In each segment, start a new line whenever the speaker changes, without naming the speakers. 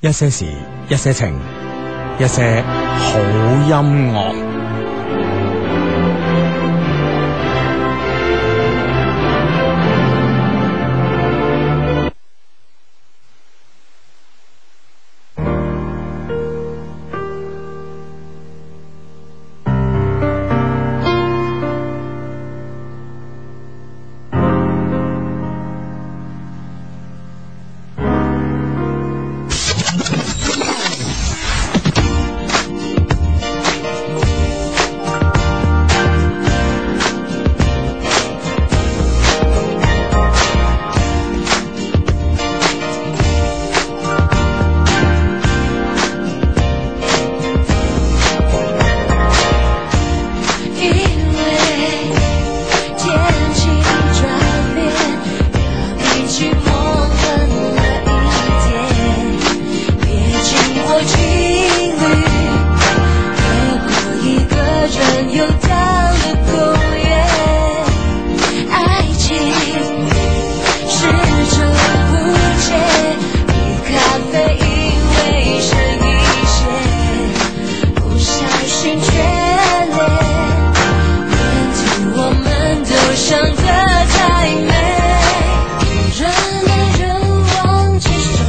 一些事，一些情，一些好音樂。
因为天气转变，比寂寞冷了一点。别经过情侣，喝过一个人又到了公园。爱情是种误解，比咖啡因为深一些，不小心决裂。我们都想得太美，人来人往牵手，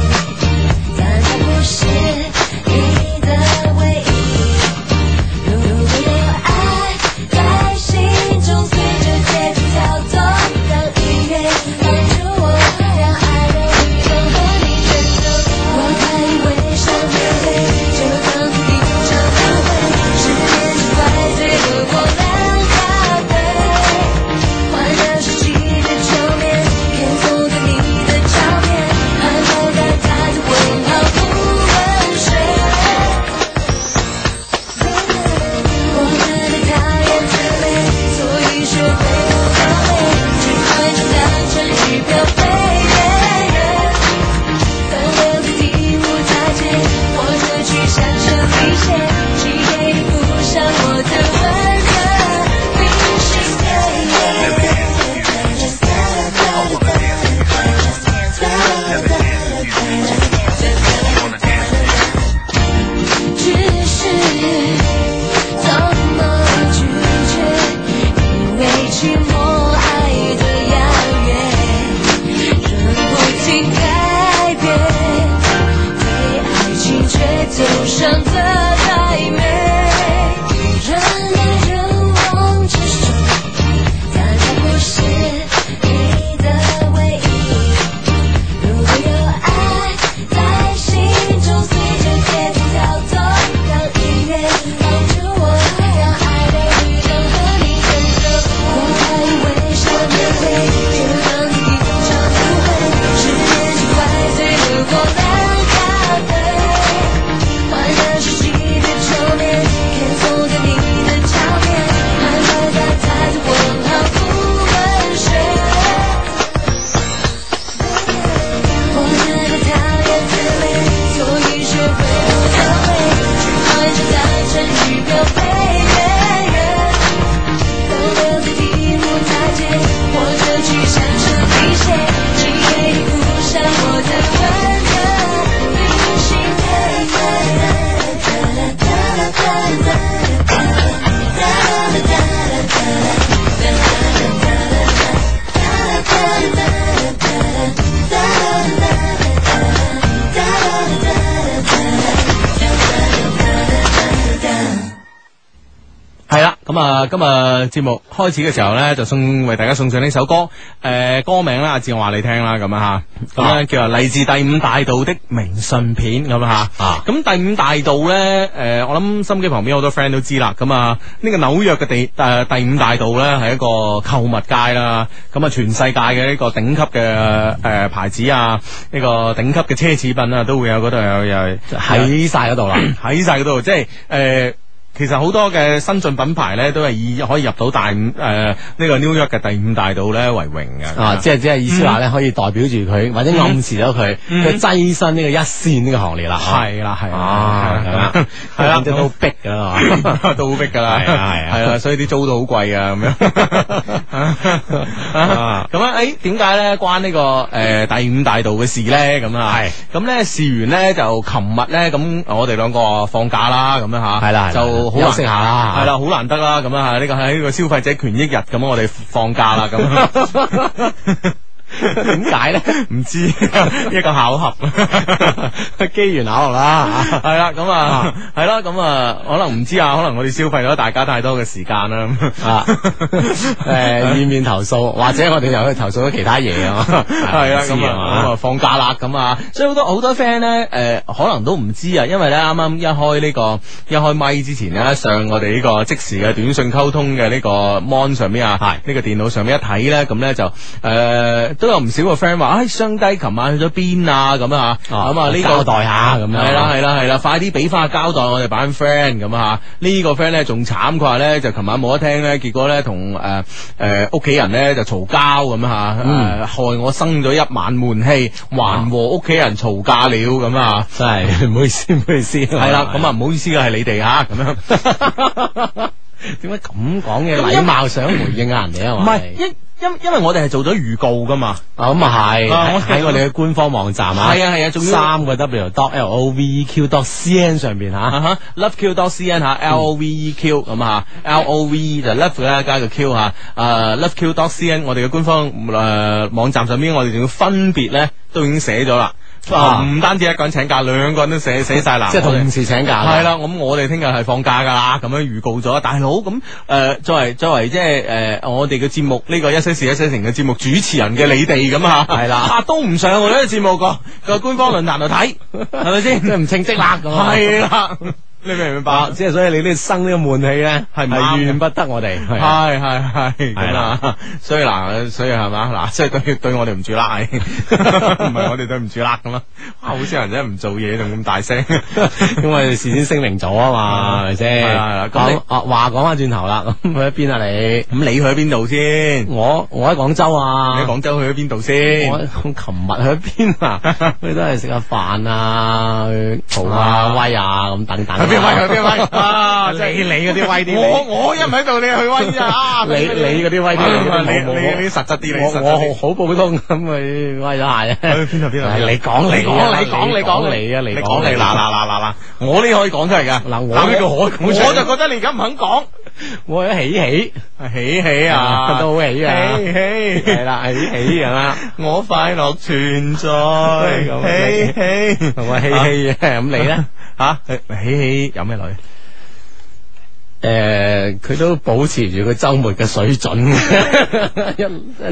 但它不是你的唯一。如果有爱在心中随着节奏跳动，让音乐帮助我，让爱的力量和你牵手。我还以为上天会这么放肆一场误会，是别人怪罪了我烂咖啡。换了手机的桌面，偏送给你的照片，还留下他的问号不温水。我们的讨厌姊妹，所以学会了防备，只爱着单纯与漂泊。但我的题目太浅，活着去享受一切，谁也不上我的温热。只是怎么拒绝？因为寂寞爱的遥远，人不停改变，对爱情却总想得太美。人来人往牵手，但它不是你的唯一。如果有爱在心中随着节奏跳动，让音乐帮助我，让爱的律动和你牵手。我还以为上天会这么放肆一场误会，是别人怪罪了我烂咖啡。换了手机的桌面，偏送给你的照片，还留下他的问号不温水。我们的讨厌姊妹，所以学会了防备，只爱着单纯与漂泊。但我的题目太浅，活着去享受一切，谁也比不上我的温热。冰心的哒哒哒哒哒哒哒哒哒
系啦，咁啊，今日节目开始嘅时候咧，就送为大家送上呢首歌，诶、歌名啦，阿志我话你聽啦，咁啊吓，咁咧叫做嚟自第五大道的明信片咁啊吓，
啊
咁第五大道咧，诶、我諗心機旁邊好多 friend 都知啦，咁啊，呢、個紐約嘅地诶、第五大道咧係一個購物街啦，咁啊，全世界嘅呢個頂級嘅诶、誒牌子啊，呢、個頂級嘅奢侈品啊，都會有嗰度有有
喺晒嗰度啦。
喺晒嗰度，即係诶。誒其實好多嘅新進品牌咧，都係以可以入到大五诶呢個 New York 嘅第五大道咧為榮嘅。嗯
啊，即係即係意思話咧，可以代表住佢，或者暗示咗佢，佢跻身呢個一線呢個行列啦。
係啦，係
啊，係
啦
啦，
係啦，
即係都逼 㗎啦。係嘛
都好逼噶啦，
係啊係啊
係啦，所以啲租都好貴噶咁樣。
啊
咁啊，誒點解咧關呢個誒第五大道嘅事咧？咁啊，
係
咁咧事完咧就琴日咧咁，我哋兩個放假啦，咁樣嚇，
係啦係啦
就好
休息下啦
係啦，好難得啦，咁啊，呢個喺呢個消費者權益日咁，我哋放假啦，咁。點解咧？唔知一個巧合，
機緣巧合啦。
系啦，咁啊，系啦，咁啊，可能唔知啊，可能我哋消費咗大家太多嘅時間啦。
啊， 誒，以免投訴，或者我哋又去投訴咗其他嘢啊，
係啦，
知
咁啊，咁啊，放假啦，咁啊，所以好多好多 friend 咧，诶，可能都唔知啊，因為咧，啱啱一開呢個一開咪之前咧，上我哋呢個即時嘅短信溝通嘅呢個 mon 上面啊，呢個電腦上面一睇咧，咁咧就诶都有唔少個 friend 話，唉，雙低琴晚去咗邊啊，咁啊，
啊
咁啊，呢個
交代下咁樣
係啦，系啦，系啦，快啲俾翻個交代我哋班 friend 咁啊！呢個 friend 咧仲慘，佢話咧就琴晚冇得聽咧，結果咧同誒誒屋企人咧就嘈交咁啊，誒害我生咗一晚悶氣，還和屋企人嘈架了咁啊！
真係唔 好意思，唔好意思，
係
係
啦，咁啊唔好意思嘅係你哋嚇 咁樣。
點解咁講嘅？禮貌想回應下人哋啊
唔
嘛，
係因因因為我哋係做咗預告噶嘛，
啊咁啊係，
啊我
喺喺我哋嘅官方網站啊，
係啊係啊仲要
三個 W dot L O V E Q dot C N 上嗯邊
啊
嚇，
哈，loveq dot cn 吓，l o v e q 咁啊，l o v e 就 love 啦，加個 q 吓，誒 loveq dot cn 我哋嘅官方誒網站上邊，我哋仲要分別咧都已經寫咗啦，
啊
唔單止一個人請假，兩個人都寫寫晒啦，
即係
我哋
同時請假，
系啦，咁我哋聽日係放假噶啦，咁樣預告咗，大佬咁诶，作為作為即係诶，呃我哋嘅節目呢、個一些事一些情嘅節目主持人嘅你哋咁啊，
係啦
啊都唔上我哋嘅節目個個官方論壇度 睇，係咪先？
即係唔稱職啦咁啊
係 啦，你明唔明白
啊，？即係所以你呢生呢個悶氣咧，
係唔啱嘅
係怨不得我哋，係啊
係係係
係
咁
啦
啊，所以嗱，所以係嘛嗱，即係對對我哋唔住啦，係唔係我哋對唔住啦咁啦，哇好少人真係唔做嘢仲咁大聲。
咁我哋事先聲明咗啊嘛，係咪先？
係啦係啦咁你
咁啊話講翻轉頭啦，咁去咗邊啊你？
咁你去咗邊度先？
我我喺廣州啊，
你喺廣州去咗邊度先？
我我琴日去邊啊？佢都係食下飯啊，去蒲啊、
啊
威啊咁等等啊。
去邊威？去邊威？啊，
你
真係
你嗰啲威啲你
我我一唔喺度，你去威啲啊！
你你嗰啲威啲
啊
你
你
冇
你
冇
你實質啲，你
我
實質
我
啲
好好普通咁去威咗下啫。
去邊度邊度
係你講
你
你啊
講你講你講
你啊你
你講你嗱嗱嗱嗱嗱，我呢可以講出嚟㗎。
嗱我
但係
我講出嚟
我就覺得你而家唔肯講，
我喺喜喜
喜喜啊，
都好喜啊，
喜喜
係啦，喜喜咁啦。
我快樂存在，
咁你
喜喜
我喜喜嘅，咁你咧？
吓，喜 喜有咩女？
诶，佢、都保持住佢周末嘅水準， 一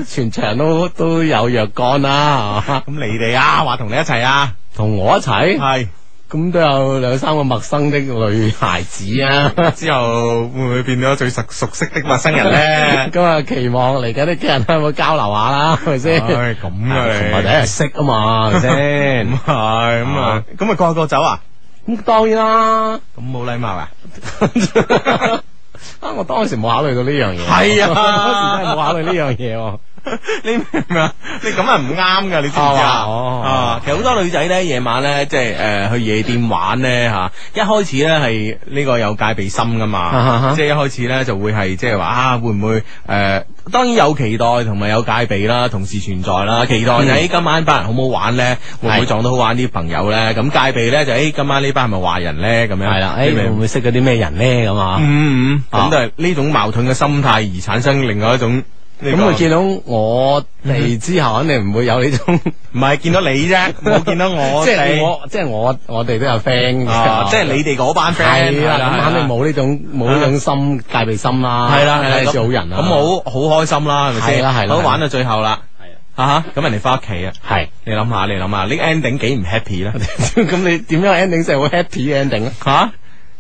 一全場都都有若干啦，係嘛
咁你哋
à,
啊，話同你一齊啊，
同我一齊，
係
咁都有兩三個陌生的女孩子啊。
之後會唔會變咗最熟熟悉的陌生人 咧？
咁啊，期望嚟緊呢幾日有冇交流下啦，係咪先？
唉咁啊
啊
你
同埋第一日識啊嘛，係咪
咁
先？
係咁啊
啊，
咁啊個個走
à?
啊？
咁當然 啦，
咁冇禮貌啊？
啊，我當時冇考慮到呢樣嘢，
係啊
當時真係冇考慮呢樣嘢喎。
你明唔明啊？你咁啊唔啱噶，你知唔知啊？
啊哦
啊，其實好多女仔咧，夜晚咧，即係誒去夜店玩咧嚇，一開始咧係呢個有戒備心噶
啊哈
嘛，
哈
即係一開始咧就會係即係話啊，會唔會誒？當然有期待同埋有戒備啦，同時存在啦。期待就係咦今晚班人好唔好玩咧？會唔會
嗯係
撞到好玩啲朋友咧？咁戒備咧就誒今晚呢班係咪壞人咧？咁樣
係啦，
你
誒
明
會
唔明
唔會識咗啲咩人咧？咁啊？
嗯，嗯咁
啊
都係呢種矛盾嘅心態而產生另外一種呢個。
咁佢見到我哋之後，肯定唔會有呢種，即
唔係見到你啫，冇見到我
係
哋
我， 即係我，我哋都有 friend
啊
嘅，
即係你哋嗰班 friend
係啦，咁肯定。
係啊
冇呢種冇呢種心戒備心啦，
係啦，係啦，
做好人啊，
咁好好開心啦，係咪先？
係啦係啦
好
係啦
玩到最後啦，係啊，咁人哋翻屋企啊，
係。
你諗下，你諗下， 呢 ending 幾唔 happy 咧？啊
咁你點樣 ending 先係會 happy 嘅 ending 咧？
吓，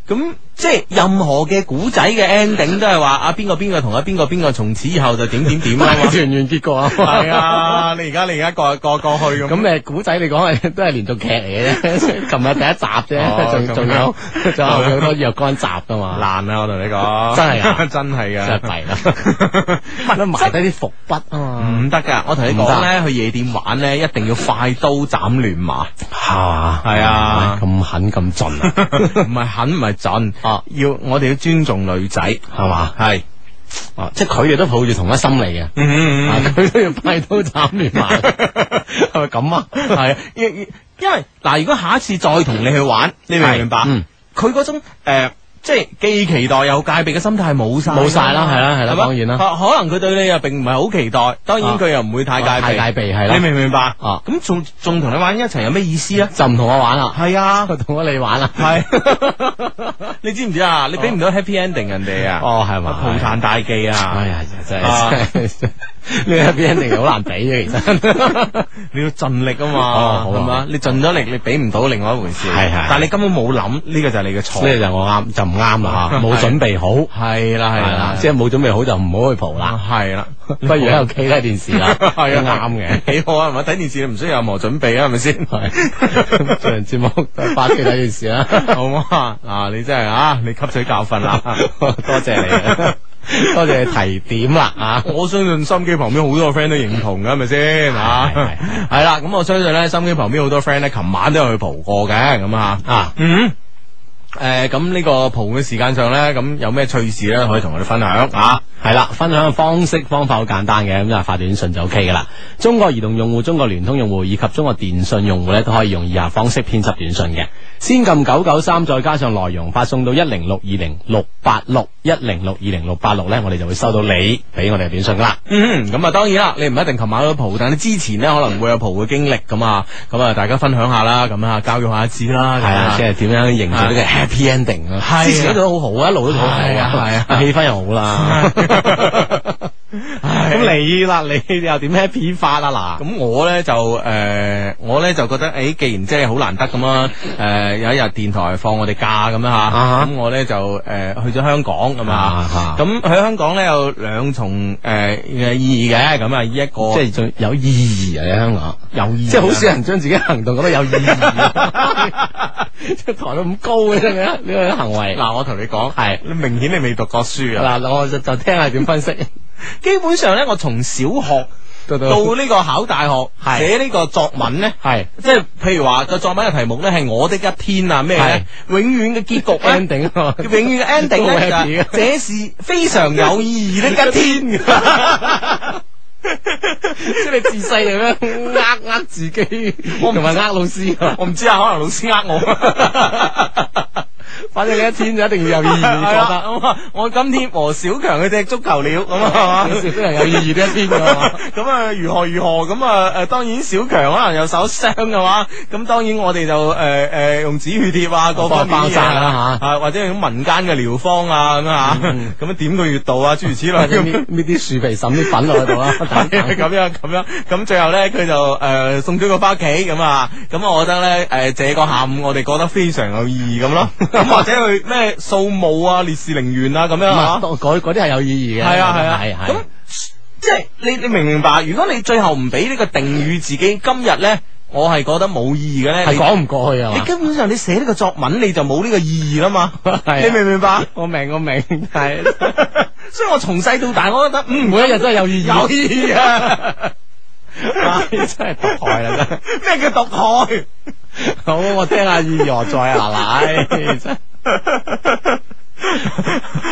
咁即系任何嘅古仔嘅 ending 都系话啊边个边个同啊边个边个從此以後就點點點 啊 嘛。
全完结果啊，
係啊，你而家你而家過過過去咁。
咁誒，古仔你 講係都係連續劇嚟嘅啫，琴日第一集
哦
啫，仲
咁
仲
樣
有仲有好多若干集噶嘛，
難啊！我同你講，
真係啊
真係
真係
噶，
弊 啦，咁埋低啲伏筆啊嘛，
唔得噶。我同你
唔
講
得啊
咧，去夜店玩咧，一定要快刀斬亂麻，
係嘛
係 啊
咁狠咁盡啊，
唔係狠唔係盡，
哦
要我哋要尊重女仔，係
係嘛，
係，
哦即係佢哋都抱住同一心理嘅。
嗯
啊佢都要快刀斬 亂麻，係咪咁啊？係
因因為嗱，如果下一次再同你去玩，你明唔明白？
係嗯
佢嗰種誒即係既期待又戒備嘅心態冇晒，
冇晒啦係啦係啦
嘛
當然啦
啊可能佢對你又並唔係好期待，當然
啊
佢又唔會太戒備，
太戒備係啦
你明唔明白？
啊
咁仲仲同你玩一齊有咩意思啊？
就唔同我玩啦，
係啊，
同咗你玩啦，
係， 你知唔知啊？你俾唔到 happy ending 人哋啊？
哦係嘛，
抱殘大忌
哎
啊！
呀，真
啊哦
係真係呢一邊一定好難比嘅，其 實
你要盡力啊
哦
嘛，
好啊
係嘛？你盡咗力，你俾唔到另外一回事。
係係
但係你根本冇諗，呢個就係你嘅
呢
錯。
就我啱就唔啱啦嚇，冇
係
準備好。
係啦，係
係
啦
啦，，即係冇準備好就唔好去蒲啦，
係啦，
不如喺屋企睇電視 啦，
係啊
啱嘅。
幾好啊，係咪？睇電視你唔需要任何準備啊，係咪 先？
係做完節目翻屋企睇電視啦，
好唔好啊？啊，你真係啊，你吸取教訓 啦，
多謝 你啊，多謝你提點啦啊！
我相信心機旁邊好多個 friend 都認同嘅，係咪先吓？
係係
係啦，咁我相信咧，心機旁邊好多 friend 咧，琴晚都有去蒲過嘅，咁啊，
啊，
嗯。诶，咁呢、個蒲嘅時間上咧，咁有咩趣事咧，可以同我哋分享啊？
系啦，分享嘅方式方法好簡單嘅，咁就發短信就 OK 噶啦。中國移動用戶、中國聯通用戶以及中國電信用戶咧，都可以用以下方式編輯短信嘅。先撳九九三，再加上內容，發送到一零六二零六八六一零六二零六八六咧，我哋就會收到你俾我哋嘅短信噶啦。
嗯，咁啊，當然啦，你唔一定琴晚都蒲，但你之前咧可能會有蒲嘅經歷咁啊，咁啊，大家分享下啦，咁啊，教育下知啦，
係啊，即係點樣營造呢個 happy ending
係啊
啊？之前都好好啊，一路都好好
係啊係啊
啊，氣氛又好啦。
咁
咁你啦，你又點 happy 法啊？嗱，
咁我咧就誒、呃我咧就覺得誒、欸既然即係好難得咁啊，誒、有一日電台放我哋假咁樣嚇，咁、
啊哈
我咧就誒、呃去咗香港咁
啊
啊
哈，
咁去香港咧有兩重誒、呃意義嘅，咁啊一個
即係仲有意義啊！你喺香港。
有意義啊，
即係好少人將自己行動覺得有意啊義， 即係抬到咁高嘅啫呢個行為。
嗱，我同你講
係
你明顯你未讀過書啊，
嗱，我就就聽下點分析，
基本上咧我從小 學
到到
到呢個考大學
係
寫呢個作文咧。
係
即係譬如話個作文嘅題目咧係我的一天啊咩咧，永遠嘅結局咧
ending 啊
永遠嘅 ending
好
咧就係
happy 嘅
這是非常有意義的一 天。
即係你自細咁樣呃呃自己，同埋呃老師啊。
我唔知啊，可能老師 呃我。
反正你一天就一定要有意義，
係
覺
啦
得
咁啊我今天和小強嗰隻足球了咁啊，
有少少人有意義呢一天㗎 嘛。
咁啊，如何如何咁啊？誒，當然小強可能有手傷嘅話，咁當然我哋就誒誒用止血貼啊，各方面
幫佢包紮啦嗯
嚇，啊或者用民間嘅療方啊咁啊，咁樣點個穴道啊，諸如此類
或者搣搣啲樹皮滲啲粉落去度啦，等
係啊
等
咁樣咁樣，咁最後咧佢就誒、呃送咗佢翻屋企咁啊，咁我覺得咧誒、呃，這個下午我哋覺得非常有意義咁 咯，咁或者去咩掃墓啊、烈士陵園啊咁樣
唔
啊
係，當嗰嗰啲係有意義嘅。
係啊係啊
係
咁
係。
即係你你明唔明白？如果你最後唔俾呢個定語自己，今日咧我係覺得冇意義嘅咧，
係
你
講唔過去啊
你
嘛。
根本上你寫呢個作文你就冇呢個意義啦嘛，
啊
你明唔明白？
我明我明，係
所以我從細到大我都覺得嗯
每一日都係有意義。
有意義啊，
唉真係毒害啦！真係
咩叫毒害？
好，我聽下意義何在啊， 奶奶真係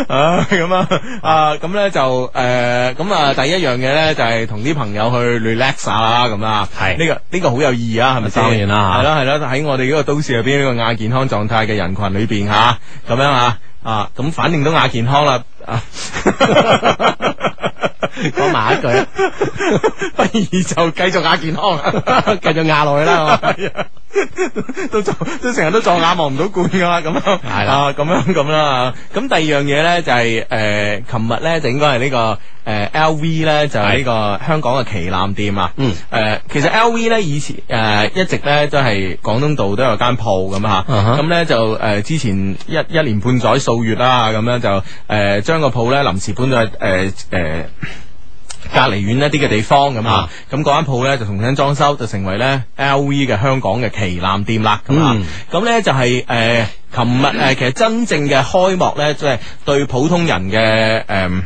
啊，咁啊，啊，咁咧就诶，咁、啊，第一樣嘢咧就係同啲朋友去 relax 下啦，咁啊，
係
呢、個呢、個好有意義啊，係咪先？
當然啦
係啦係啦，喺我哋呢個都市入邊呢個亞健康狀態嘅人群裏邊吓，咁樣啊，啊，咁反正都亞健康 啦，啊，
講埋一句啊，
不如就繼續亞健康啦。
繼續壓落去啦。我
啊都撞都成日都撞眼望唔到冠噶啦，咁樣
係啦
啊咁樣咁啦。咁第二樣嘢咧就係誒，琴日咧就應該係呢個誒 LV 咧就係呢個香港嘅旗艦店啊。
嗯
誒，其實 LV 咧以前誒一直咧都係廣東道都有間鋪咁嚇，
嗯哼
咁咧就誒之前一一年半載數月啦，咁樣就誒將個鋪咧臨時搬咗去誒誒。隔離遠一啲嘅地方咁啊
啊，
咁嗰間鋪咧就重新裝修，就成為咧 LV 嘅香港嘅旗艦店啦，咁啊
嗯，
咁咧就係、誒，琴日誒，其實真正嘅開幕咧，即係對普通人嘅誒。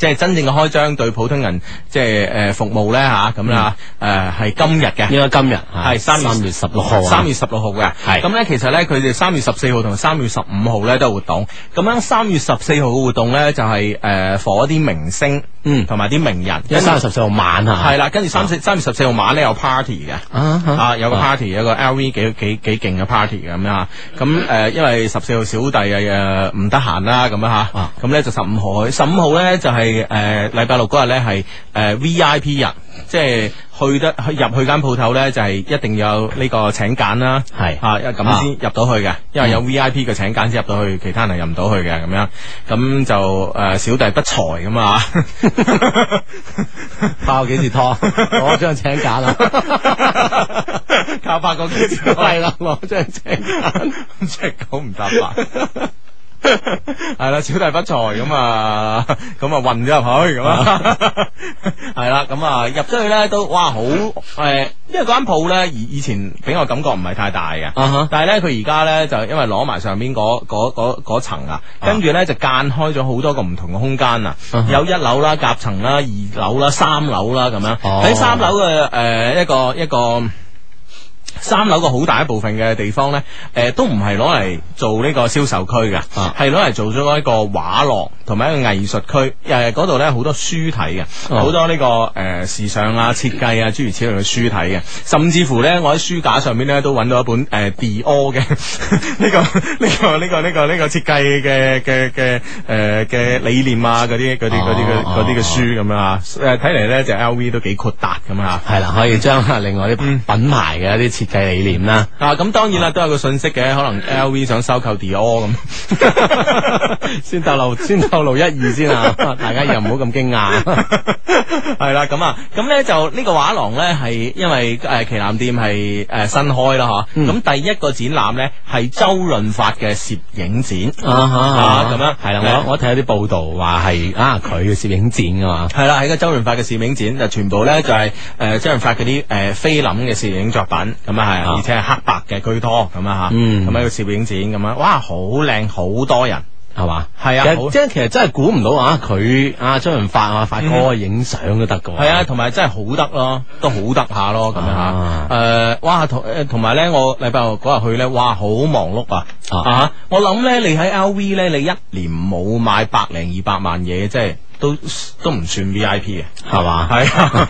即係真正嘅開張對普通人即係誒服務咧吓咁啦誒係今日嘅
應該今日
係三月
三月十六號啊，
三月十六號嘅，
係
咁咧，其實咧佢哋三月十四號同三月十五號咧都有活動。咁樣三月十四號嘅活動咧就係誒火啲明星，
嗯
同埋啲名人，
因為三月十四號晚啊，
係啦，跟住三四三月十四號晚咧有 party 嘅。
啊啊
啊，有個 party，有個 LV 幾幾幾勁嘅 party 咁樣啊，咁誒、呃因為十四號小弟啊誒唔得閒啦，咁樣嚇
啊，
咁咧就十五號去，十五號咧就係誒禮拜六嗰日咧係誒 VIP 日，即係去得去入去間鋪頭咧就係、一定有呢個請柬啦，
係
啊咁先入到去嘅，因為有 VIP 嘅請柬先入到去，其他人係入唔到去嘅咁樣，咁就誒、呃小弟不才咁啊。
爆幾次拖， 我張請假 啦，
靠八個幾字
係啦，我張請 假，
即係九唔搭八。係啦，小弟不才咁啊， 咁啊混咗入去咁啊，係啦，咁啊入咗去咧都哇好誒、因為嗰間鋪咧以以前俾我感覺唔係太大嘅，
啊哈
但係咧佢而家咧就因為攞埋上邊嗰嗰嗰嗰層啊，跟住咧就間開咗好多個唔同嘅空間啊
啊哈
有一樓啦、夾層啦、二樓啦、三樓啦咁樣，
哦
喺、三樓嘅誒一個一個。三樓嘅好大一部分嘅地方咧，誒、呃都唔係攞嚟做呢個銷售區嘅，
啊
係攞嚟做咗一個畫廊同埋一個藝術區。誒嗰度咧好多書睇嘅，
哦
好、多呢、個誒、時尚啊、設計啊諸如此類嘅書睇嘅，甚至乎咧我喺書架上面咧都揾到一本誒、Dior 呃嘅 呢、個呢、個呢、個呢、個呢、個設計嘅嘅嘅誒嘅理念啊嗰啲嗰啲嗰啲嘅嗰啲嘅書咁樣啊，誒睇嚟咧就 LV 都幾闊達咁啊。
係啦，可以將另外啲品牌嘅一啲設計理念啦，
啊，咁當然啦，都有個信息嘅，可 能 LV 想收購 Dior 咁，
先透露先透露一二先 啊，大家又唔好咁驚訝，
係啦，咁啊，咁咧就呢個畫廊咧係因為誒旗艦店係誒新開啦嗬，
嗯
咁第一個展覽咧係周潤發嘅攝影展。
啊哈
啊咁樣
係啦，我我睇有啲報道話係啊佢嘅攝影展啊嘛，
係啦，喺個周潤發嘅攝影展就全部咧就係、誒、周潤發嗰啲誒菲林嘅攝影作品咁啊係，
啊
而且係黑白嘅居多咁啊吓，咁
嗯
喺個攝影展咁啊，哇好靚好多人，
係嘛，
係啊
其實
好
即係其實真係估唔到啊佢啊周潤發啊發
嗯
哥影相都得噶，
系啊，同埋真係好得咯，都好得下咯，咁樣吓
啊。
诶，哇，同诶同埋咧，我禮拜六嗰日去咧，哇，好忙碌啊！
啊
啊，我諗咧，你喺 LV 咧，你一年冇買百零二百萬嘢，即係都都唔算 VIP 嘅。
係嘛，
係 啊。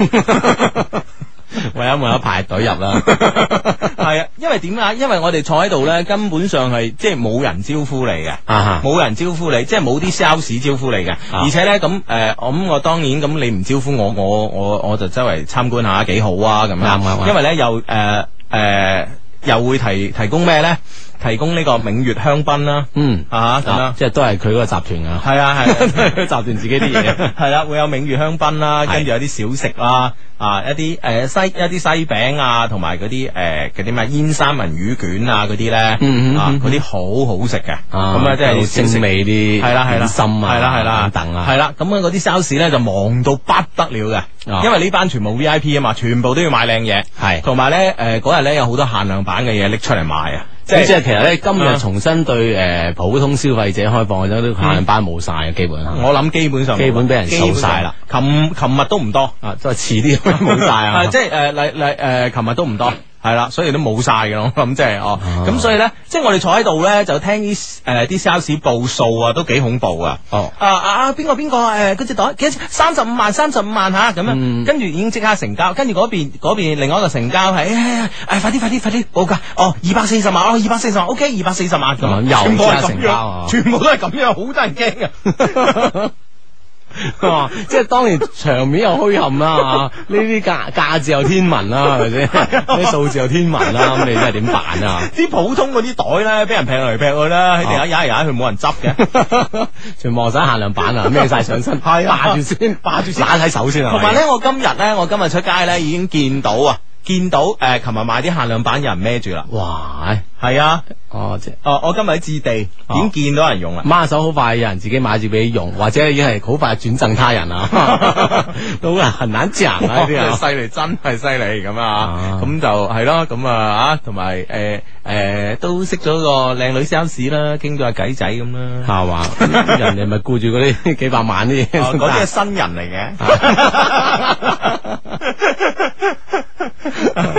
為咗為咗排隊入 啦。
係啊，因為點解？因為我哋坐喺度咧，根本上係即係冇人招呼你嘅。
啊
冇人招呼你，即係冇啲 sales 招呼你嘅，
啊
而且咧咁誒，我咁我當然咁你唔招呼我，我我我就周圍參觀下幾好啊咁樣，
啱啱啱
因為咧又誒誒、呃呃又會提提供咩咧？提供呢個明月香檳啦，
嗯
啊咁樣
啊，即係都係佢嗰個集 團啊，
係啊係啊。
集團自己啲 嘢。
系啦，會有明月香檳啦，跟住有啲小食啦，啊一啲诶、呃西一啲西餅啊，同埋嗰啲诶嗰啲咩煙三文魚卷啊嗰啲咧，
嗯嗯
啊
嗯
嗰啲好好食嘅，
啊
咁啊即係小食
精美
系
啲，
啦系啦，
心啊，
系啦系啦，
等啊，
系啦，咁啊嗰啲 sales 咧就忙到不得了嘅，
啊
因為呢班全部 V I P 啊嘛，全部都要買靚嘢，
係
同埋咧诶嗰日咧有好多限量版嘅嘢拎出嚟賣啊，
即係即係其實咧，今
啊
日重新對誒普通消費者開放，嗰啲限量班冇晒嘅基本上
我諗基本上啊
基本俾人
基本
掃晒啦
上，琴琴日都唔多。
啊，都係遲啲冇晒
係，
啊
呃即係誒嚟嚟誒，琴日都唔 多。係啦，所以都冇晒嘅，我諗即係哦， 咁、
啊
所以咧，即係我哋坐喺度咧，就聽啲誒啲 sales 報數啊，都幾恐怖啊！
哦
啊啊啊，邊個邊個誒嗰只袋幾多？三十五萬，三十五萬嚇咁樣，
嗯
跟住已經即刻成交，跟住嗰邊嗰邊另外一個成交係誒哎誒快啲快啲快啲報價，哦二百四十萬，哦二百四十萬，OK 二百四十萬咁樣，啊
又
全部係
即刻
咁
成交啊
樣，全部都係咁樣，好得人驚啊！
啊即系当然场面又虛冚啦，嚇呢啲價價字又天文啦，係咪啊先？啲數字又天文啦，咁你真係點辦啊？
啲普通嗰啲袋咧，俾人劈嚟劈去啦，喺地下踩嚟踩去，冇人執 嘅。
全部晒限量版啊，孭晒上 身，
係啊
霸住先，霸住先，揦喺手先啊！
同埋咧，我今日咧，我今日出街咧已經見到啊，見到誒，琴日買啲限量版有人孭住啦。
係咪，哇！
係啊，
哦，即係
哦，我今日喺置地已經見到人用啦。
孖手好快有人自己買住俾用，或者已經係好快轉贈他人啊， 都好難很難賺啊呢啲
哇
啊。
犀利，真哦係犀利咁啊！
啊
咁就係咯，咁啊啊，同埋誒誒都識咗個靚女 sales 啦，傾咗阿計仔咁啦。
係嘛？ 人哋咪顧住嗰啲幾百萬啲
哦
嘢，
嗰啲係新人嚟 嘅。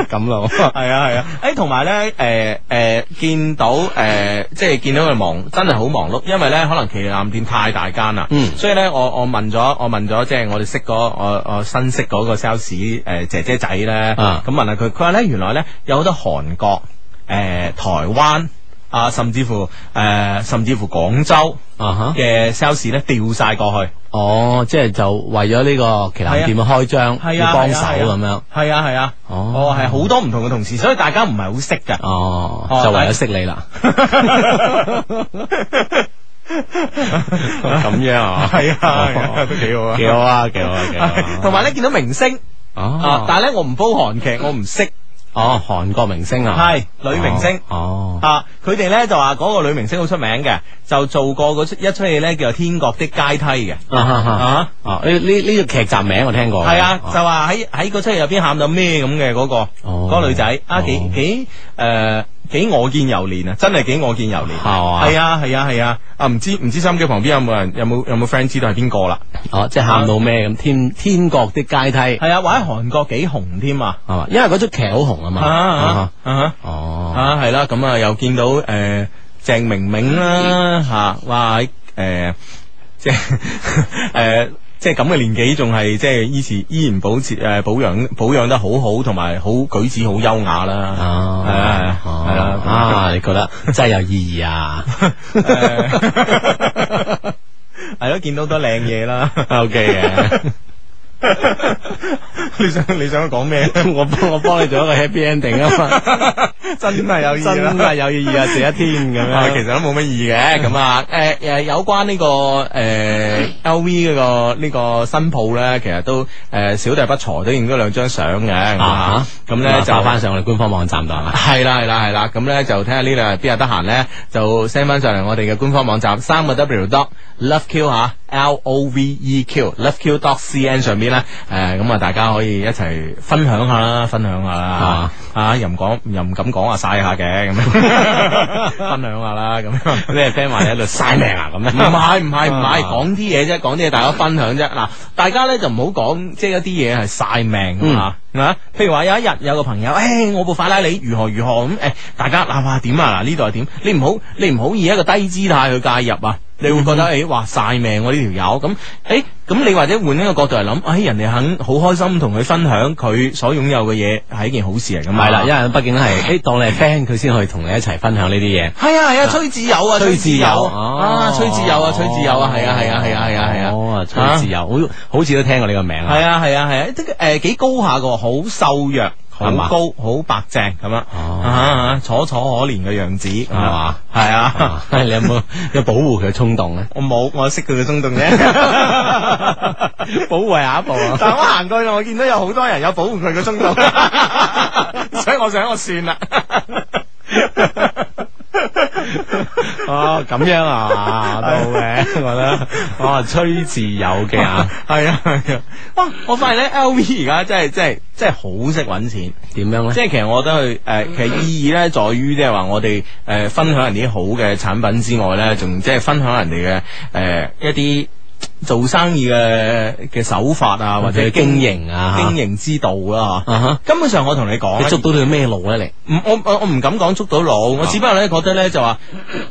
咁 咯。
系啊系啊，诶，同埋咧，诶、诶、見到诶、即係見到佢忙，真係好忙碌，因為咧可能旗艦店太大間啦，
嗯
所以咧我我問咗我問咗即係我哋識嗰我我新識嗰個 sales 诶姐姐仔咧，咁、
啊
問下佢，佢話咧原來咧有好多韓國诶、台灣啊，甚至乎诶、甚至乎廣州
啊哈！
嘅 sales 咧調晒過去。
哦，即係就為咗呢個旗艦店嘅開張，
係啊
要幫手
係啊
咁樣。
係啊係啊，
哦
哦係好多唔同嘅同事，所以大家唔係好識㗎。
哦
哦，
就為咗識你啦。
咁
樣啊
係啊係啊都幾好啊
幾好啊，幾好啊，幾好啊。
同埋咧見到明星啊
哦，，
但係咧我唔煲韓劇，我唔識
哦，韓國明星啊，
係女明星
哦。哦
啊。佢哋咧就話嗰個女明星好出名嘅，就做過嗰出一出戲咧叫做《天國的階梯》嘅
啊哈哈
啊。
哦，呢呢呢個劇集名我聽過。
係啊，就話喺喺嗰出戲入邊喊到咩咁嘅嗰個
哦
嗰個女仔啊，幾
哦
幾誒幾我見猶憐啊，真係幾我見猶憐。
係嘛
係啊係啊係啊啊！唔知唔知心機旁邊有冇人有冇有冇 friend 知道係邊個啦？
哦，即係喊到咩咁？天天國的階梯係
係啊，話喺韓國幾紅添啊！
嘛？因為嗰出劇好紅啊嘛。
啊啊
哈哦，
啊，系啦，咁啊又見到诶郑明明
嗯
啦吓，哇诶即係 诶。即係咁嘅年紀，仲係即係依時依然保持誒、呃保養保養得好好，同埋好舉止好優雅啦。
哦，
係啊
哦
係啊
啊，你覺得真係有意義 啊 À.
誒係咯，見到好多靚嘢啦。
À, ？OK
你想你想講 咩？
嘅，我幫我幫你做一個 happy ending 啊嘛。
真係有意義啦
真係有意義啊！謝一天咁
啊，
樣，
其實都冇乜意義嘅，咁啊，誒誒，有關呢、個誒、LV 嗰、個呢、個新鋪咧，其實都誒、小弟不才都影咗兩張相嘅，
à.
咁啊
啊，
咁咧就
發翻上我哋官方網站度係啊咪？
係啦係啦係啦，咁咧就睇下呢兩日邊日得閒咧，就 send 翻上嚟我哋嘅官方網站三個 W dot loveq 吓 L O V E Q loveq dot C N 上邊咧，誒咁啊大家可以一齊分享下啦，分享下啦
啊
嚇，啊又唔講又唔敢講啊晒下嘅 咁樣，分享下啦咁樣。
你係 friend 話你喺度嘥命啊咁
唔
樣？
係唔係唔係，
啊
講啲嘢啫，講啲嘢大家分享啫。嗱，大家咧就唔好講即係一啲嘢係晒命啊啊！譬如話有一日有個朋友，誒我部法拉利如何如何咁誒，大家嗱哇點啊嗱呢度係點？你唔好你唔好以一個低姿態去介入啊！你會覺得誒哇晒命喎呢條友咁誒咁你或者換一個角度嚟諗，誒人哋肯好開心同佢分享佢所擁有嘅嘢係一件好事嚟㗎
唔
嘛。
係啦，因為畢竟係誒當你係 friend，佢先可以同你一齊分享呢啲嘢。
系啊系啊，崔智友啊，
崔
智
智
友
友
啊，崔智友啊，崔智友啊，系啊系啊系啊系啊系啊，
哦，崔智友，好好似都聽過呢個名啊。
系啊系啊系啊，即係诶几高下噶，好瘦弱，好
係嘛
高，好白淨咁啊
哦
啊，啊楚楚可憐嘅樣子，系
係嘛？
系啊
啊，你有冇有保護佢嘅衝動咧？
我冇，我識佢嘅衝動啫。
保護下一步啊！
但我行過去，我見到有好多人有保護佢嘅衝 動，所以我想我算 啦。
哦，咁樣啊，都好嘅，我覺得。哦，崔智友嘅啊，
系啊系啊，哇！我發現咧，LV 而家真係真係真係好識揾錢。
點樣咧？
即係其實我覺得佢誒、呃
嗯
其實意義咧，在於即係話我哋誒、呃分享人哋啲好嘅產品之外咧，仲即係分享人哋嘅誒呃一啲做生意嘅嘅手法啊，或
或
者
者嗯經營啊，
經營之道啦、嚇
啊哈，
根本上我同你講
你
呢
捉到佢啊咩路
啊
咧？你？
唔，我我我唔敢講捉到佬，我只不過咧覺得咧就話，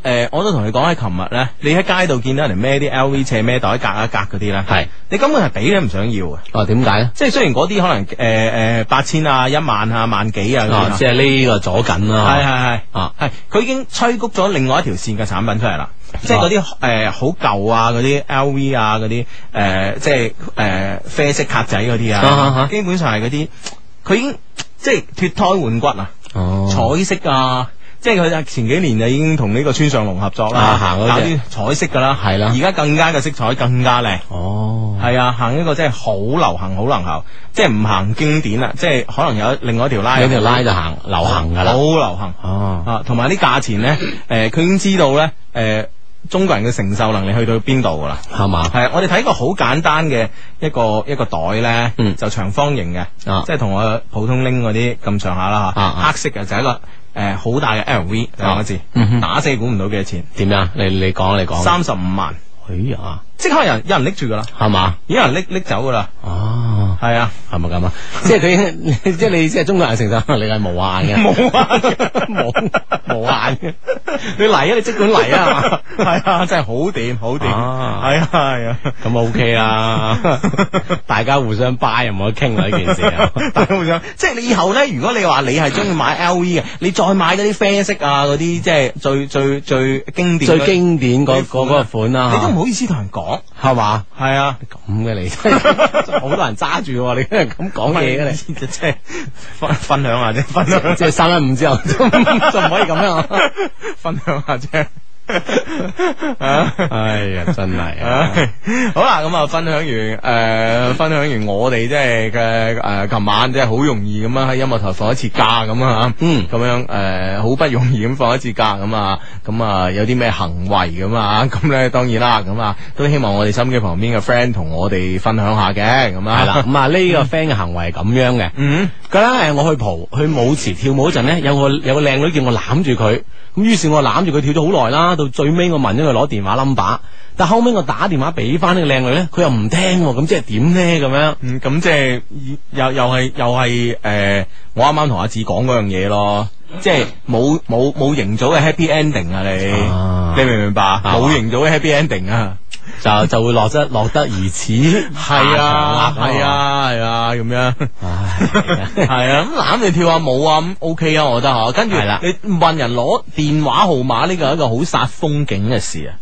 誒、我都同你講喺琴日咧，你喺街度見到人哋孭啲 LV 斜孭袋格一格嗰啲咧，
係
你根本係俾都唔想要啊！
哦，點解咧？
即係雖然嗰啲可能誒誒、呃八千啊、一萬啊、萬幾啊嗰啲啊
啊，即係呢個左緊
系
啦。
系系
啊
系，佢已經催谷咗另外一條線嘅產品出嚟啦。
啊
即係嗰啲誒好舊啊，嗰啲 LV 啊，嗰啲誒即係誒啡色格仔嗰啲
啊啊
啊
啊，
基本上係嗰啲佢已經即係脱胎換骨啊，
哦
彩色啊。即係佢前幾年就已經同呢個村上龍合作啦
啊，行嗰
搞
隻
啲彩色噶啦，
係啦
而家更加嘅色彩更加靚，
哦，
係啊，行呢個真係好流行，好流行，即係唔行經典啦，即係可能有另外一條拉，
有條拉就行流行噶啦
好，流行。
哦，
啊，同埋啲價錢咧，诶、佢已經知道咧，诶、中國人嘅承受能力去到邊度噶啦。
係嘛，
係啊，我哋睇過好簡單嘅一個一個袋咧，
嗯
就長方形嘅，
啊
即係同我普通拎嗰啲咁上下啦吓，
啊啊
黑色嘅就係一個诶好、大嘅 LV 兩個字，
嗯哼
打死估唔到幾多錢，
點樣？你你講你講，
三十五萬，
哎呀，
即刻有人有人拎住噶啦，
係嘛，
已經有人拎拎走噶啦，
哦。
係啊，
係咪 咁啊？即係佢， 即係你，即係中國人承受能力係無限嘅，
冇啊，
無無限嘅。
你嚟啊，你即管嚟 啊，係啊，真係好掂好掂，係
啊
啊係啊。
咁 OK 啦， 大家互相 buy 又冇得傾啦呢件事啊。
大家互相，即係你以後咧，如果你話你係中意買 LV 嘅，你再買嗰啲啡色啊，嗰啲即係最最最經典嗰啲，
最經典
嗰
嗰嗰
款
個款啦，
你都唔好意思同人講，
係嘛？
係啊。
咁嘅你真係 好多人揸住喎，你真係咁講嘢嘅你。
即係分分享下啫，分享
即係三一五之後就唔可以咁樣啊。
分享下 啫。啊
哎呀，真係啊！
好啦，咁啊，分享完诶、呃分享完我哋即係嘅诶，琴、晚即係好容易咁樣喺音樂台放一次假咁啊，
嗯
咁樣诶，好、不容易咁放一次假咁啊，咁啊有啲咩行為咁啊，咁咧當然啦，咁啊都希望我哋心機旁邊嘅 friend 同我哋分享下嘅，咁啊，
係啦，，咁啊呢個 friend 嘅行為係咁樣嘅。
嗯，
佢咧誒，我去蒲去舞池跳舞嗰陣咧，有個有個靚女叫我攬住佢，咁於是我攬住佢跳咗好耐啦，到最尾我問咗佢攞電話 number，但後尾我打電話俾翻呢個靚女咧，佢又唔聽喎，咁即係點咧咁樣？
嗯，咁即係又又係又係诶、呃我啱啱同阿志講嗰樣嘢咯，即係冇冇冇營造嘅 happy ending 啊你，
啊
你明唔明白？
嘛
冇營造嘅 happy ending 啊！
就就會 落得落得如此
系
係
啊，系，啊，系啊，咁样，系
唉
啊，咁揽你跳下舞啊，咁 OK 啊，我觉得嗬。跟住
係啦
你问人攞电话号码呢个係一个好煞风景嘅事啊。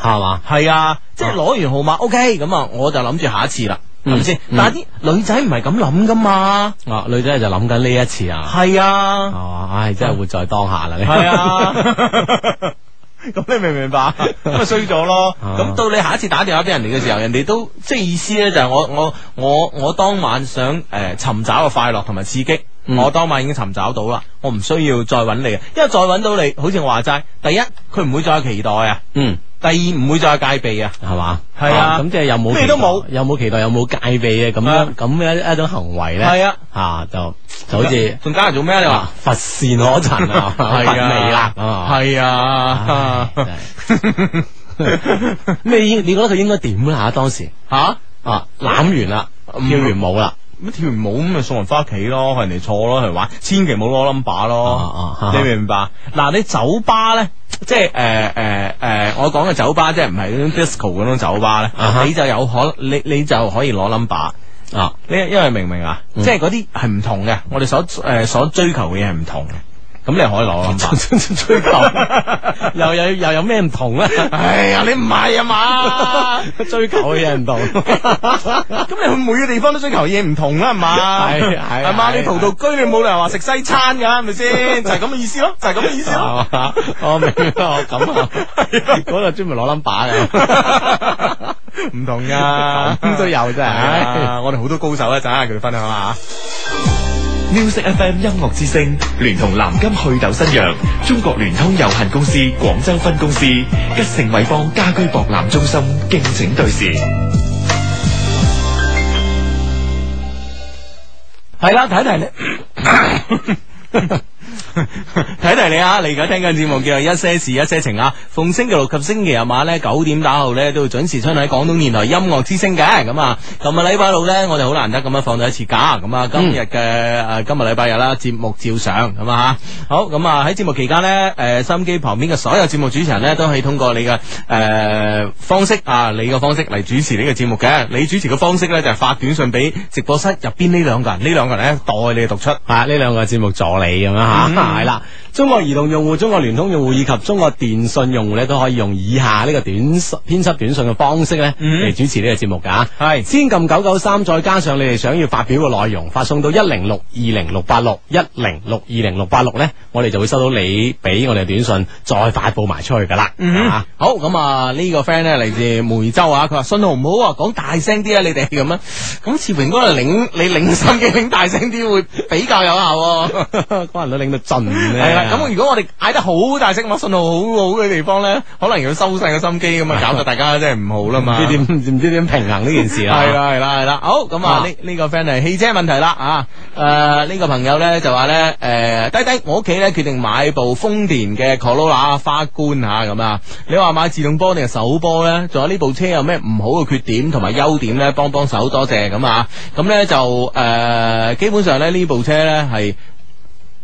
係嘛？
系啊，即系攞完号码 OK，咁啊，我就谂住下一次啦，系咪先？
嗯
但系啲女仔唔系咁谂噶嘛。
啊，女仔就諗緊呢一次啊，
系啊，
啊，唉，真係活在當下啦，你
系，啊。 咁你明唔明白？咁咪衰咗咯。
啊
咁到你下一次打電話俾人哋嘅時候，人哋都即係意思咧，就係我我我我當晚想诶寻找嘅快樂同埋刺激，
嗯
我當晚已經尋找到啦，我唔需要再揾你嘅，因為再揾到你，好似我話齋，第一佢唔會再有期待啊，
嗯，
第二唔會再有戒備啊。
係嘛？
係啊
咁即係有冇
咩
期
都
待
冇
有冇期待，有冇戒備嘅咁
啊
樣咁嘅一一種行為咧？
係啊，
啊，就就好似
仲加嚟做咩啊？你話
啊乏善可陳啊，乏
係啊
味啦，啊
係啊
唉，真係 咩？你你覺得佢應該點咧？嚇，當時
吓
啊，攬完啦，
嗯
跳完舞啦，
咁跳完舞咁咪送人翻屋企咯，係人哋錯咯，係玩，千祈唔好攞 number 咯，
啊啊啊
你明唔明白？嗱，你酒吧咧，即係诶诶诶，誒我講嘅酒吧即係唔係嗰種 disco 嗰種酒吧咧，
啊哈
你就有可你你就可以攞 number。
啊，
你因為明唔明啊？
嗯
即係嗰啲係唔同嘅，我哋所誒、所追求嘅嘢係唔同嘅，咁你可以攞 number。
追求又有又有咩唔同咧？
哎呀，你唔係啊嘛？
追求嘅嘢唔同，
咁你去每個地方都追求嘢唔同啦，係嘛？
係係
係嘛？
係
你陶陶居你冇理由話食西餐㗎，係咪 先？就係咁嘅意思咯，就係咁嘅意思咯。
係嘛？哦我明啦，我咁啊，嗰度專門攞 number 嘅，
唔同噶，
咁都有真係
啊我哋好多高手咧，陣間佢哋分享下。
Music FM 音樂之聲聯同南金祛痘新藥、中國聯通有限公司廣州分公司、吉盛偉邦家居博覽中心敬請對視。
系啦，睇睇你。睇提你啊！你而家聽緊節目叫做《一些事一些情》啊，逢星期六及星期日晚咧九點打後咧都會準時出喺廣東電台音樂之聲嘅咁啊。琴日禮拜六咧，我哋好難得咁樣放到一次假，咁啊今日嘅诶今日禮拜日啦，節目照常咁啊好咁啊喺節目期間咧，诶心機旁邊嘅所有節目主持人咧都可以通過你嘅诶方式啊，你嘅方式嚟主持呢個節目嘅。你主持嘅方式咧就係發短信俾直播啊室入邊呢兩個人，呢兩個人咧代你讀出。
啊呢兩個節目助理咁樣
嗯
吓，係啦。中國移動用戶、中國聯通用戶以及中國電信用戶咧，都可以用以下呢個短編輯短信嘅方式咧嚟主持呢個節目㗎。
係
先撳九九三，再加上你哋想要發表嘅內容，發送到一零六二零六八六一零六二零六八六咧，我哋就會收到你俾我哋嘅短信，再發布埋出去㗎啦。
嗯
啊
好咁啊！呢個 friend 咧嚟自梅州啊，佢話信號唔好啊，講大聲啲啊，你哋咁啊，咁似乎應該係領 你領心機領大聲啲會比較有效 喎。
關人都拎到盡咧。
係啦，咁如果我哋嗌得好大聲，話信號好好嘅地方咧，可能要收細個心機咁啊，搞到大家真係唔好啦嘛。
唔知點唔知點平衡呢件事啊啦。
系啦系啦系啦，好咁啊
啊
呢呢個 friend 係汽車問題啦啊，诶呢個朋友咧就話咧诶低低我屋企咧決定買部豐田嘅 Corolla 花冠吓咁啊，你話買自動波定係手波咧？仲有呢部車有咩唔好嘅缺點同埋優點咧？幫幫手，多謝咁啊！咁咧就诶、呃基本上咧呢部車咧係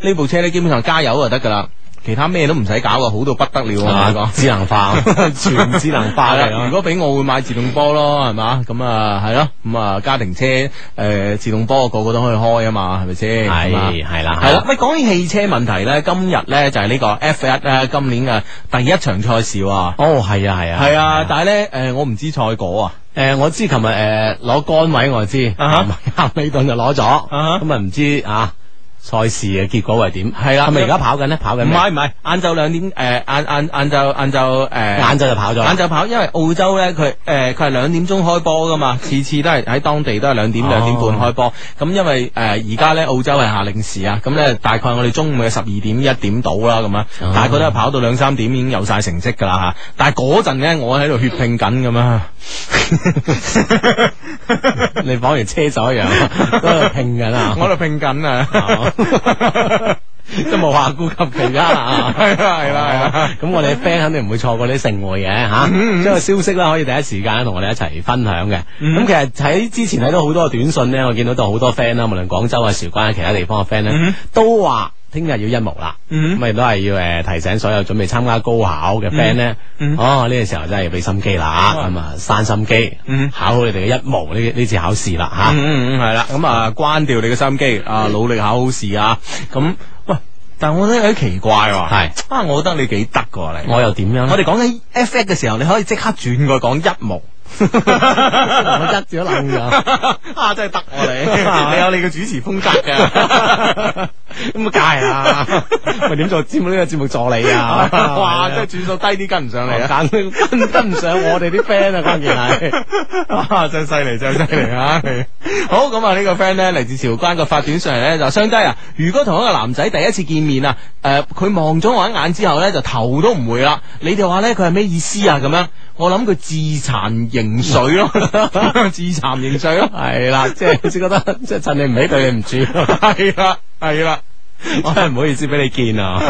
呢部車咧基本上加油就得噶啦，其他咩都唔使搞啊，好到不得了啊！我同你
啊
講。
智能 化，全智能化
係
嚟
啦，如
咯。
果俾我會買自動波咯，係嘛？咁啊係咯，咁啊家庭車诶、誒自動波個個都可以開啊嘛，係咪先？咁啊
係係啦
係啦。喂，講起汽車問題咧，今日咧就係呢個 F 一咧今年嘅第一場賽事喎。
哦，係啊，係啊，
係啊，但係咧诶，誒我唔知賽果啊。
诶、呃我知琴日诶攞杆位我知，
啊哈
夏美頓就攞咗，
哈
咁啊唔知啊賽事嘅結果係點？
係啦
係咪而家跑緊咧？跑緊
唔
咩
係唔係，晏晝兩點诶，誒晏晏晏晝晏晝呃诶。
晏晝就跑咗啦，
晏晝跑，因為澳洲咧佢呃誒佢係兩點鐘開波噶嘛，次次都係喺當地都係兩點
哦
兩點半開波。咁因為誒呃而家咧澳洲係夏令時啊，咁咧大概我哋中午嘅十二點一點到啦咁啊
哦，
大概都係跑到兩三點已經有晒成績㗎啦嚇。但係嗰陣咧我喺度血拼緊咁啊，
你講完車哦手一樣， 都喺度拼緊啊
我，喺度拼緊
哦
啊。
都冇話顧及其他啊。
係啦係啦係啊嗯啦，
咁我哋 friend 肯定唔會錯過呢啲盛會嘅吓，將個消息咧可以第一時間同我哋一齊分享嘅。
嗯
咁其實喺之前睇到好多嘅短信咧，我見到都好多 friend 啦，無論廣州啊、韶關啊、其他地方嘅 friend 咧，都話聽日要一模啦。
嗯
咁亦都係要诶提醒所有準備參加高考嘅 friend 咧，
嗯
哦呢個時候真係要俾心機啦，咁啊生心機，考好你哋嘅一模呢呢次考試啦吓。
嗯嗯嗯嗯，系啦，咁啊關掉你嘅心機啊，努力考好試啊，咁喂，但我覺得有啲奇怪喎，
係
啊，我覺得你幾得㗎你。
我又點樣
我
咧？
哋講緊 F 一嘅時候，你可以即刻轉過講一模。
我一字都愣 咗。啊
啊，真係得 我你，你有你嘅主持風格嘅。
咁啊梗係啦， 喂點做節目呢個節目助理啊？
哇，真係轉數低啲跟唔上嚟啊！
簡直跟跟唔上我哋啲 friend 啊，關鍵係。
哇，真係犀利，真係犀利啊！好咁啊，呢個 friend 咧嚟自韶關個發短上嚟咧就相低啊！如果同一個男仔第一次見面啊，誒佢望咗我一眼之後咧就頭都唔回啦，你哋話咧佢係咩意思啊？咁樣我諗佢自殘形水咯， 自殘形水咯，
係啦，即係只覺得即係趁你唔起對你唔住，
係啦，係啦。
我真係唔好意思俾你見啊！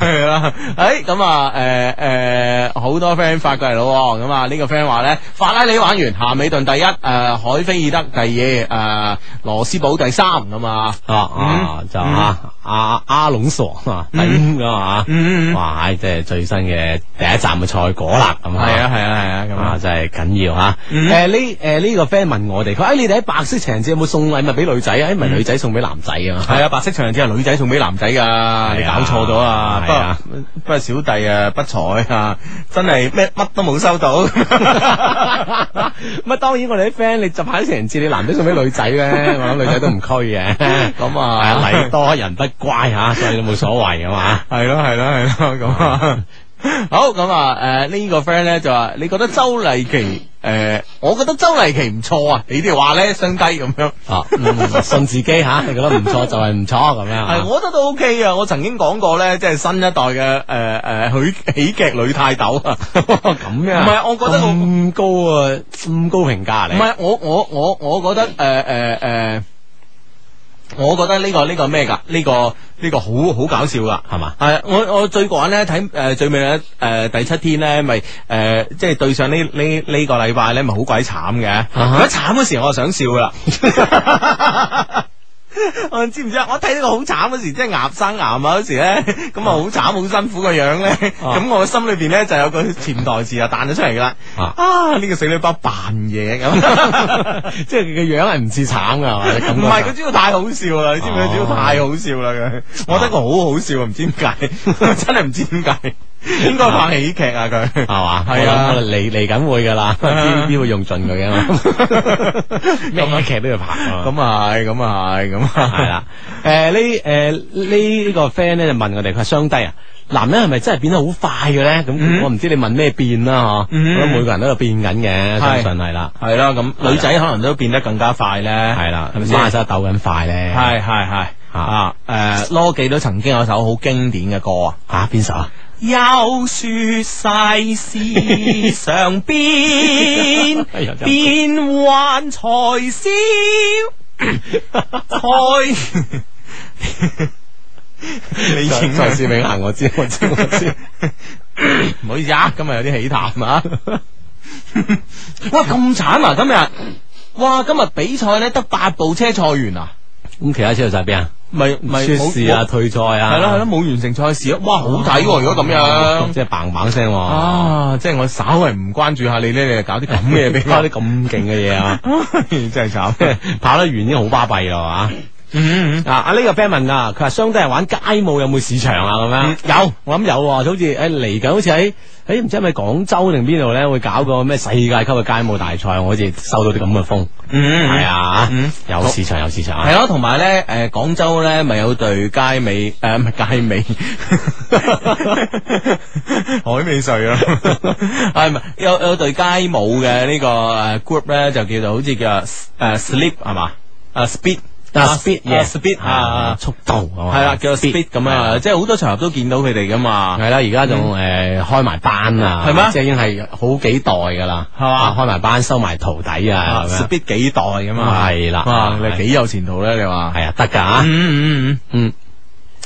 系啦，诶咁啊，诶诶，好、多 friend 發過嚟咯喎，咁啊呢個 friend 話咧，法拉利玩完，夏美頓第一，诶、海菲爾德第二，诶、羅斯堡第三咁啊，
啊啊就啊阿阿隆索啊第五噶嘛，
嗯嗯嗯
哇！即係最新嘅第一站嘅賽果啦，咁
係啊係啊係啊咁
啊
啊，
真係緊要吓。
嗯
誒呢誒呢個 friend 問我哋，佢話誒哎你哋喺白色情人節有冇送禮物俾女仔啊？誒唔係女仔送俾男仔啊嘛。
係啊，白色情人節係女仔送俾男仔噶，你搞錯咗啊，不
係啊
過不過小弟啊不才啊，真係咩乜都冇收 到。
咁啊，當然我哋啲 friend，你就派啲情人節，你男仔送俾女仔咧， 我諗女仔都唔拘嘅。
咁
係
啊
啊，禮多人不乖吓，所以都冇所謂啊 嘛。
系咯系咯系咯咁啊。好咁啊，诶、呢、個个 friend 咧就話：你覺得周麗淇诶、我覺得周麗淇唔錯啊，你哋話咧相低咁樣。
啊，嗯信自己吓，你覺得唔錯就係唔錯咁樣
係，
啊。
我覺得都 OK 啊！我曾經講過咧，即係新一代嘅诶诶許喜劇女泰斗啊，
咁樣啊
唔係，我覺得我
咁高啊，咁高評價啊
唔
你。
係我我我我覺得诶诶诶，我覺得呢、個呢、個咩㗎？呢、個呢、個好好搞笑㗎，
係嘛
系我我最過癮咧睇诶最尾咧诶第七天咧咪诶即係對上呢呢呢個禮拜咧咪好鬼慘嘅，
啊哈
佢 一慘嗰時我就想笑㗎啦。我知唔知啊？我睇呢個好慘嗰時，即係牙生牙啊嗰時咧，咁啊好慘好辛苦個樣咧，
啊
咁我心裏邊咧就有個潛台詞啊彈咗出嚟噶啦，
啊
啊呢個死女包扮嘢 咁。
即係佢嘅樣係唔似 慘噶，係咪感
唔
覺
係
上
佢主要太好笑啦，你知唔知？
啊哦
佢主要太好笑啦佢，我覺得佢好好笑啊，唔知點解，真係唔知點解，應該拍喜劇啊佢
係。嘛？
係啊
我諗我嚟嚟緊會 噶啦，邊邊會用盡佢嘅，咩劇都要拍啊。
咁啊係，咁啊係，咁啊
系啦，诶呢诶呢個 friend 咧就問我哋，佢話相低啊，男人係咪真係變得好快嘅咧？咁
嗯
我唔知你問咩變啦，嗬，
嗯
我覺得每個人都喺度變緊嘅，
係
相信係啦，
係啦，咁女仔可能都變得更加快咧，
係啦，
係咪
孖
先？
手鬥緊快咧，
係係係
啊
啊！誒，羅記都曾經有首好經典嘅歌啊。
啊邊手啊？
有說世事常變
哎呀真係，
變幻才消， 才。你
再
影啊
再試永行，我知我知我知，
唔好意思啊，今日有啲起痰 啊！哇，咁慘啊！今日，哇，今日比賽咧得八部車賽完啊，
咁其他車去晒邊啊？
咪咪
出事啊，退賽啊，
係咯係咯，冇完成賽事啊！哇，好睇喎！如果咁樣。
即係砰砰聲喎，
啊！即系我稍為唔關注下你咧，你就搞啲咁嘅嘢 俾
搞啲
我，
咁勁嘅嘢啊！
真係慘。
跑得完已經好巴閉啦，
嗯
係嘛？啊！啊呢個 friend 問啊，佢話相低係玩街舞有冇市場啊？咁
嗯
樣、有，我諗有喎，好似誒嚟緊，好似喺誒唔知係咪廣州定邊度咧，會搞個咩世界級嘅街舞大賽，我好似收到啲咁嘅風，
嗯
係啊
嗯，
有市場有市場啊
系！咯，同埋咧，诶，广州咧咪有隊街尾， 诶，唔係街尾，海尾隧啊， 係咪有有隊街舞嘅呢個诶 group 咧，就叫做好似叫诶 sleep 係嘛，啊 speed
啊 speed
啊
yes
speed 啊
啊，，速度係嘛
係啦，叫 speed 咁啊，即係好多場合都見到佢哋噶嘛，
係啦，而家仲誒開埋班啊，
嗯係咩
即係已經係好幾代㗎啦，
係嘛
啊開埋班收埋徒弟啊，咁樣
speed 幾代咁啊，
係啦
哇，你
係
幾有前途咧，你話？
係啊，得㗎啊，
嗯嗯嗯。
嗯。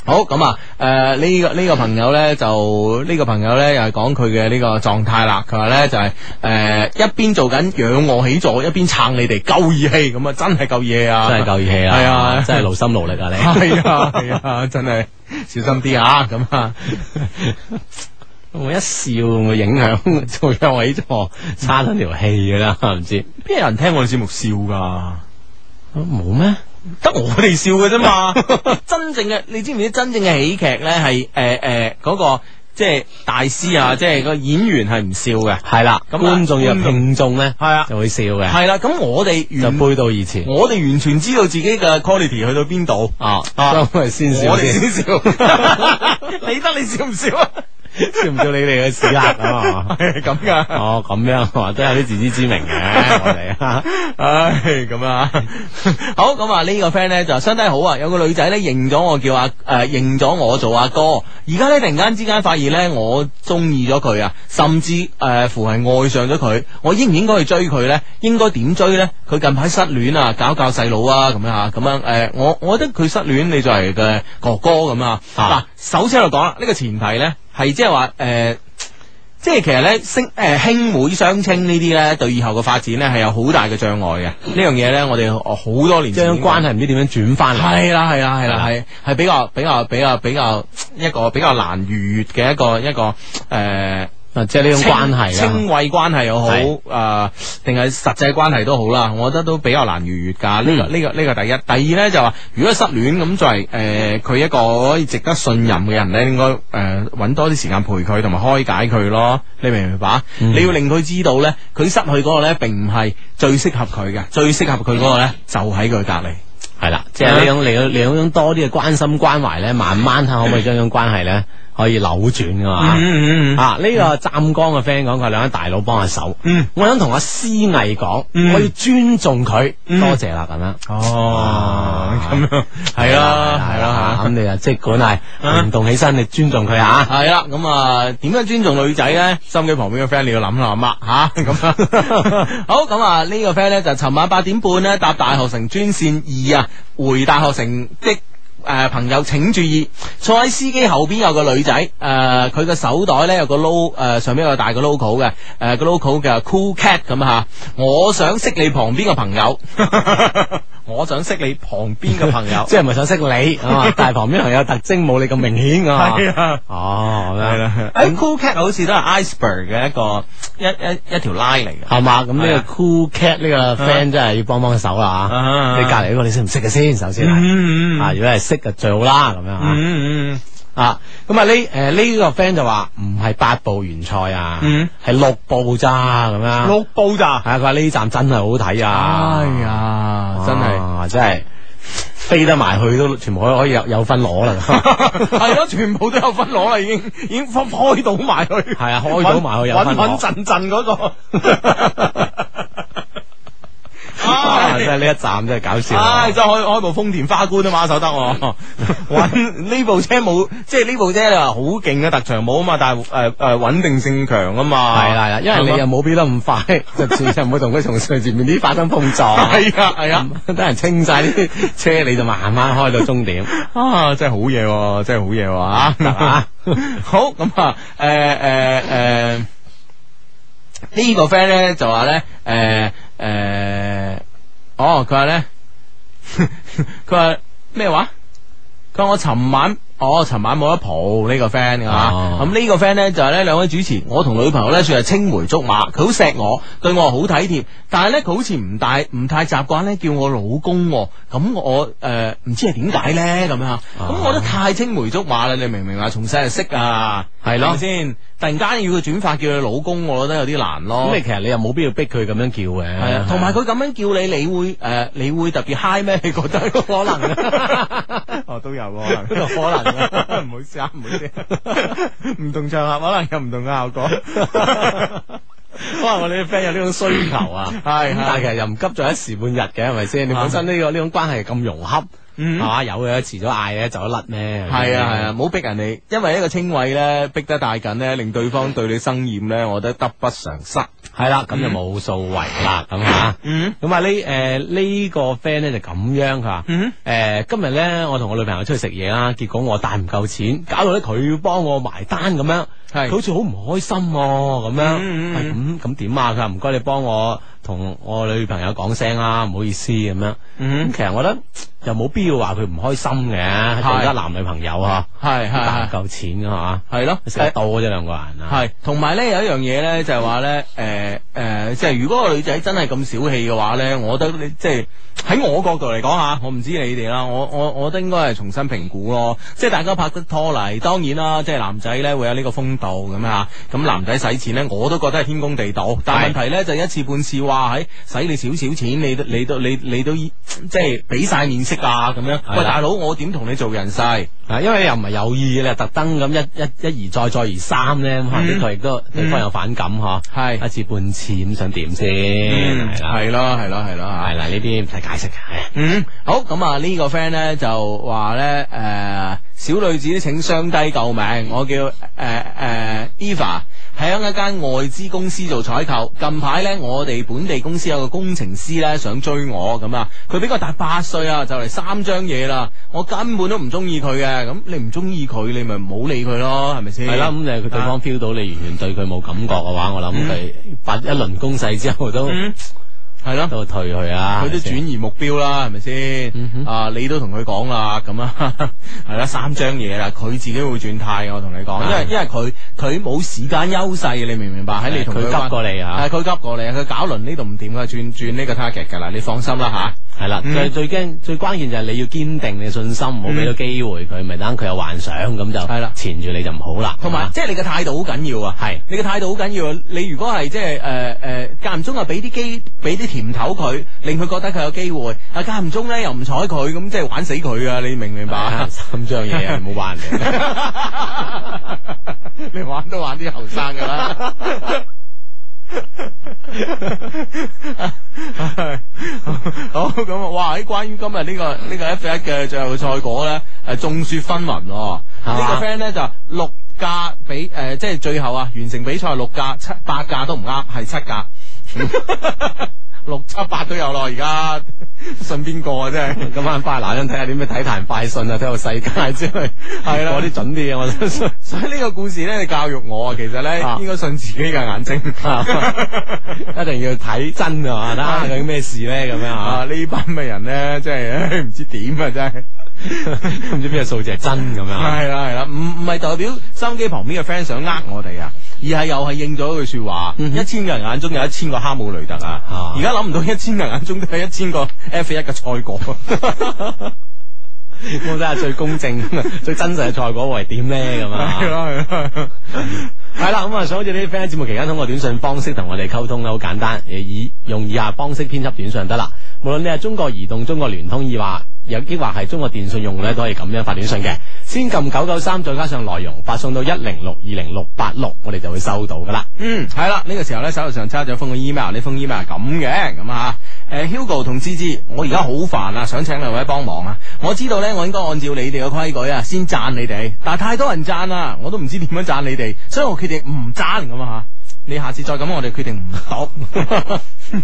好咁啊，诶、呢、個呢、個朋友呢，就呢、個朋友呢，又係講佢嘅呢個狀態啦。佢話呢，就係、呃一邊做緊仰卧起坐，一邊撐你哋，夠義氣咁啊，真係夠嘢啊！
真係夠義氣啊！
係啊
真係勞心勞力啊！你
係啊係啊，真係小心啲啊！咁啊，
我一笑會影響做咗我呢座差咗條氣噶啦，唔知
邊有人聽我哋節目笑㗎？
冇咩？
得我哋笑嘅啫 嘛。真正嘅，你知唔知真正嘅喜劇咧係诶诶嗰個即係大師啊，即係個演員係唔笑嘅。
係啦，
咁啊
觀眾入
觀眾
聽眾咧
係啊嗯
就會笑嘅，
係啦，咁我哋
就
原
背道而馳
我哋完全知道自己嘅 quality 去到邊度。
啊！
啊
咁咪先笑
我哋
先，
先笑，你得你笑唔 笑啊？
笑唔笑你哋嘅屎客啊嘛？
係咁噶，
哦，咁樣啊都有啲自知之明 嘅，我哋啊，
唉，咁啊， 好咁啊，呢個 friend 咧就身體好啊，有個女仔咧認咗我叫阿誒認咗我做阿哥，而家咧突然間之間發現咧我中意咗佢啊，甚至誒乎係愛上咗佢，我應唔應該去追佢咧？應該點追咧？佢近排失戀啊，搞搞細佬啊，咁樣嚇，咁樣誒，我我覺得佢失戀，你作為嘅哥哥咁啊，嗱
啊，
首先喺度講啦，呢個前提咧係即係話誒。呃即係其實咧，兄誒、兄妹相稱呢啲咧，對以後嘅發展咧係有好大嘅障礙嘅。呢樣嘢咧，我哋好多年前
將
已經講
關係唔知點樣轉翻嚟，
係啦係啦係啦係係比較比較比較比較一個比較難逾越嘅一個一個誒。呃
啊即係呢種關係
稱
啦。
謂關係又好，
係
誒定係實際關係都好啦，我覺得都比較難逾越㗎。呢、個
嗯
呢、個呢、個第一，第二咧就話，如果失戀咁作為誒佢、一個可以值得信任嘅人咧，應該誒揾、多啲時間陪佢同埋開解佢咯。你明唔明白？
嗯
你要令佢知道咧，佢失去嗰個咧並唔係最適合佢嘅，最適合佢嗰個咧就喺佢隔離。
系啦，即
啊
係呢種你你嗰種多啲嘅關心關懷咧，慢慢睇可唔可以將呢種關係咧可以扭轉噶嘛？
嗯
啊！呢、個湛江嘅 friend 講佢兩位大佬幫下手，
嗯
我想同阿思毅講，
嗯
我要尊重佢，
嗯
多謝啦咁樣。
哦，咁樣係啦，係啦，
咁你啊即管係行
啊
動起身，你尊重佢啊！
系啦，咁啊，點樣尊重女仔咧？心機旁邊嘅 friend 你要諗啦，乜吓咁 啊？好，咁啊，呢個 friend 咧就尋晚八點半咧搭大學城專線二啊，回大學城的。誒、朋友請注意，坐喺司機後邊有個女仔，誒佢個手袋咧有個 logo，誒、上面有個大個 logo 嘅，誒、啊 個 logo 嘅 Cool Cat 咁嚇，我想識你旁邊嘅朋友，我想識你旁邊嘅朋友。
即系唔系想识你 啊嘛，但系旁边朋友特征冇你咁明显噶嘛。
係啊。
哦，咁
系
样
啦，誒 Cool Cat 好似都係 Iceberg 嘅一個一一一条 line 嚟嘅。
系嘛？咁呢
係
个
啊
Cool Cat 呢个 friend 真系要帮帮手啦
啊
吓。你隔篱嗰个你识唔识嘅先？首先係
嗯嗯
啊，如果系识就最好啦，咁样啊
嗯嗯
啊。咁啊呢诶呢个 friend 就话唔系八步原賽啊
嗯，
系六步咋咁
嗯，
样。
六步咋
系？啊，佢話呢站真係好睇啊！
呀
啊真係飛得埋去都全部可以可以有有分攞啦。
系咯，全部都有分攞啦，已經已經開開到埋去，系
係啊開到埋去有
穩
分攞
穩陣陣嗰個。
啊
唉
真係呢一站真係搞笑啊
唉，！真係開開部豐田花冠啊嘛，手得 我。穩呢部車冇，即係呢部車你啊話好勁嘅特長冇啊嘛，但係誒誒穩定性強啊嘛。
係啦係啦，因為你又冇飆得咁快，就自然就唔會同佢從上前面啲發生碰撞。嗯
係啊係 啊，
等人清 晒啲車，你就慢慢開到終點。
啊，真係好嘢喎，真係好嘢喎啊
嘛！
好咁啊，誒誒誒，呢個 friend 咧就話咧，誒誒，哦，佢話咧， 佢話咩話？佢話我尋晚。我尋晚冇得蒲呢個 friend 啊
哦，
咁呢個 friend 呢，就係呢兩位主持，我同女朋友呢，算係青梅竹馬，佢好錫我，對我好體貼，但係呢，佢好似唔大唔太習慣呢，叫我老公喎，咁我呃誒唔、知係點解呢？咁樣，咁、我覺得太青梅竹馬啦，你明唔明啊？從細就識啊，
係咯
咪先，突然間要佢轉發叫佢老公，我覺得有啲難咯
咁你。其實你又冇必要逼佢咁樣叫嘅。
系 啊，同埋佢咁樣叫你，你會诶、誒你會特別 high 咩？你覺得可能？ 哦，都有可能，都可 能，唔好笑，唔好笑，唔同場合可能有唔同嘅效果。
可能我哋啲 friend 有呢種需求 啊，
係
咁但係其實又唔急在一時半日嘅，係咪先？
啊
你本身呢個呢種關係咁融洽，係嘛？有嘅，遲早嗌咧，就一甩咩？
嗯係啊係啊，，唔好逼人哋，因為一個稱謂咧逼得太緊咧，令對方對你生厭咧，我覺得得不償失。
係啦，咁就冇所謂啦，咁嚇。
嗯
咁啊呢誒呢個 friend 咧就咁樣佢話
嗯
誒今日咧我同我女朋友出去食嘢啦，結果我帶唔夠錢，搞到咧佢幫我埋單咁樣，
係
佢好似好唔開心喎咁樣，
嗯嗯
喂咁咁點啊？佢話唔該你幫我同我女朋友講聲啦，唔好意思咁樣。咁
嗯，
其實我覺得又冇必要話佢唔開心嘅，做得男女朋友啊，
係係係
賺夠錢嘅嘛，
係咯，
食得多啫兩個人啊，
系，同埋咧有一樣嘢咧，就係話咧，诶、诶、即係如果個女仔真係咁小氣嘅話咧，我覺得你即係喺我角度嚟講吓，我唔知你哋啦，我我我覺得應該係重新評估咯。即係大家拍得拖嚟，當然啦，即係男仔咧會有呢個風度咁啊，咁男仔使錢咧，我都覺得係天公地道。但係問題咧就一次半次話喺使你少少錢，你都你都你你都即係俾晒面色啊咁樣。
係
喂，
啦
大佬，我點同你做人世？
啊因為又唔係有意嘅，你係特登咁一一一而再再而三咧，咁可
嗯
能啲佢亦都對方有反感嗬，
係
一次半次咁想點先，
嗯，
係啦
係咯，係咯，係咯，
係啦，呢啲唔使解釋嘅，
嗯，好咁啊！呢個 friend 咧就話咧，诶、小女子請雙低救命！我叫诶诶 Eva，喺一間外資公司做採購。近排咧，我哋本地公司有個工程師咧想追我咁啊，佢比我大八歲啊，就嚟三張嘢啦，我根本都唔中意佢嘅。咁你唔中意佢，你咪唔好理佢咯，係咪先？
係啦，咁呃你佢對
啊
方 feel 到你完全對佢冇感覺嘅話，我諗佢發一輪攻勢之後都
嗯，係咯。
都退去啦，
佢都
啊係咪先嗯
轉移目標啦，係咪先？啊，你都同佢講啦，咁啊， 係啦，三張嘢啦，佢自己會轉態嘅，我同你講，因為
係
因為佢佢冇時間優勢，你明唔明白？喺你同
佢急過你啊
係佢急過你，佢搞輪呢度唔掂噶，轉轉呢個 target 噶啦，你放心啦
系啦，
嗯
最最惊最关键就係你要堅定你嘅信心，唔好俾到機會佢，咪等佢有幻想咁就
係啦
纏住你就唔好啦。
吓，同埋即係你嘅態度好緊要啊，
係
你嘅態度好緊要啊，你如果係即係誒誒間唔中啊，俾啲機俾啲甜頭佢，令佢覺得佢有機會，啊間唔中咧又唔睬佢，咁即係玩死佢啊！你明唔明白啊
啊？三張嘢啊，唔好玩嘅。
你玩都玩啲後生噶啦。 好咁啊！哇！喺關於今日呢、個呢、個 F 一嘅最後嘅賽果咧，誒眾說紛紜喎。
係
呢
嘛
個 friend 咧就六架比誒、即係最後啊，完成比賽六架七八架都唔啱，係七架。 六七八都有咯，而家信邊個啊？真係
今晚快嗱，想睇下啲咩體壇快訊啊，體育世界之類，
係啦
嗰啲準啲嘅，我相信。
所以呢個故事咧，你教育我啊，其實咧
啊
應該信自己嘅眼 睛。
一定要睇真啊，睇下究竟咩事咧咁樣
啊！
吓，
呢班嘅人咧，真係唉唔知點啊！真係。
都 唔知邊個數字係真咁樣。
系啦系啦，唔唔系代表收音機旁邊嘅 friend 想呃我哋啊，而係又係應咗一句说話：一千個人眼中有一千個哈姆雷特啊
嗯啊！
而家諗唔到一千個人眼中都有一千個 F 一嘅賽果，
我睇下最公正、 最真實嘅賽果 會係點咧咁啊。
咯系咯。
系啦，咁啊，所以呢啲 friend 節目期間通過短信方式同我哋溝通咧，好簡單，誒以用以下方式編輯短信就得啦。無論你係中國移動、中國聯通，以話有抑或係中國電信用戶咧，都可以咁樣發短信嘅。先撳九九三，再加上內容，發送到一零六二零六八六，我哋就會收到噶啦。
嗯，係啦，呢、個時候咧手頭上揸咗封個 email，呢封 email 係咁嘅，咁啊。誒 Hugo 同芝芝，我而家好煩啊，想請兩位幫忙啊！我知道呢，我應該按照你哋嘅規矩啊，先讚你哋，但係太多人讚啦，我都唔知點樣讚你哋，所以我決定唔讚咁啊嚇！你下次再咁，我哋決定唔 讀。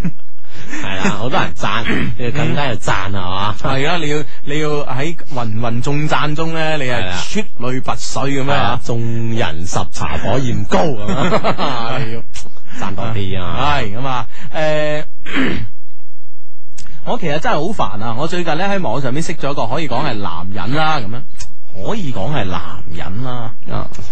係啦，好多人讚，你就更加要讚啊係嘛。
係啦，你要你要喺芸芸眾讚中呢，你
係
係
啊
出類拔萃咁樣
咩啊
啊！？，
眾人拾茶火焰高咁啊 你要讚多啲啊！
系咁啊，诶、 我其實真係好煩啊！我最近咧喺網上面識咗一個可以講係男人啦，咁樣可以講係男人啦，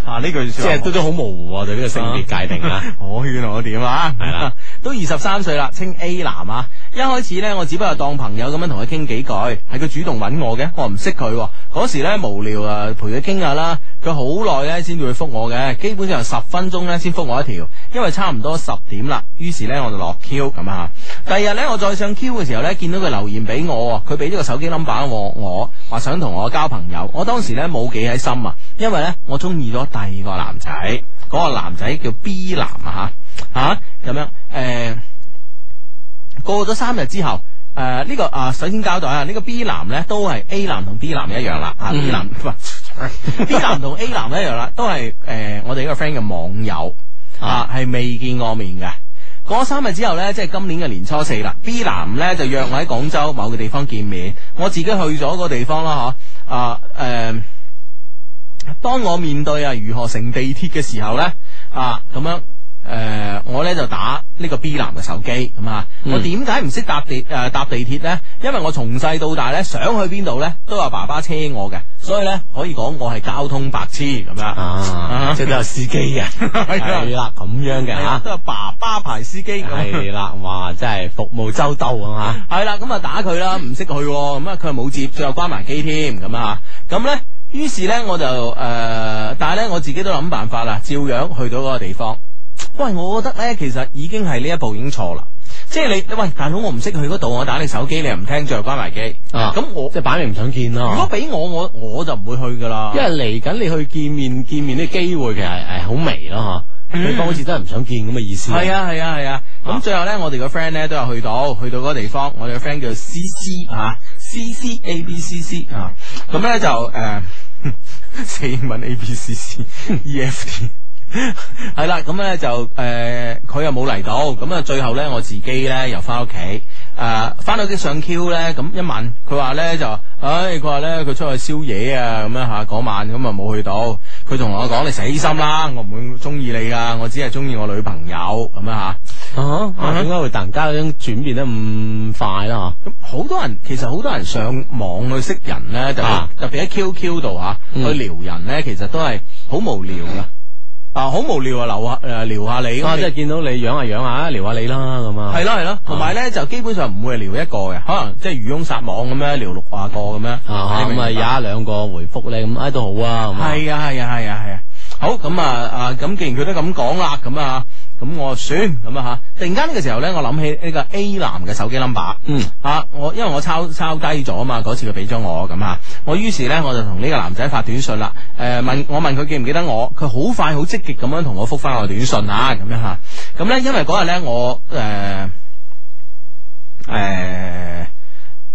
啊呢句即
即係都都好模糊啊，對呢個性別界定啊。
我勸我點啊？
係啦，
都二十三歲啦，稱 A 男啊。一開始呢，我只不過當朋友咁樣同佢傾幾句，係佢主動揾我嘅，我唔識佢喎。嗰時呢，無聊啊，陪佢傾下啦。佢好耐呢先至會覆我嘅，基本上十分鐘呢先覆我一條，因為差唔多十點啦。於是呢，我就落 Q 咁啊。第二日呢，我再上 Q 嘅時候呢，見到佢留言俾我喎，佢俾咗個手機 number 我，我話想同我交朋友。我當時呢冇記喺心啊，因為呢，我中意咗第二個男仔，嗰、個男仔叫 B 男啊吓。吓咁樣诶、呃過咗三日之後，诶、呢、個啊，首先交代啊，呢、個 B 男呢都係 A 男同 B 男一樣啦，啊 B 男唔係 B 男同 A 男一樣啦，都係诶、呃我哋呢個 friend 嘅網友啊，係未見過面嘅。過咗三日之後呢，即係今年嘅年初四啦。B 男呢就約我喺廣州某個地方見面，我自己去咗個地方啦，嗬啊诶。呃當我面對啊如何乘地鐵嘅時候呢，啊咁樣诶、呃我呢就打呢個 B 男嘅手機咁啊，
嗯
我點解唔識搭地诶、呃搭地鐵呢？因為我從細到大呢，想去邊度呢，都有爸爸車我嘅，所以呢，可以講我係交通白痴咁樣。啊
啊，即系都有司 機嘅， 係啦，咁樣嘅
係啊
吓，
都有爸爸牌司機咁。
係啦，哇，真係服務周到啊
系啦，咁啊打佢啦，唔識佢喎，咁啊佢又冇接，最後關埋機添，咁啊，咁咧，於是咧我就诶、呃但係咧我自己都諗辦法啦，照樣去到嗰個地方。喂，我覺得咧，其實已經係呢一步已經錯啦，即係你喂大佬，我唔識去嗰度，我打你手機，你又唔聽，最後關埋機。
吓，啊，
咁我
即係擺明唔想見
如果
咯，
俾我，我我就唔會去噶啦。
因為嚟緊你去見面見面啲機會其實係係好微咯吓，對方好似真係唔想見咁嘅意思，
系，啊系啊系啊，咁、
啊
最後咧，我哋個 friend 咧都有去到，去到嗰個地方，我哋個 friend 叫 C C 啊，C C A B C C 啊，咁咧就诶、呃四英文 A B C C E F T。系啦，咁咧就诶，佢、又冇嚟到，咁啊最後咧我自己咧又翻屋企，诶、翻到屋企上 Q 咧，咁一問佢話咧就，唉佢話咧佢出去宵夜啊，咁樣吓嗰晚咁啊冇去到，佢同我講你死心啦，我唔會中意你噶，我只係中意我女朋友咁樣吓。
啊，
啊
啊點解會突然間咁轉變得咁快啦
咁好多人其實好多人上網去識人咧，特別、
啊
特別喺 QQ 度吓，
嗯
去撩人咧，其實都係好無聊噶。啊，好無聊啊，留下诶聊下你，
吓？啊，
咁
即
你
係見到你養下養下，撩下你啦咁啊，
系咯系咯，同埋咧就基本上唔會係聊一個嘅，可能即係漁翁撒網咁樣聊六啊個咁樣。
啊，
你明
咁
白
啊有一兩個回覆咧，咁啊都好啊，咁啊
係啊係啊係啊係啊，好咁啊啊咁，既然佢都咁講啦，咁啊咁我算咁啊吓。突然間呢個時候咧，我諗起呢個 A 男嘅手機 number，
嗯
啊，我因為我抄抄低咗啊嘛，嗰次佢俾咗我咁啊，我於是咧我就同呢個男仔發短信啦，誒、问問我問佢記唔記得我，佢好快好積極咁樣同我覆翻我短信啊，咁樣吓，咁咧因為嗰日咧我誒誒。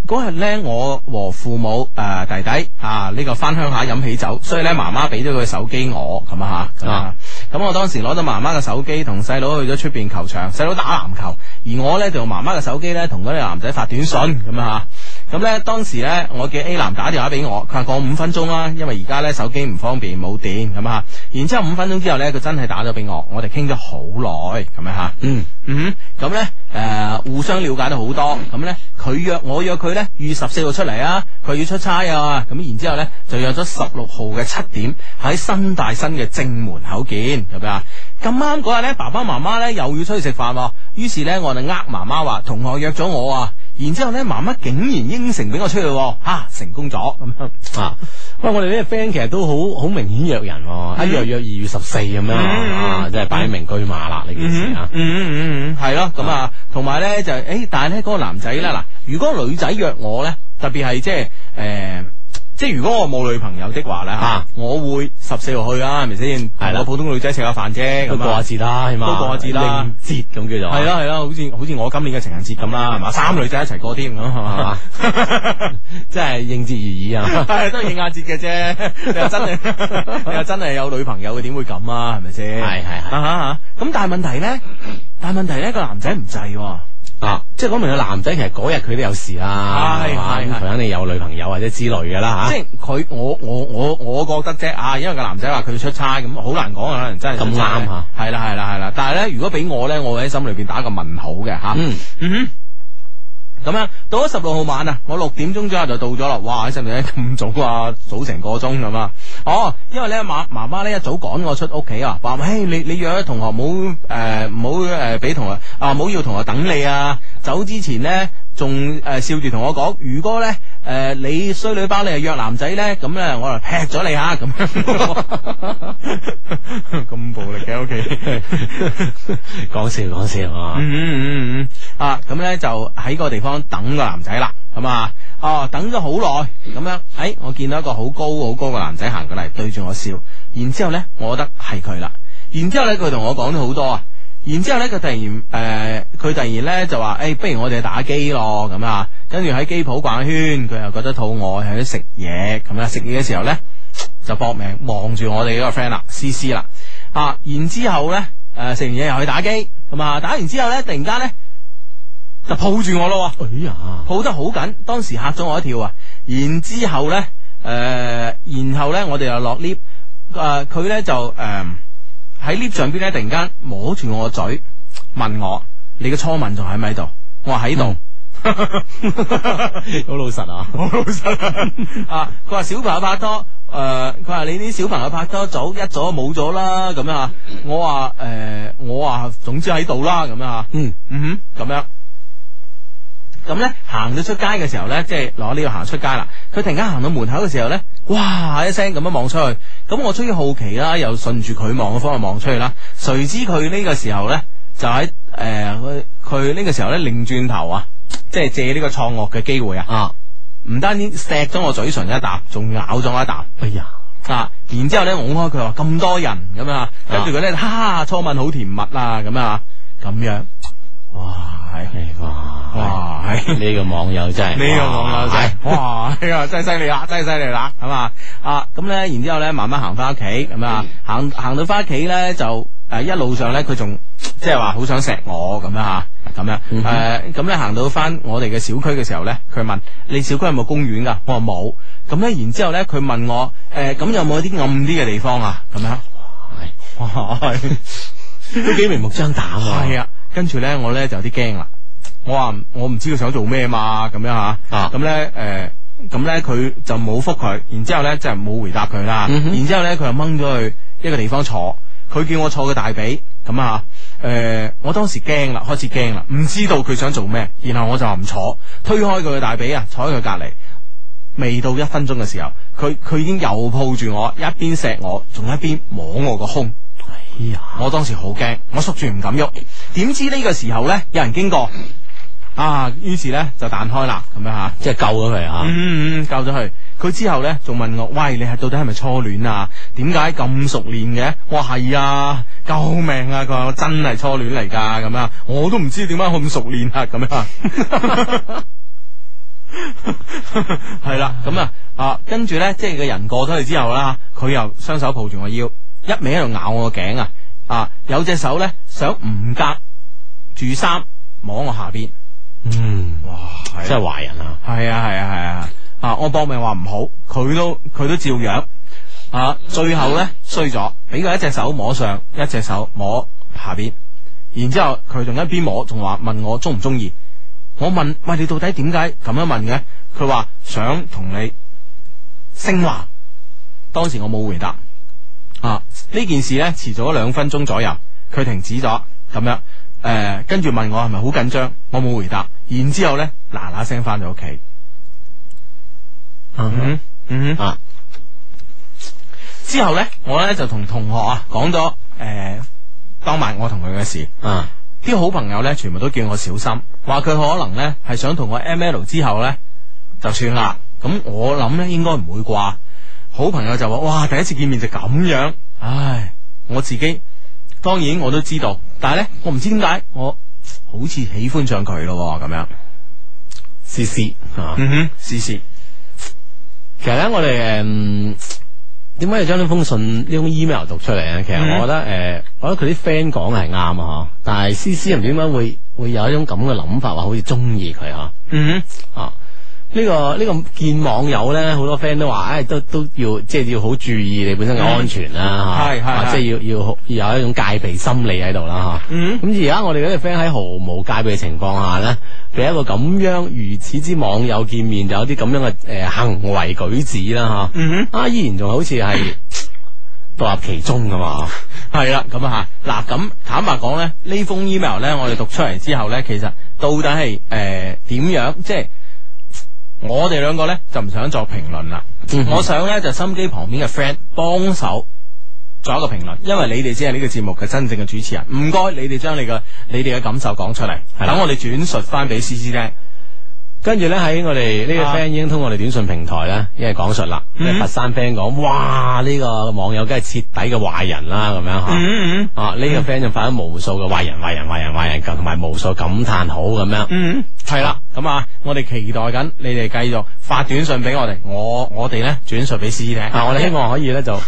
嗰日咧，我和父母誒、呃弟弟啊呢、個翻鄉下飲喜酒，所以咧媽媽俾咗佢手機我咁啊嚇，咁啊咁我當時攞咗媽媽嘅手機，同細佬去咗出邊球場，細佬打籃球，而我呢，就用媽媽嘅手機呢，同嗰個男仔發短信咁啊嚇。咁呢，當時呢，我叫 A 男打電話俾我，佢話過五分鐘啦，因為而家呢手機唔方便冇電咁啊。然之後五分鐘之後呢，佢真係打咗俾我，我哋傾咗好耐咁樣嚇。
嗯。
嗯哼，咁咧诶，互相了解到好多，咁咧佢約我約佢咧，預十四號出嚟啊，佢要出差啊，咁然之後咧就約咗十六號嘅七點喺新大新嘅正門口見，咁樣啊。咁啱嗰日咧，爸爸媽媽咧又要出去食飯喎，於是咧我就呃媽媽話同學約咗我啊，然之後咧媽媽竟然應承俾我出去喎，吓、成功咗咁樣。
啊！喂，我哋呢個 friend 其實都好好明顯約人喎，
嗯
一約約二月十四咁樣啊，即係擺明車馬啦呢件事啊
嗯！嗯嗯嗯，系咯，咁啊，同埋咧就诶，但系咧嗰個男仔咧嗱，如果女仔約我咧，特別係即係诶。即係如果我冇女朋友的話咧
啊
吓，我會十四號去啊，係咪先？
係啦
我普通女仔食下飯啫，
都
咁
過下
啊，
節啊啦，起碼
都過下節啦
應節咁叫做
係啦係啦，好似好似我今年嘅情人節咁啦，係嘛，三女仔一齊過添咁，係嘛，
即 係應節而已啊！
係都係應下節嘅啫。你又真係你又真係有女朋友嘅，點會咁啊？ 係咪先？
係係係
啊哈咁但係問題咧，但係問題咧個男仔唔制喎。
啊，即係講明個男仔其實嗰日佢都有事啦，
啊係
係嘛
係
咁
係
佢肯定有女朋友或者之類嘅啦
即
吓。
係佢我我我我覺得啫啊，因為個男仔話佢出差咁，好難講啊，可能真係出差
咁啱嚇。
係啦係啦係啦，但係咧，如果俾我咧，我會喺心裏邊打個問號嘅嚇。
嗯
嗯哼。咁樣到咗十六號晚啊，我六點鐘左右就到咗啦。哇！喺使唔使咁早啊？早成個鐘咁啊！哦，因為咧媽媽媽咧一早趕我出屋企啊，話嘿你你約咗同學唔好誒唔好誒俾同學啊唔好要同學等你啊！走之前咧仲誒笑住同我講，如果咧誒、呃你衰女包你係約男仔咧，咁咧我就啊劈咗你嚇咁樣， 咁暴力嘅屋企。
講笑講笑啊！
嗯嗯嗯嗯啊，咁咧就喺個地方等個男仔啦，咁啊，哦，等咗好耐，咁樣，誒、我見到一個好高好高嘅男仔行過嚟，對住我笑，然之後咧，我覺得係佢啦，然之後咧，佢同我講咗好多啊，然之後咧，佢突然誒，呃佢、突然咧就話，誒、哎不如我哋打機咯，咁啊，跟住喺機鋪逛一圈，佢又覺得肚餓，喺度食嘢，咁啊，食嘢嘅時候咧。就搏命望住我哋呢個 friend 啦，C C 啦，啊，然之后咧，诶、食完嘢又去打機，咁啊，打完之後咧，突然間咧就抱住我咯喎，
哎呀，
抱得好緊，當時嚇咗我一跳啊，然之后咧，诶、然後咧我哋又落 lift，诶、佢咧就诶喺 lift 上邊咧，突然間摸住我個嘴，問我你嘅初吻仲喺唔喺度？我話喺度。
嗯 好老實啊！
好老实 啊！佢話小朋友拍拖，诶、佢話你啲小朋友拍拖早一早就冇咗啦，咁樣啊！我話诶、誒我話總之喺度啦，咁樣啊！
嗯
嗯哼，咁樣。咁咧行到出街嘅時候咧，即係攞呢個行出街啦。佢突然間行到門口嘅時候咧，哇一聲咁樣望出去。咁我出於好奇啦，又順住佢望嘅方向望出去啦。誰知佢呢個時候咧，就喺诶佢佢呢個時候咧擰轉頭啊，即係借呢個創惡嘅機會啊。
啊，
唔單止錫咗我嘴唇一啖，仲咬咗我一啖
哎呀，
啊！然之後咧，拱開佢話咁多人咁啊，跟住佢咧，哈哈，初吻好甜蜜啊，咁啊，咁樣，哇，係
哎哇
哇，係。
呢個網友真係
呢個網友
哇
仔，哇！呢個真係犀利 啦，真係犀利啦，係嘛啊？咁咧，然之後咧，慢慢行翻屋企咁
嗯
啊，行行到翻屋企咧就誒、呃一路上咧，佢仲即係話好想錫我咁樣嚇，咁樣
嗯哼
誒咁咧行到翻我哋嘅小區嘅時候咧，佢問你小區有冇公園㗎？我話冇。咁咧，然之後咧，佢問我誒咁、有冇啲暗啲嘅地方啊？咁樣哇！係
都幾明目張膽啊！
系啊，跟住咧我咧就有啲驚啦。我話我唔知佢想做咩嘛，咁樣吓。
啊
咁咧诶，咁咧佢就冇覆佢，然之后咧就冇回答佢啦。
嗯哼
然之后咧佢就掹咗去一個地方坐，佢叫我坐佢大髀咁啊。诶、我當時驚啦，開始驚啦，唔知道佢想做咩，然後我就話唔坐，推開佢嘅大髀啊，坐喺佢隔離。未到一分鐘嘅時候，佢佢已經又抱住我，一邊錫我，仲一邊摸我個胸。
哎呀，
我當時好驚，我縮住唔敢喐。點知呢個時候呢，有人經過，啊，於是呢就彈開啦，咁樣吓。
即係救咗佢啊！
嗯嗯，救咗佢。佢之後呢，仲問我：，喂，你係到底係咪初戀啊？點解咁熟練嘅？我話係啊，救命啊！佢話我真係初戀嚟㗎，咁樣我都唔知點解咁熟練啊，咁樣。係啦，咁啊啊，跟住呢，即係個人過咗去之後啦，佢又雙手抱住我腰，一味喺度咬我個頸啊，啊，有隻手咧想唔隔住衫摸我下邊。
嗯，
哇
真系坏人啊！
系啊系啊系啊！啊，我搏命话唔好，佢都佢都照样。啊，最後咧衰咗，俾佢一隻手摸上，一隻手摸下邊，然之后佢仲一邊摸，仲話問我中唔中意。我問喂你到底點解咁樣問嘅？佢話想同你升華。當時我冇回答。啊，呢件事咧持續咗兩分鐘左右，佢停止咗咁樣。诶、跟住問我係咪好緊張，我冇回答。然之后咧嗱嗱聲翻咗屋企。嗯哼嗯哼
啊，
之後咧，我咧就同同學啊講咗诶當晚我同佢嘅事。
啊，
啲好朋友咧，全部都叫我小心，話佢可能咧係想同我 M L 之後咧就算啦。咁我諗咧應該唔會啩。好朋友就話：哇，第一次見面就咁樣，唉，我自己當然我都知道，但係咧我唔知點解我好似喜歡上佢咯喎咁樣。
思思啊，
嗯哼，試試。
其實咧，我哋诶，嗯點解要將呢封信呢封 email 讀出嚟咧？其實
嗯
我覺得诶、誒我覺得佢啲 friend 講係啱啊，嗬。但係思思唔知點解會會有一種咁嘅諗法，話好似中意佢嗬。
嗯
啊。呢、個呢、個見網友咧，好多 friend 都話，唉、都都要即係要好注意你本身嘅安全
嗯
啦，
係係
啊
係
即係要要好要有一種戒備心理喺度啦，嚇、
嗯
咁而家我哋嗰啲 friend 喺毫無戒備嘅情況下咧，俾一個咁樣如此之網友見面就有啲咁樣嘅誒、呃行為舉止啦，嚇、
嗯
啊，依然仲好似係獨立其中噶嘛，
哼，係啦，咁啊吓，嗱咁坦白講咧，呢封 email 咧，我哋讀出嚟之後咧，其實到底係诶點樣，即係我哋兩個咧就唔想作評論啦。
嗯
我想咧就心機旁邊嘅 friend 幫手做一個評論，因為你哋啊先係呢個節目嘅真正嘅主持人。唔該，你哋將你嘅你哋嘅感受講出嚟，
係啦
等我哋轉述翻俾思思聽。
跟住咧喺我哋呢個
啊
friend 已經通過我哋短信平台咧，因為講述啦，
嗯
有佛山 friend 講，哇呢、個網友梗係徹底嘅壞人啦，咁樣吓。
嗯嗯
啊！呢、個 friend 就發咗無數嘅壞人、壞人、壞人、壞人，同埋無數感嘆號咁樣。
嗯，系啦，咁啊，我哋期待緊你哋繼續發短信俾我哋，我我哋咧轉述俾思思聽。
啊！我哋希望可以咧就，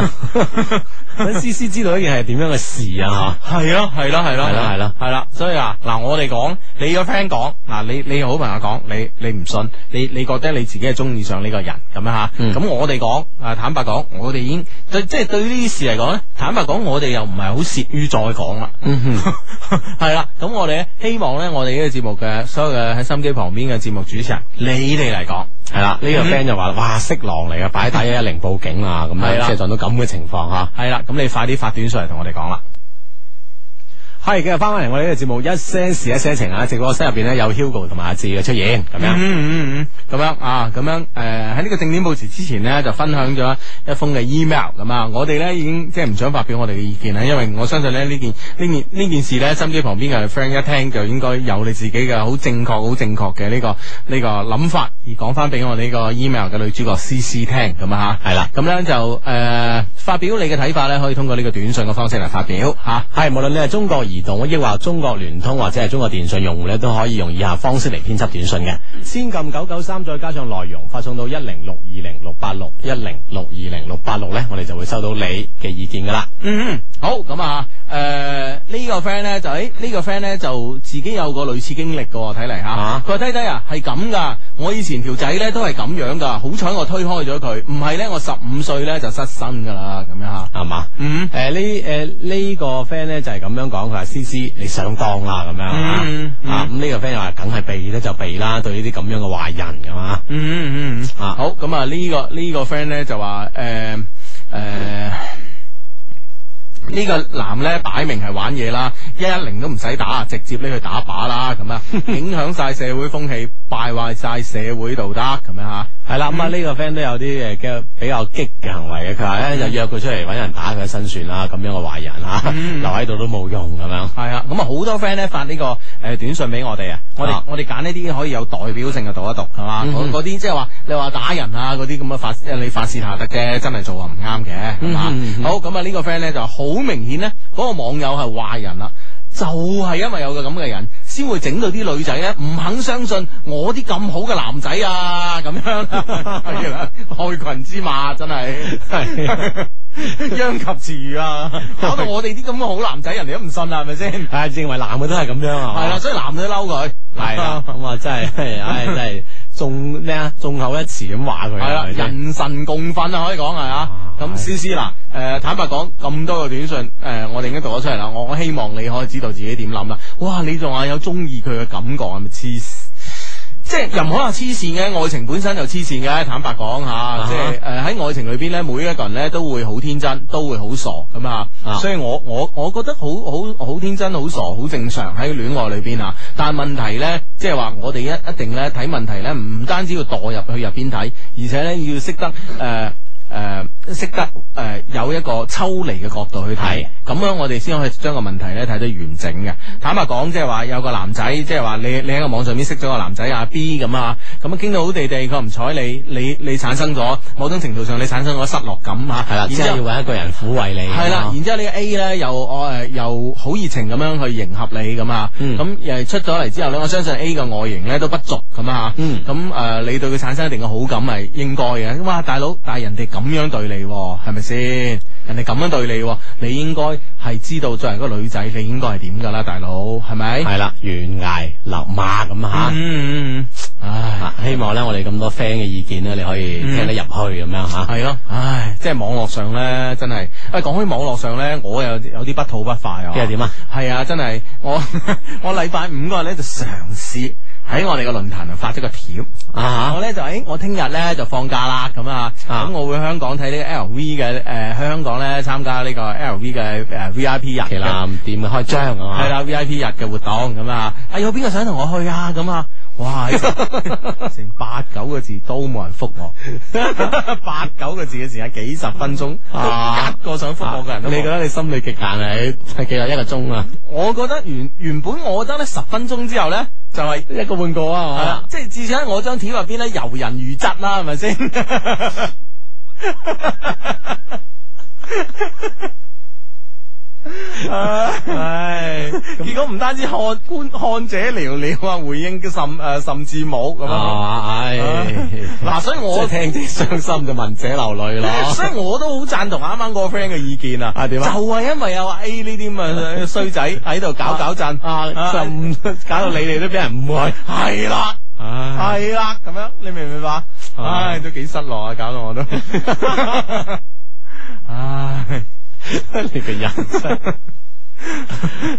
等思思知道一件係點樣嘅事啊！
系咯，系咯，系咯，
係咯係咯
系啦。所以啊，嗱，我哋講，你個 friend 講，嗱，你你好朋友講，你你唔信，你你覺得你自己係中意上呢個人咁樣吓。
嗯
咁我哋講，啊，坦白講，我哋已經對即係對呢啲事嚟講咧，坦白講，我哋又唔係好屑於再講啦。
嗯
係啦，咁我哋咧希望咧，我哋呢個節目嘅所有嘅喺心機旁邊嘅節目主持人，你哋嚟講。
吓，係啦，呢
嗯
個 friend 就話：，哇，色狼嚟嘅，擺低一一零報警啦，咁
係
樣
啦
即係撞到咁嘅情況吓。
系啦，咁你快啲發短信嚟同我哋講啦。
系，今日翻返嚟我哋呢個節目一些事一些情啊，直播室入边咧有 Hugo 同埋阿志嘅出現咁樣。
嗯嗯嗯，咁樣啊，咁樣诶喺呢個正點報時之前呢，就分享咗一封嘅 email 咁啊，我哋呢已經即係唔想發表我哋嘅意見啦，因為我相信咧呢件呢件呢件事呢，心機旁邊嘅 friend 一聽就應該有你自己嘅好正確、好正確嘅呢、個呢、個諗法，而講翻俾我哋呢個 email 嘅女主角 C C 聽咁啊吓，
係啦
咁呢就诶、呃、发表你嘅睇法呢，可以通過呢個短信嘅方式嚟發表吓。
系，無論你係中國哦移動，抑或中國聯通，或者係中國電信用戶咧，都可以用以下方式嚟編輯短信嘅。
嗯
先撳九九三，再加上內容，發送到一零六二零六八六一零六二零六八六咧，我哋就會收到你嘅意見噶啦。
嗯，好咁啊，诶、呢、個 friend 咧就诶呢、個 friend 咧就自己有個類似經歷噶，睇嚟吓
啊。
佢話低低啊，係咁噶，我以前條仔咧都係咁樣噶，好彩我推開咗佢，唔係咧我十五歲咧就失身噶啦，咁樣吓。
係嘛？
嗯
诶呢诶呢個 friend 咧就係咁樣講，佢話思思你上當啦咁樣啊
嗯嗯
啊咁呢個 friend 又話梗係避咧就避啦，對呢啲咁樣嘅啊壞人噶嘛。
嗯嗯嗯嗯，
啊
好咁啊呢個呢、個 friend 咧就話呃诶诶。誒呢個男咧擺明係玩嘢啦，一一零都唔使打，直接呢去打靶啦，咁啊影響晒社會風氣，敗壞晒社會道德咁樣吓。
系啦，咁啊呢個 friend 都有啲嘅比較激嘅行為嘅，佢話咧就約佢出嚟揾人打佢身算啦，咁樣嘅壞人吓，
嗯
留喺度都冇用咁樣。
係啊，咁啊好多 friend 咧發呢、個呃短信俾我哋啊，嗯我哋
啊
我哋揀一啲可以有代表性嘅讀一讀，係嘛？嗰嗰啲即係話你話打人啊嗰啲咁嘅發，你發泄下得嘅，真係做啊唔啱嘅，係嘛？
嗯嗯嗯
好咁啊呢個 friend 咧就好明顯咧，嗰、個網友係壞人啦。就係因為有個咁嘅人，先會整到啲女仔咧唔肯相信我啲咁好嘅男 仔啊，咁樣係啦，害群之馬真係。殃及池魚啊，搞到我哋啲咁嘅好男仔，人哋都唔信啦，係咪先？係
啊，認為男嘅都係咁樣啊，
啦，所以男女嬲佢，
係啦，咁啊真係，唉真係眾咩啊，眾口一詞咁話佢，
系啦，
係咪先
人神共憤啊，可以講係啊。咁
係
思思嗱，诶，坦白講，咁多個短信，诶、我哋已經讀咗出嚟啦。我我希望你可以知道自己點諗啦。哇，你仲話有中意佢嘅感覺係咪黐線？即係又唔可以話黐線嘅，愛情本身就黐線嘅。坦白講吓，
啊哈
即係诶喺愛情裏邊咧，每一個人咧都會好天真，都會好傻咁啊。
啊
所以我我我覺得好好好天真、好傻、好正常喺戀愛裏邊啊。但係問題咧，即係話我哋一一定咧睇問題咧，唔單止要墮入去入邊睇，而且咧要識得诶。诶，識得诶有一個抽離嘅角度去睇，咁樣我哋先可以將個問題咧睇得完整嘅。坦白講，即係話有個男仔，即係話你你喺個網上面識咗個男仔阿 B 咁啊，咁啊傾到好地地，佢唔睬你，你你產生咗某種程度上你產生咗失落感啊，
係啦，
然
即
之
係
後
要揾一個人撫慰你，
系啦，然之後呢個 A 咧又我诶又好熱情咁樣去迎合你咁啊，
嗯
咁诶出咗嚟之後咧，我相信 A 嘅外形咧都不俗咁啊，
嗯
咁诶你對佢產生一定嘅好感係應該嘅。哇，大佬，但係人哋咁樣對你喎，係咪先？人哋咁樣對你喎，你應該係知道作為一個女仔，你應該係點㗎啦，大佬，係咪？
係啦，懸崖勒馬咁吓。
嗯嗯嗯，唉。
啊希望咧，我哋咁多 friend 嘅意見咧，你可以聽得入去咁樣吓。
系咯，唉，即係網絡上咧，真係，喂，講起網絡上咧，我有有啲不吐不快啊。
即係點啊？
係啊，真係我 我禮拜五嗰日咧就嘗試喺我哋個論壇度發咗個帖，
啊
我咧就哎誒我聽日咧就放假啦，咁啊，
啊
咁我會香港睇呢個 LV 嘅誒、呃香港咧參加呢個 LV 嘅誒、呃 VIP 日
旗
嘅
艦店嘅開張啊嘛，
係啦 VIP 日嘅活動咁啊，啊有邊個想同我去啊咁啊？ 哇！ 成八九個字都冇人覆我， 八九個字嘅時間幾十分鐘，
啊
一個想覆我嘅人都
你
冇
覺得你心理極限係係幾耐一個鐘啊？
我覺得原原本我覺得咧十分鐘之後咧就係、
一個半個
係啦
啊，
即係至少喺我張帖入邊咧遊人如質啦，係咪先？唉，結果唔單止看觀看者寥寥啊，回應嘅甚誒甚至冇咁
係
啊。
嘛？哦唉，啊
嗱，所以我
即係聽者傷心就聞者流淚咯。
所以我都好贊同啱啱個 friend 嘅意見啊！
啊點啊
就係因為有 A 呢啲咁嘅衰仔喺度搞搞震
啊， 啊就唔搞到你哋都俾人誤會。
係啦。
唉，
系啦，咁样你明唔明
啊
白？唉，都几失落啊，搞到我 都， 唉，
你個人真係。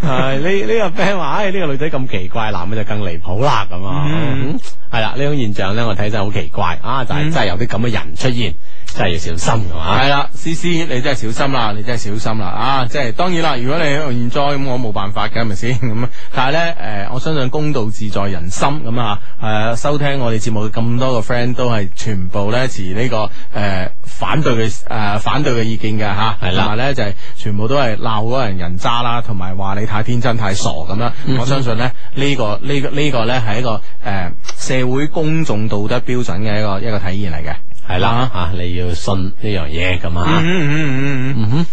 唉，呢呢個 friend 話，唉，呢個女仔咁奇怪，男嘅就更離譜啦，咁啊，
嗯
嗯係啦，呢種現象咧，我睇真係好奇怪啊，就係真係有啲咁嘅人出現，真係要小心㗎嘛。
系啦，思思，你真系小心啦，你真系小心啦啊！即系当然啦，如果你 enjoy 咁，我冇办法嘅，系咪先咁？啊 但系咧，诶、我相信公道自在人心咁啊！诶、收听我哋节目嘅咁多個 friend 都係全部咧持呢、個个呃反對嘅诶、呃反對嘅意見嘅吓，
係啦
同埋咧就係全部都係鬧嗰個人人渣啦，同埋話你太天真太傻咁啦。
嗯
我相信咧呢、個呢、個呢、個咧係一個诶、呃社會公眾道德標準嘅一個一個體現嚟嘅。
係啦，
啊
啊，你要信呢樣嘢咁啊。
嗯嗯嗯嗯嗯。
嗯哼，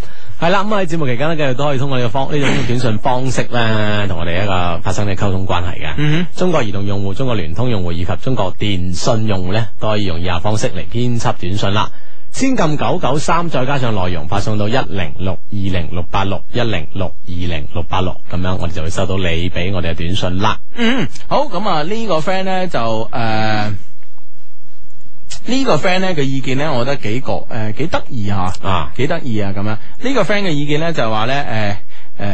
系啦，咁喺節目期間咧，繼續都可以通過呢個方呢種短信方式咧，同我哋一個發生嘅溝通關係嘅。
嗯
中國移動用戶、中國聯通用戶以及中國電信用戶咧，都可以用以下方式嚟編輯短信啦。先撳九九三，再加上內容發送到一零六二零六八六一零六二零六八六，咁樣我哋就會收到你俾我哋嘅短信啦。
嗯，好咁啊！呢個 friend 咧就诶。呃呢個 friend 咧嘅意見咧，我覺得幾個誒幾得意嚇，
啊，
幾得意啊咁樣。呢、個 friend 嘅意見咧就係話呃咧誒誒，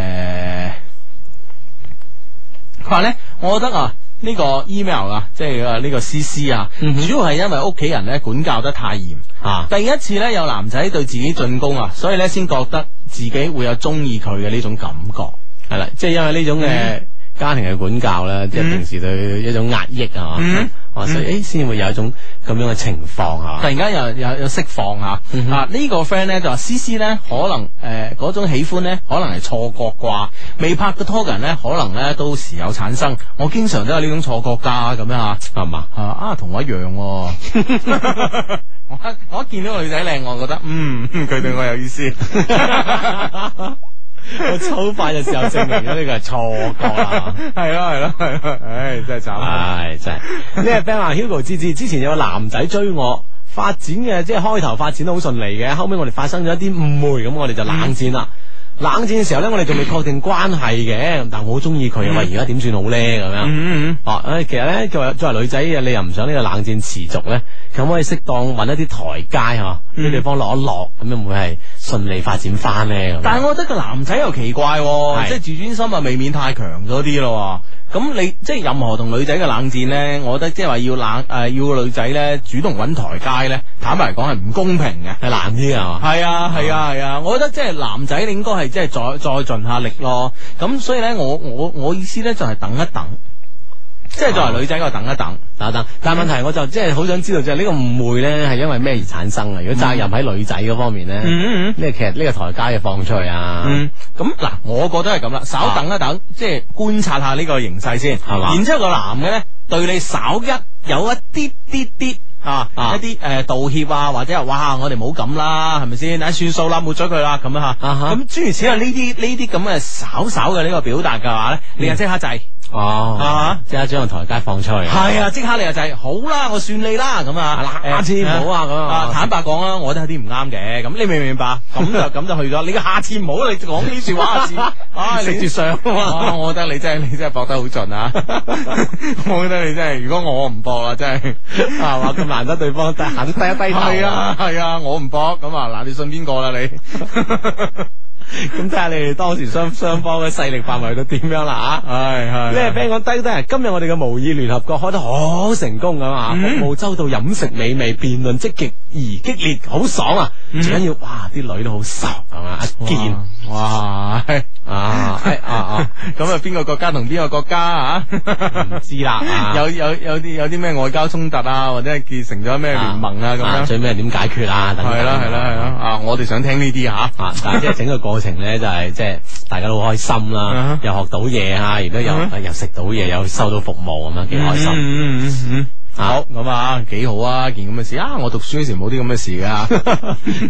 佢話咧，我覺得啊。呢個 email 啊，即係啊呢個 CC 啊，主要係因為屋企人咧管教得太嚴。
啊，
第一次咧有男仔對自己進攻啊，所以咧先覺得自己會有中意佢嘅呢種感覺。
係啦，即係因為呢種嘅家庭嘅管教咧，即係平時對一種壓抑啊，
嗯
哇，所以誒先會有一種咁樣嘅情況啊
突。然間又又又釋放啊！啊呢個 friend 咧就話思思咧可能誒嗰、種喜歡咧可能係錯覺啩，未拍過拖嘅人咧可能咧都時有產生，我經常都有呢種錯覺㗎咁樣啊
係嘛？
啊啊同我一樣 喎、我一我一見到個女仔靚，我覺得嗯 佢對我有意 思。
我好快就時候證明咗呢個係錯覺啊啦。
係咯係咯係咯，唉真係慘。啊
唉，真係呢個 friend 話 Hugo 芝芝之前有個男仔追我。發展嘅即係開頭發展得好順利嘅，後尾我哋發生咗一啲誤會，咁我哋就冷戰啦。冷戰嘅時候咧，我哋仲未確定關係嘅，但我好中意佢，喂，而家點算好咧？咁樣。
嗯嗯
哦，誒，其實咧，作為作為女仔嘅，你又唔想呢個冷戰持續咧，咁可以適當揾一啲台階嚇，俾對方落一落，咁樣會係順利發展翻咧。咁樣
但係我覺得個男仔又奇怪、喎，
係
即係自尊心啊，未免太強咗啲咯喎。咁你即係任何同女仔嘅冷戰咧，我覺得即係話要冷誒、呃要個女仔咧主動揾台階咧，坦白嚟講係唔公平嘅。
係難啲啊嘛，
係啊，係啊，係啊！我覺得即係男仔，你應該係即係再再盡下力咯。咁所以咧，我我我意思咧就係等一等，即係作為女仔，我等一等。
等等。但係問題我就即係好想
嗯
知道就係呢個誤會咧係因為咩而產生啊？如果責任喺女仔嗰方面咧，呢、
嗯
個其實呢個台階要放出去啊。
嗯，咁嗱，我覺得係咁啦，稍等一等，即係觀察下呢個形勢先，
係嘛
然之後個男嘅咧對你稍一有一啲啲啲。啊，
啊
一啲誒、呃道歉啊，或者係哇，我哋唔好咁啦，係咪先？唉，算數啦，抹咗佢啦，咁樣嚇。
啊哈
咁諸如此類呢啲呢啲咁嘅稍稍嘅呢個表達嘅話咧，你就即刻制、
哦，
啊。
即刻將個台階放出去。
系啊，即刻你就係好啦，我算你啦咁啊，
嗱下次唔好啊咁啊
坦白講啊，我覺得有啲唔啱嘅，咁你明唔明白？咁 就咁就去咗，你下次唔好你講呢啲说話，下次啊
食住上啊嘛
哇我覺得你真係你真係搏得好盡 啊！我覺得你真係，如果我唔搏啊，真係
啊，話咁難得對方低行得低一低頭。
係，啊係啊，我唔搏咁啊，嗱，你信邊個啦你？
咁睇下你哋當時雙雙方嘅勢力範圍去到點樣啦啊！
係係
呢個 friend 講低低人，今日我哋嘅無意聯合國開得好成功咁啊，
嗯
服務周到，飲食美味，辯論積極而激烈，好爽啊！
嗯
最緊要，哇！啲女都好熟係嘛，一見
哇， 係
啊，哎啊啊，
咁啊，邊個國家同邊個國家啊？
唔知 啦啊，
有有有啲有啲咩外交衝突啊，或者係結成咗咩聯盟啊咁樣。
最尾點解決啊？等等
係啦係啦係啦，啊！我哋想聽呢啲吓，
啊！但係即係整個過程咧，就係即係大家都好開心啦
啊，
又學到嘢啊，而家
啊
又又食到嘢，又收到服務咁樣，幾開心。
嗯嗯嗯嗯
啊
好咁啊，幾好啊！件咁嘅事啊，我讀書嗰時冇啲咁嘅事噶，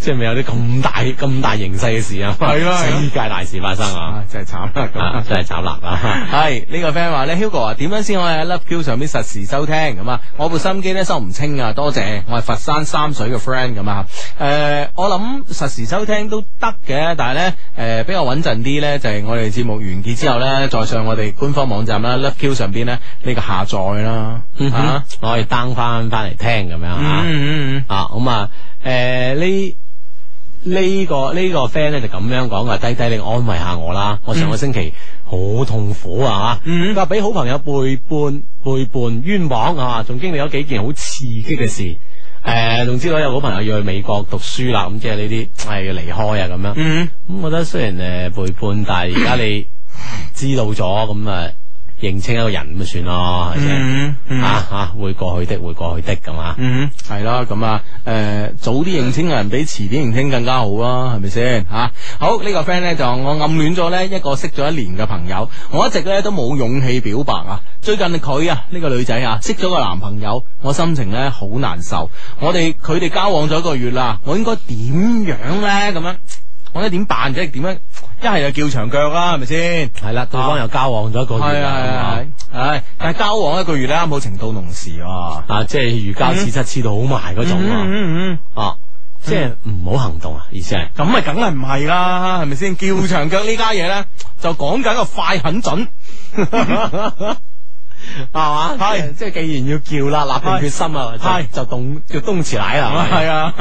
即係未有啲咁大咁大形勢嘅事啊，
係啦係啦
世界大事發生啊
啊，真係慘啦咁
啊
啊！
真係慘立啊！
系呢、個个 friend 話咧，Hugo 啊，點樣先可以喺 Love Q 上面實時收聽咁啊？我部心機咧收唔清啊，多謝。我係佛山三水嘅 friend 咁啊。诶、我諗實時收聽都得嘅，但係咧诶比較穩陣啲咧，就係我哋節目完結之後咧，再上我哋官方網站啦，Love Q 上邊咧呢個下載啦，
嗯哼
啊，
我可以 down 翻翻嚟聽咁樣啊
嗯嗯
啊，咁啊，诶呢呢個呢個 friend 咧就咁樣講啊，低低你安慰下我啦，我上個星期好痛苦啊，
嗯
佢話俾好朋友背叛背叛冤枉啊，仲經歷咗幾件好刺激嘅事。诶，仲知道有好朋友要去美國讀書啦，咁即係呢啲係要離開啊，咁樣。
嗯
咁我覺得雖然誒、呃陪伴，但係而家你知道咗咁啊，認清一個人咁咪算咯，係咪先？
嗯嗯
嚇嚇，啊會過去的，會過去的咁啊！
嗯，系啦，咁啊，诶、早啲認清嘅人比遲啲認清更加好啦，係咪先吓？好，呢、個 friend 咧就我暗戀咗呢一個識咗一年嘅朋友，我一直咧都冇勇氣表白啊。最近佢啊，呢、個女仔啊，識咗個男朋友，我心情咧好難受。我哋佢哋交往咗一個月啦，我應該點樣呢？咁樣，我應該點辦啫？點樣？一係就叫長腳啦，係咪先？
係啦，對方又交往咗一個月
係啊
啦，咁
係
啊，
啊，係但係交往一個月咧，冇情到濃時啊。
啊，即係如膠似漆，黐到好埋嗰種啊，
嗯嗯。
啊，即係唔好行動啊，意思係
咁咪梗係唔係啦，係咪先？叫長腳呢家嘢咧，就講緊個快狠 準，
係嘛？係即係既然要叫啦，立定決心啊，係
係
就動叫東池奶啦，係咪
係啊，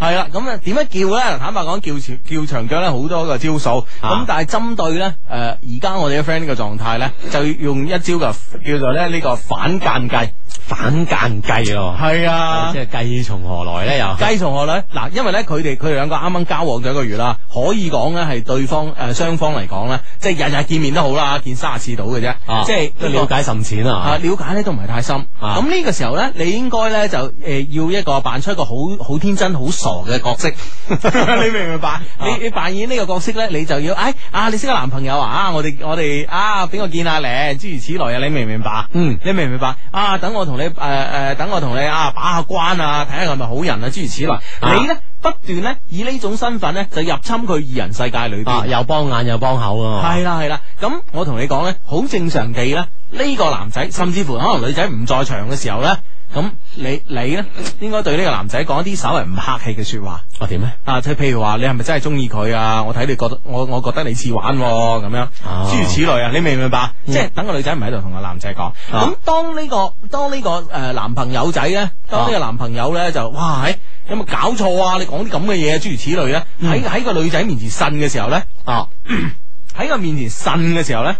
係啦。咁啊，點樣叫咧？坦白講，叫長叫長腳咧好多個招數，咁、
啊
但係針對咧，誒而家我哋嘅 friend 呢個狀態咧，就用一招嘅叫做咧呢個反間計。
反間計咯，
係啊
即係計從何來咧又？
雞同學咧，嗱，因為咧佢哋佢哋兩個啱啱交往咗一個月啦，可以講咧係對方誒雙、方嚟講咧，即係日日見面都好啦，見卅次到嘅啫，
啊
即係
都了解甚淺
啊，
啊，
了解咧都唔係太深。
啊
咁呢個時候咧，你應該咧就诶、要一個扮出一個好好天真、好傻嘅角色。 你明唔明白？啊你你扮演呢個角色咧，你就要诶、哎啊，你識個男朋友啊，啊我哋我哋啊，俾我見下咧，諸如此類啊，你明唔明白？
嗯
你明唔明白？啊，等我同你诶诶、呃等我同你啊把下關啊，睇下佢係咪好人啊，諸如此類。
啊
你咧不斷咧以呢種身份咧就入侵佢二人世界裏邊。
啊，又幫眼又幫口啊，
系啦系啦，咁我同你講咧，好正常地咧，呢、個男仔甚至乎可能女仔唔在場嘅時候咧，咁你你咧，應該對呢個男仔講一啲稍為唔客氣嘅说話。
我哦點咧？
啊，即係譬如話你係咪真係中意佢啊？我睇你覺得我我覺得你似玩喎咁、樣，
哦
諸如此類啊，你明唔明白？即係等個女仔唔喺度同個男仔講。咁、
嗯啊
當呢、個當呢、個誒、呃男朋友仔咧，當呢個男朋友咧就哇喺。有冇搞錯啊？你講啲咁嘅嘢，諸如此類咧，
嗯
喺喺、個女仔面前呻嘅時候咧，
哦，
喺佢面前呻嘅時候咧，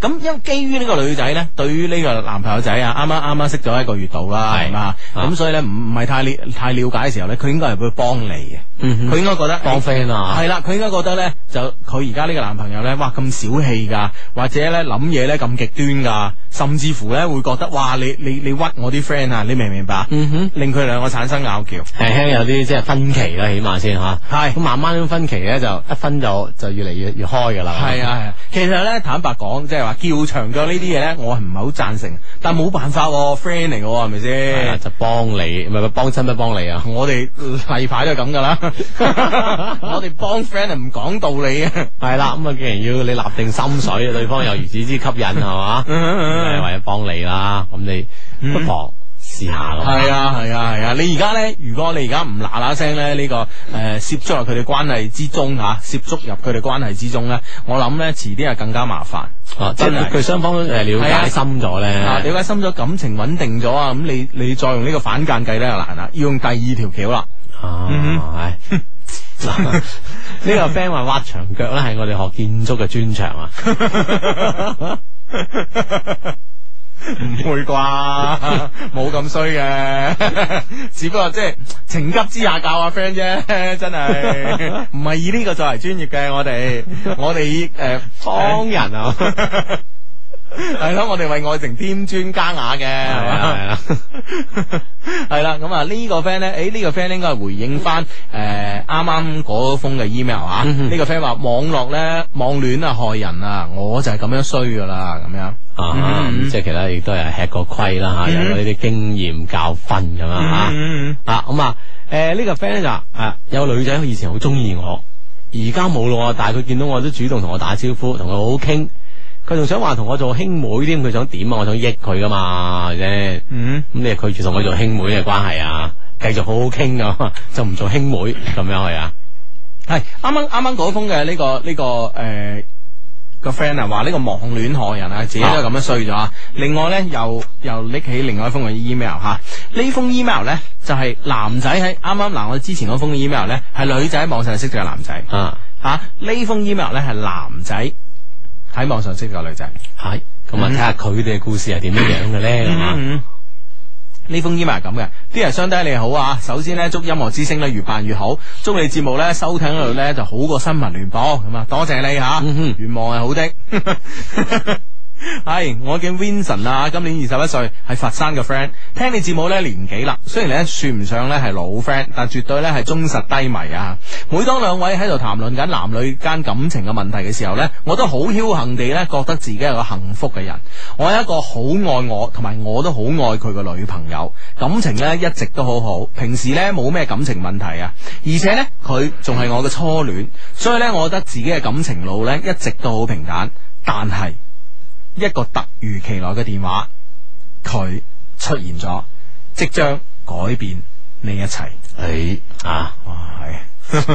咁因為基於呢個女仔咧，對於呢個男朋友仔啊，啱啱啱啱識咗一個月度啦，
係
係嘛，
啊
咁所以咧唔唔係太了太了解嘅時候咧，佢應該係會幫你嘅，
嗯
佢應該覺得哎
幫 friend 啊，
係啦，佢應該覺得咧就佢而家呢個男朋友咧，哇咁小氣㗎，或者咧諗嘢咧咁極端㗎，甚至乎咧會覺得哇你你你屈我啲 friend 啊，你明唔明白？
嗯哼，
令佢兩個產生拗撬，
輕輕有啲即係分歧啦，起碼先吓。
係
咁慢慢咁分歧咧，就一分就就越嚟越越開噶啦。
系啊系啊，其實咧坦白講，即係話叫長腳呢啲嘢咧，我係唔係好贊成，但冇辦法喎，friend 嚟嘅喎，係咪
係啊啦，
先？
就幫你，唔係幫親不幫你啊。
我哋例牌都係咁噶啦，我哋幫 friend 係唔講道理嘅。
系啦，咁啊，既然要你立定心水，對方又如此之吸引，係嘛，咁
嗯
係為咗幫你啦，咁你不妨試下咯。
係啊係啊係啊！你而家咧，如果你而家唔嗱嗱聲咧，呢、個诶涉足入佢哋關係之中吓，涉足入佢哋關係之中咧，我諗咧遲啲係更加麻煩。
啊，即
真
係
係
佢雙方诶了
係啊
解深咗
啊，
咧
了，解深咗，感情穩定咗啊，咁你你再用呢個反間計咧就難啦，要用第二條橋啦。嗯
啊，係嗱 呢個 friend 話挖牆腳咧係我哋學建築嘅專長 啊，
唔會啩，冇咁衰嘅， 只不過即係情急之下教下 friend 啫， 真係唔係以呢個作為專業嘅，我哋我哋以誒
幫人啊，
係咯，我哋為愛情添磚加瓦嘅，係
係
嘛
啊係。啊。
系啦，咁啊呢個 friend 咧，诶呢個 friend 應該係回應翻诶啱啱嗰封嘅 email 啊，
嗯哼
呢個 friend 話網絡咧網戀啊害人啊，我就係咁樣衰噶啦，咁樣。
啊，
嗯
咁即係其他亦都係吃過虧啦吓，有
嗯
咗呢啲經驗教訓咁啊吓。
嗯
啊咁啊，诶呢個 friend 咧就話啊有個女仔以前好中意我，而家冇咯喎，但係佢見到我都主動同我打招呼，同佢好好傾。佢仲想話同我做兄妹添，佢想點啊？我想益佢噶嘛，係咪先咁
嗯
你係拒絕同我做兄妹嘅關係啊？繼續好好傾噶，就唔做兄妹咁樣係啊？
係啱啱啱啱嗰封嘅呢個呢個诶。個 friend 啊，話呢個網戀害人啊，自己都係咁樣衰咗啊！另外咧，又又拎起另外一封嘅 email 吓，呢封 email 咧就係男仔喺啱啱嗱，我之前嗰封嘅 email 咧係女仔喺網上識咗嘅男仔，
啊
吓呢封 email 咧係男仔喺網上識嘅女仔，
係咁啊，
嗯
睇下佢哋嘅故事係點樣樣嘅啊咧，係嘛？
嗯呢封 email 係咁嘅，啲人相低你好啊！首先呢，祝音樂之聲咧越辦越好，祝你節目咧收聽率咧就好過新聞聯播咁啊！多謝你吓、
嗯哼
願望係好的。 系，我叫 Vincent 啊，今年二十一歲，係佛山嘅 friend。聽你節目咧年幾啦，雖然咧算唔上咧係老 friend，但絕對咧係忠實低迷啊。每當兩位喺度談論緊男女間感情嘅問題嘅時候咧，我都好僥幸地咧覺得自己係個幸福嘅人。我有一個好愛我，同埋我都好愛佢嘅女朋友，感情咧一直都好好，平時咧冇咩感情問題啊。而且咧佢仲係我嘅初戀，所以咧我覺得自己嘅感情路咧一直都好平坦，但係。一個突如其來嘅電話，佢出現咗，即將改變呢一切。
誒啊，
哇，係，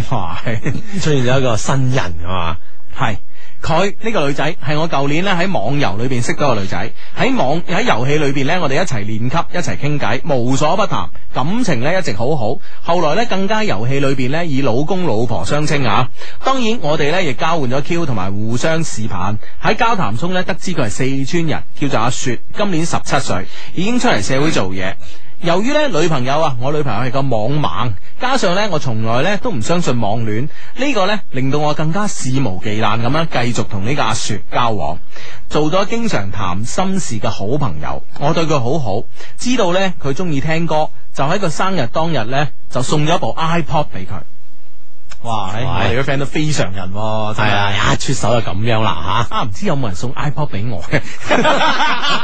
哇，係。
出現咗一個新人係嘛？
系佢呢個女仔係我舊年咧喺網遊裏邊識到個女仔，喺網喺遊戲裏邊咧，我哋一齊練級，一齊傾偈，無所不談，感情咧一直好好。後來咧更加喺遊戲裏邊咧以老公老婆相稱啊。當然我哋咧亦交換咗 Q 同埋互相視頻。喺交談中咧得知佢係四川人，叫做阿雪，今年十七歲，已經出嚟社會做嘢。由於咧女朋友啊，我女朋友係個網盲，加上咧我從來咧都唔相信網戀，呢、個咧令到我更加肆無忌憚咁樣繼續同呢個阿雪交往，做咗經常談心事嘅好朋友。我對佢好好，知道咧佢中意聽歌，就喺佢生日當日咧就送咗部 iPod 俾佢。哇！
我哋
個 friend 都非常人喎
係啊，一出手就咁樣啦
啊，唔知有冇人送 iPod 俾我嘅？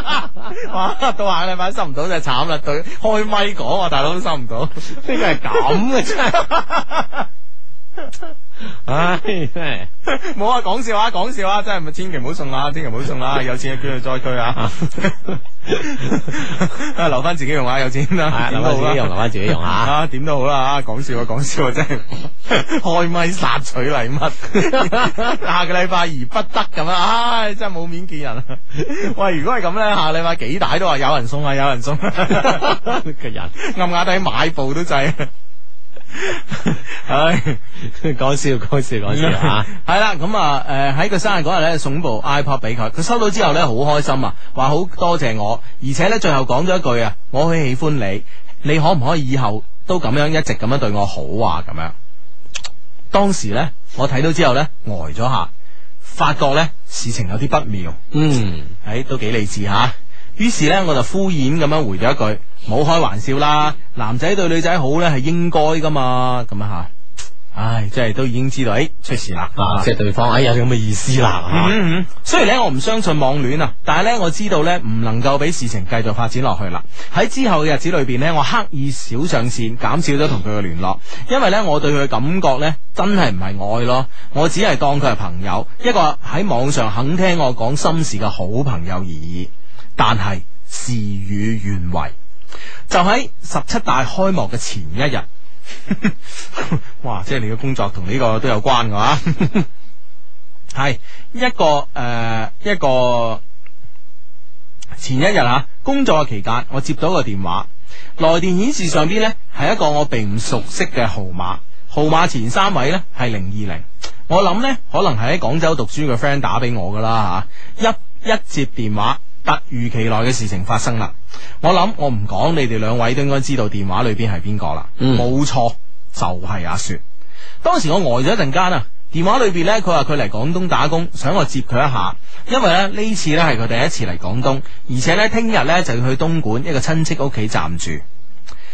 哇！到下個禮拜收唔到就慘啦，對開咪講啊，大佬都收唔到，呢個係咁嘅真係。
唉，真係
冇啊，講笑啊，講笑啊，真係咪千祈唔好送啊啦，千祈唔好送啦，有錢嘅捐去災區啊， 啊留翻自己用啊，有錢啦
啊，留翻自己用，留翻自己用啊！
啊，點都好啦，講笑啊，講笑啊，真係 開咪殺取禮物， 下個禮拜而不得咁啊，唉，真係冇面見人啊！ 喂，如果係咁咧，下禮拜幾大都話有人送啊，有人送，
個人
暗啞底買部都制， 唉。
講笑講笑 講笑 啊！
系啦，咁啊，诶喺佢生日嗰日咧，送部 iPod 俾佢，佢收到之後咧，好開心啊，話好多謝我，而且咧最後講咗一句啊，我好喜歡你，你可唔可以以後都咁樣一直咁樣對我好啊？咁樣，當時咧我睇到之後咧呆咗下，發覺咧事情有啲不妙，
嗯，
诶、都幾理智吓。於是咧我就敷衍咁樣回咗一句，冇開玩笑啦，男仔對女仔好咧係應該噶嘛，咁樣吓。唉，即係都已經知道，诶、出事啦！
啊，即係對方，哎，有咁嘅意思啦，啊
嗯嗯，雖然咧我唔相信網戀啊，但係咧我知道咧唔能夠俾事情繼續發展落去啦。喺之後嘅日子裏邊咧，我刻意少上線，減少咗同佢嘅聯絡，因為咧我對佢嘅感覺咧真係唔係愛咯，我只係當佢係朋友，一個喺網上肯聽我講心事嘅好朋友而已。但係事與願違，就喺十七大開幕嘅前一日。 哇！即係你嘅工作同呢個都有關嘅話。系一個诶、呃一個前一日啊，工作嘅期間，我接到一個電話，來電顯示上邊呢係一個我並唔熟悉嘅號碼，號碼前三位呢係零二零，我諗呢可能係喺廣州讀書嘅 friend 打俾我噶啦吓，一一接電話。突如其來嘅事情發生啦！我諗我唔講，你哋兩位都應該知道電話裏邊係邊個啦。
嗯
冇錯，就係、阿雪。當時我呆咗一陣間啊，電話裏邊呢，佢話佢嚟廣東打工，想我接佢一下，因為咧呢次呢係佢第一次嚟廣東，而且呢聽日呢就要去東莞一個親戚屋企暫住。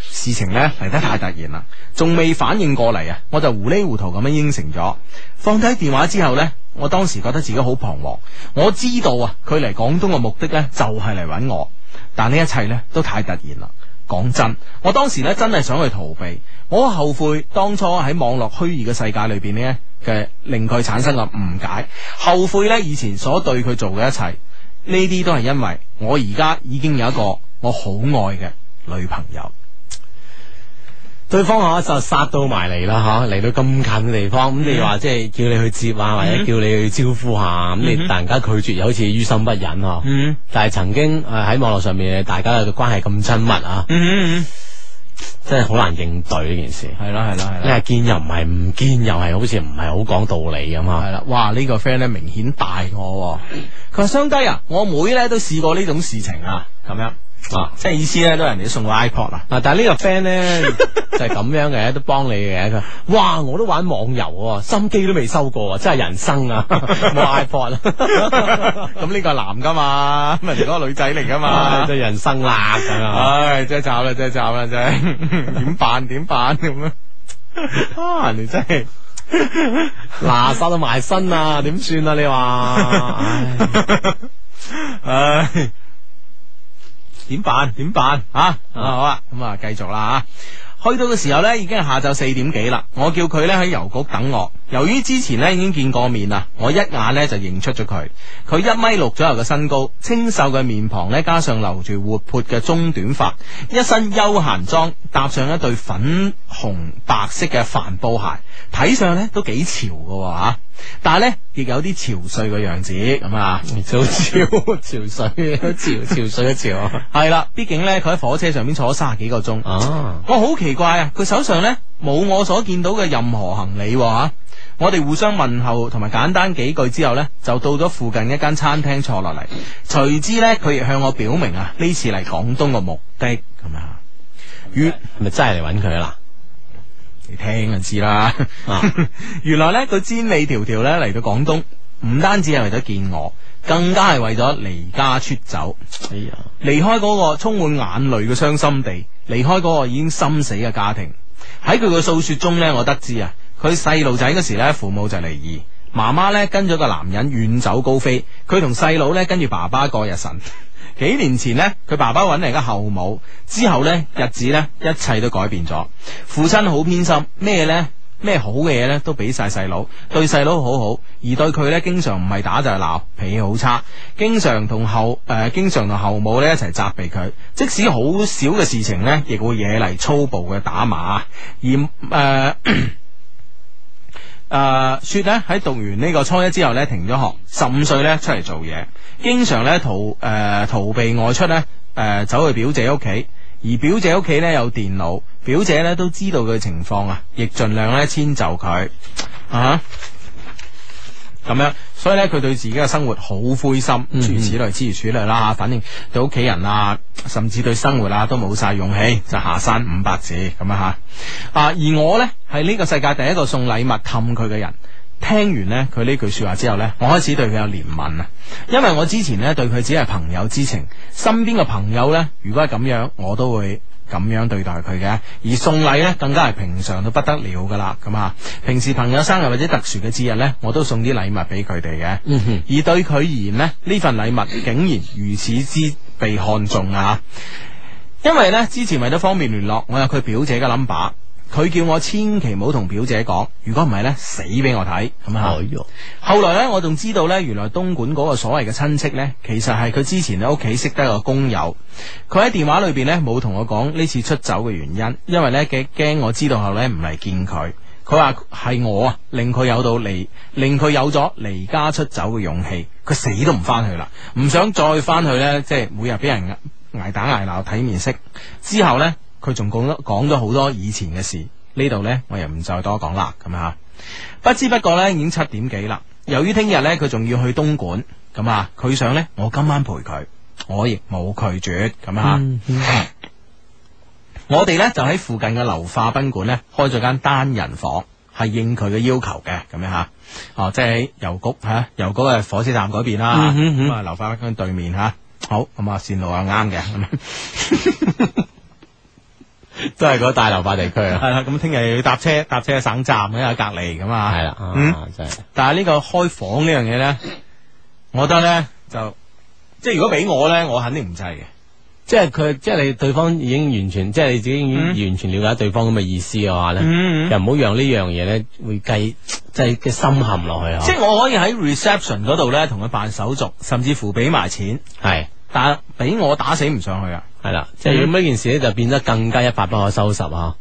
事情呢嚟得太突然啦，仲未反應過嚟啊，我就糊里糊塗咁樣應承咗。放低電話之後呢，我當時覺得自己好彷徨，我知道啊，佢嚟廣東嘅目的呢就係嚟揾我，但呢一切呢都太突然啦。講真，我當時咧真係想去逃避，我好後悔當初喺網絡虛擬嘅世界裏邊呢嘅令佢產生嘅誤解，後悔呢以前所對佢做嘅一切，呢啲都係因為我而家已經有一個我好愛嘅女朋友。
對方啊就殺到埋嚟啦，嚇嚟到咁近嘅地方，咁你話即係叫你去接啊，或者叫你去招呼下，咁你突然間拒絕，又好似於心不忍呵。
嗯
但係曾經誒喺網絡上面，大家嘅關係咁親密啊，
嗯嗯，
真係好難應對呢件事。
係啦係啦係
你
啦。
係見又唔係，唔見又係，好似唔係好講道理咁
系
啊。
啦，哇！呢、個 friend 咧明顯大我、喎。佢話相低啊，我妹咧都試過呢種事情啊，咁樣
啊
即係意思咧都係人哋送個 iPod 啊，
啊！但係呢 個 friend 咧就係咁樣嘅，都幫你嘅。佢話哇，我都玩網遊喎，心機都未收過啊，真係人生啊， 冇 iPod 啊，
咁呢個係男噶嘛，咁人哋嗰個女仔嚟噶嘛
啊，真。係人生啦咁啊。
唉，真系惨啦，真系惨啦，真 系点办点办咁样啊！人哋真系
嗱，殺到埋身啊，點算啊？你話？唉
唉。点办？点办？吓、啊，好啊，咁啊，继续啦吓。去到嘅時候呢，已經係下晝四點幾啦。我叫佢呢喺郵局等我。由於之前呢已經見過面啦，我一眼呢就認出咗佢。佢一米六左右嘅身高，清秀嘅面龐呢，加上留住活潑嘅中短髮，一身休閒裝，搭上一對粉紅白色嘅帆布鞋，睇上呢都幾潮㗎喎吓、但係呢，亦有啲潮帥嘅樣子咁啊。
就潮潮水，潮潮水一潮啊！
係啦，畢竟呢，佢喺火車上面坐咗卅幾個鐘。
啊，
我好奇怪啊！佢手上呢冇我所見到嘅任何行李喎、啊我哋互相問候同埋簡單幾句之後呢，就到咗附近一間餐廳坐落嚟。隨之呢，佢亦向我表明啊，呢次嚟廣東嘅目的咁啊。原
係咪真係嚟揾佢啦？
你聽就知啦。
啊
原來呢，佢千里迢迢呢嚟到廣東，唔單止係為咗見我，更加係為咗離家出走。
哎呀，
離開嗰個充滿眼淚嘅傷心地，離開嗰個已經心死嘅家庭。喺佢嘅訴說中呢，我得知啊，佢細路仔嗰時呢，父母就離異，媽媽呢跟咗個男人遠走高飛，佢同細佬呢跟住爸爸過日神。 幾年前呢，佢爸爸揾嚟嘅後母，之後呢，日子呢，一切都改變咗。父親好偏心，咩呢？咩好嘅嘢咧都俾晒細佬，對細佬好好，而對佢咧經常唔係打就係鬧，脾氣好差，經常同後誒、經常同後母咧一齊責備佢，即使好少嘅事情咧，亦會惹嚟粗暴嘅打罵，而誒。呃 誒、雪咧喺讀完呢個初一之後咧停咗學，十五歲咧出嚟做嘢，經常咧逃誒、逃避外出咧誒、走去表姐屋企，而表姐屋企咧有電腦，表姐咧都知道佢情況啊，亦盡量咧遷就佢啊。咁樣，所以咧佢對自己嘅生活好灰心，諸如此類，諸如此類啦。反正對屋企人啊，甚至對生活啊，都冇晒勇氣，就下山五百字咁樣吓。啊，而我呢，係呢個世界第一個送禮物氹佢嘅人。聽完呢，佢呢句說話之後呢，我開始對佢有憐憫啊，因為我之前呢，對佢只係朋友之情，身邊嘅朋友呢，如果係咁樣，我都會咁樣對待佢嘅，而送禮呢，更加係平常到不得了噶啦，咁啊，平時朋友生日或者特殊嘅節日呢，我都送啲禮物俾佢哋嘅，而對佢而言呢，呢份禮物竟然如此之被看重啊！因為呢，之前為咗方便聯絡，我有佢表姐嘅 number，佢叫我千祈唔好同表姐講，如果唔係呢，死俾我睇咁啊！後來咧，我仲知道咧，原來東莞嗰個所謂嘅親戚咧，其實係佢之前喺屋企識得個工友。佢喺電話裏邊咧冇同我講呢次出走嘅原因，因為咧佢驚我知道後咧唔嚟見佢。佢話係我啊，令佢有到離，令佢有咗離家出走嘅勇氣。佢死都唔翻去啦，唔想再翻去咧，即係每日俾人挨打挨鬧睇面色。之後咧，佢仲講咗講咗好多以前嘅事。呢度咧，我又唔再多講啦，咁吓。不知不覺咧已經七點幾啦。由於聽日咧佢仲要去東莞，咁啊佢想咧我今晚陪佢，我亦冇拒絕咁啊。我哋咧就喺附近嘅流化賓館咧開咗間單人房，係應佢嘅要求嘅咁樣吓。哦，即係郵局吓，郵局嘅火車站嗰邊啦，咁啊流化賓館對面吓。好，咁啊線路又啱嘅。咁樣
都係嗰大流化地區啊，
係啦，咁聽日要搭車搭車去省站喺隔離咁啊，
係啦，
嗯
啊真係
但係呢個開房呢樣嘢咧，我覺得咧就即係如果俾我咧，我肯定唔制嘅。
即係佢，即係你對方已經完全，即係你自己已經完全了解對方咁嘅意思嘅話咧，
嗯嗯
又唔好讓呢樣嘢咧會計即係嘅深陷落去啊！
即係我可以喺 reception 嗰度咧同佢辦手續，甚至乎俾埋錢，
係
但係俾我打死唔上去啊！
係啦，即係咁呢件事咧就變得更加一發不可收拾啊！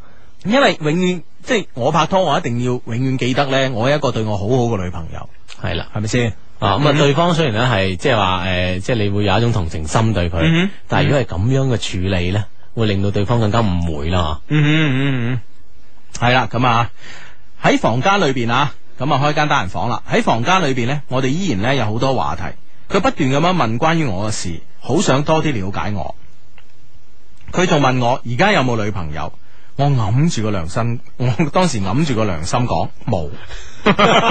因為永遠即係我拍拖，我一定要永遠記得咧，我有一個對我好好嘅女朋友，
係啦。
係咪嗯先？
啊咁啊！對方雖然咧係即係話誒，即係你會有一種同情心對佢，
嗯哼
但係如果係咁樣嘅處理咧，會令到對方更加誤會啦。
嗯嗯嗯嗯，係啦，咁啊喺房間裏邊啊，咁啊開間單人房啦。喺房間裏邊呢，我哋依然呢有好多話題，佢不斷咁樣問關於我嘅事，好想多啲了解我。佢仲問我而家有冇女朋友，我揞住個良心，我當時揞住個良心講冇，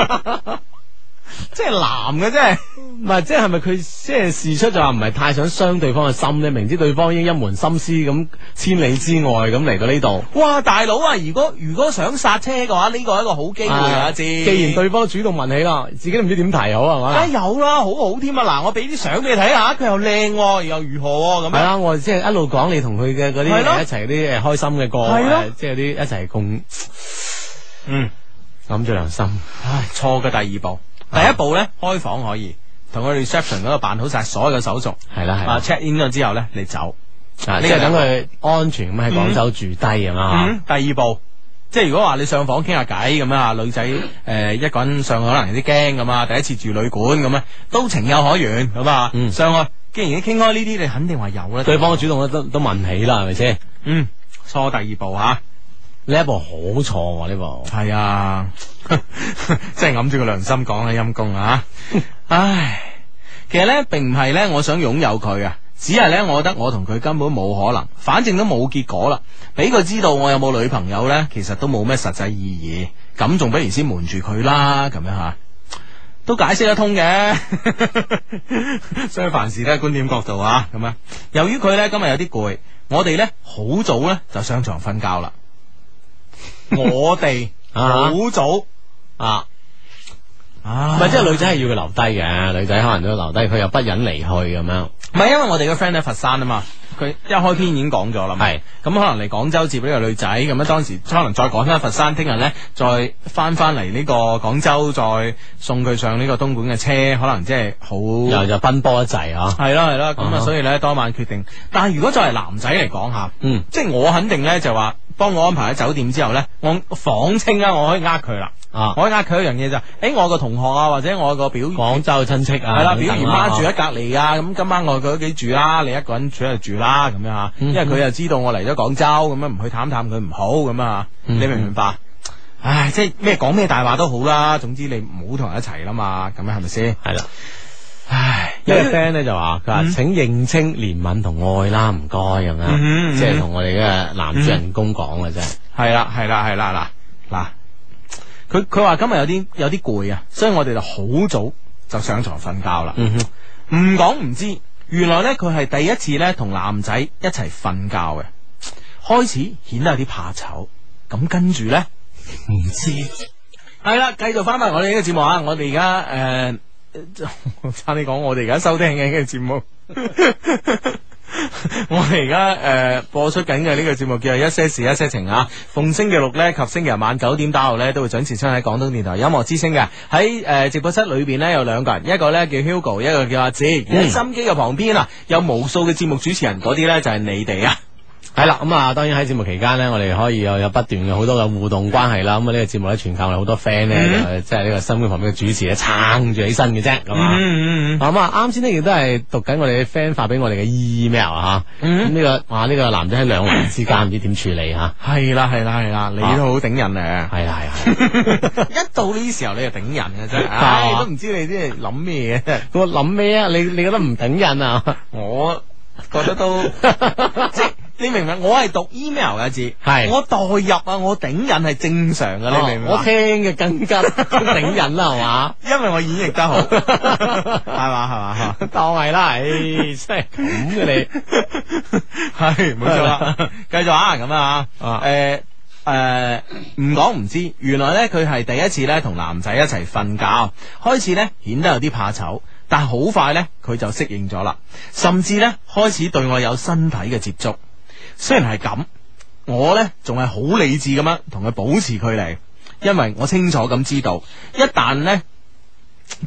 即係男嘅真係。
唔係，即係咪佢即係事出就話唔係太想傷對方嘅心咧？明知對方已經一門心思咁千里之外咁嚟到呢度，
哇，大佬啊！如果如果想剎車嘅話，呢個係一個好機會啊！知
既然對方主動問起啦，自己都唔知點提好係
梗
嘛？
係哎有啦，好好添啊！嗱，我俾啲相俾你睇下，佢又靚喎，又如何喎咁
係啊
樣。
啦，我即係一路講你同佢嘅嗰啲
係咯
一齊嗰啲誒開心嘅歌，
係咯
誒即係啲一齊共
嗯，
諗住良心，
唉，錯嘅第二步，
啊
第一步咧開房可以同佢 reception 嗰度辦好晒所有嘅手續，
係啦係
啊
啦
check in 咗之後咧你走。
啊，
呢
即
個
係等佢安全咁喺廣州住低啊咁啦。
嗯，第二步。即係如果話你上房傾下偈咁啊，女仔誒、呃一個人上去可能有啲驚咁啊，第一次住旅館咁啊，都情有可原咁啊，
嗯
上去既然已經傾開呢啲，你肯定話有啦。
對方主動都都問起啦，係咪先？
嗯，錯第二步吓，
呢一步好錯喎，呢步
係啊， 即係揞住個良心講啊，陰公啊，唉，其實咧並唔係咧，我想擁有佢啊，只係咧，我覺得我同佢根本冇可能，反正都冇結果啦，俾佢知道我有冇女朋友咧，其實都冇咩實際意義，咁仲不如先瞞住佢啦，咁樣吓。都解釋得通嘅， 所以凡事都係觀點角度啊，咁啊。由於佢咧今日有啲攰，我哋咧好早咧就上床瞓覺 啦。我哋
啊
好早
啊，
啊
唔係即係女仔係要佢留低嘅，女仔可能都留低，佢又不忍離去咁樣。
唔係因為我哋嘅 friend 喺佛山啊嘛，佢一開篇已經講咗啦嘛。
係
咁可能嚟廣州接呢個女仔，咁樣當時可能再趕翻佛山，聽日咧再翻翻嚟呢個廣州，再送佢上呢個東莞嘅車，可能即係好
又就奔波一滯啊，
係啦係啦。咁
啊哈
啊，所以咧當晚決定。但係如果作為男仔嚟講吓，
嗯，
即係我肯定咧就話幫我安排喺酒店之後咧，我仿清啦，我可以呃佢啦。
啊，
我可以呃佢一樣嘢就係，誒我個同學啊，或者我個表
廣州親戚啊，
系啦，
等
表姨
等
媽
啊
住喺隔離啊，咁今晚我去佢屋企住啦，你一個人住喺度住啦，咁樣吓，因
嗯
為佢又知道我嚟咗廣州，咁樣唔去探探佢唔好咁啊，你
嗯
明唔明白？唉，即係咩講咩大話都好啦，總之你唔好同人一齊啦嘛，咁樣係咪先？
係啦。
唉，
呢個 friend 咧就話佢話
嗯
請認清憐憫同愛啦，唔該咁
嗯嗯
樣，即係同我哋嘅男主人公講嘅啫。
係啦，係啦，係啦，嗱嗱，佢佢話今日有啲有啲攰啊，所以我哋就好早就上床瞓覺啦。
嗯哼，
唔講唔知，原來呢，佢係第一次呢同男仔一齊瞓覺嘅，開始顯得有啲怕醜，咁跟住呢，唔知係啦，繼續翻翻我哋呢個節目啊，我哋而家诶，呃我 差啲講我哋而家收聽嘅呢個節目。 我哋而家诶播出緊嘅呢個節目叫做《一些事一些情》啊，逢星期六咧及星期日晚九點打後咧都會準時出喺廣東電台音樂之聲嘅。喺诶、呃直播室裏边咧有兩個人，一個咧叫 Hugo，一個叫阿志。而喺心機嘅旁邊啊，有無數嘅節目主持人，嗰啲咧就係你哋啊。
係啦，咁啊，當然喺節目期間咧，我哋可以有有不斷嘅好多嘅互動關係啦。咁啊，呢個節目咧，全靠我哋好多 friend
嗯
咧，就即係呢個身邊旁邊嘅主持咧撐住起身嘅啫，咁啊。
嗯嗯
咁啊，啱先呢亦都係讀緊我哋嘅 friend 發俾我哋嘅 email 啊，咁
嗯
呢個哇呢個男仔喺兩難之間唔知點處理吓，
系啦係啦係啦，你都好頂人咧。
係啦係啦，
一到呢時候你就頂人嘅真係，
啊
唉都唔知你啲係諗咩嘅。
我諗咩啊？你你覺得唔頂人啊？
我覺得 都即係你明唔明？我係讀 email 嘅字，
係哦
我代入啊，我頂人係正常嘅，你明唔明
我
啊？
聽嘅更 加頂人啦，係嘛？
因為我演繹得好，係嘛係嘛
當係啦，唉，真係咁嘅
係冇錯啦。 繼續啊，咁啊，
啊
誒誒，唔講唔知，原來咧佢係第一次咧同男仔一齊瞓覺，開始咧顯得有啲怕醜，但好快咧佢就適應咗啦，甚至咧開始對我有身體嘅接觸。雖然係咁，我呢仲係好理智咁樣同佢保持距離，因為我清楚咁知道，一旦呢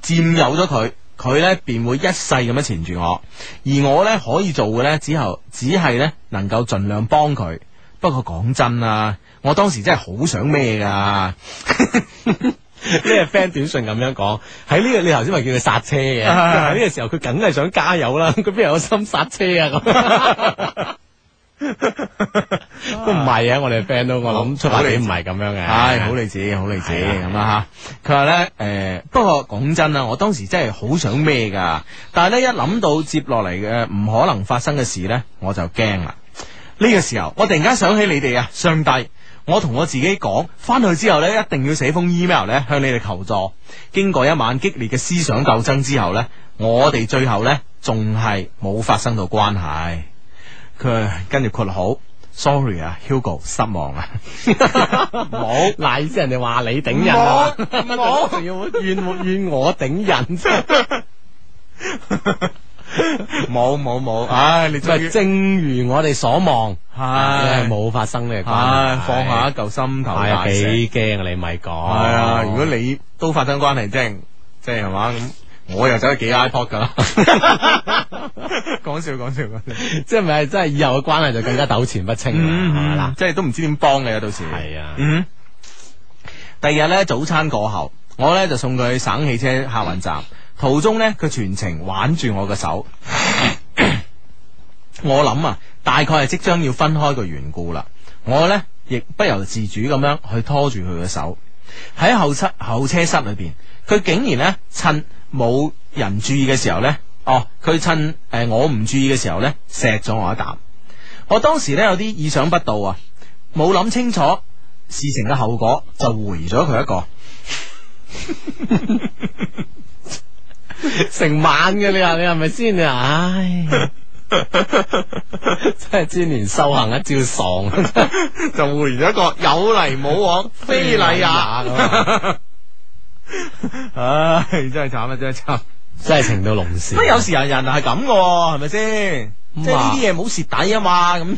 佔有咗佢，佢呢便會一世咁樣纏住我，而我呢可以做嘅呢，只後只係呢能夠盡量幫佢。不過講真啊，我當時真係好想咩㗎。
你， 呢個 friend 短信咁樣講，喺呢個你頭先咪叫佢剎車嘅，
係
喺呢個時候佢梗係想加油啦， 佢邊有心剎車啊 咁？都唔係啊，我哋 friend 都我諗出發點唔係咁樣嘅，
唉，好理智，好理智
係啊
咁啦吓。佢話咧，诶、不過講真啊，我當時真係好想咩噶，但係咧一諗到接落嚟嘅呃唔可能發生嘅事咧，我就驚啦。呢、個時候，我突然間想起你哋啊，上帝！我同我自己講，翻去之後咧，一定要寫封 email 咧向你哋求助。經過一晚激烈嘅思想鬥爭之後咧，我哋最後咧仲係冇發生到關係。佢跟住括號，sorry 啊，Hugo 失望 啊， 冇。
賴意思人哋話你頂人啊，
冇冇
仲要怨怨我 頂人，
冇冇冇，唉，你終於
咪正如我哋所望，
係
冇發生呢個關
唉
係，
放下一嚿心頭
係啊，
大石，係
幾驚啊！你咪講，
啊，如果你都發生關係，即係即係係嘛咁，我又走去幾 iPod 噶啦， 講笑講笑講笑，
即係咪真係以後嘅關係就更加糾纏不清啦，係咪啦？
即係都唔知點幫你啊，到時
嗯係啊
嗯，第二日咧早餐過後，我咧就送佢去省汽車客運站，途中咧佢全程挽住我嘅手。 我諗啊，大概係即將要分開嘅緣故啦。我呢，亦不由自主咁樣去拖住佢嘅手。喺後室候車室裏邊，佢竟然呢，趁冇人注意嘅時候呢，哦，佢趁誒、呃我唔注意嘅時候呢，錫咗我一啖。我當時呢，有啲意想不到啊，冇諗清楚事情嘅後果，就回咗佢一個。
成晚嘅你話你係咪先啊？唉，真係千年修行一招 喪，
就回咗一個有嚟冇 往，非禮呀！唉，真係慘啊，真係慘！
真係情到濃時。
乜有時人人係咁嘅喎，係咪先？啊即系呢啲嘢冇蚀底啊嘛，咁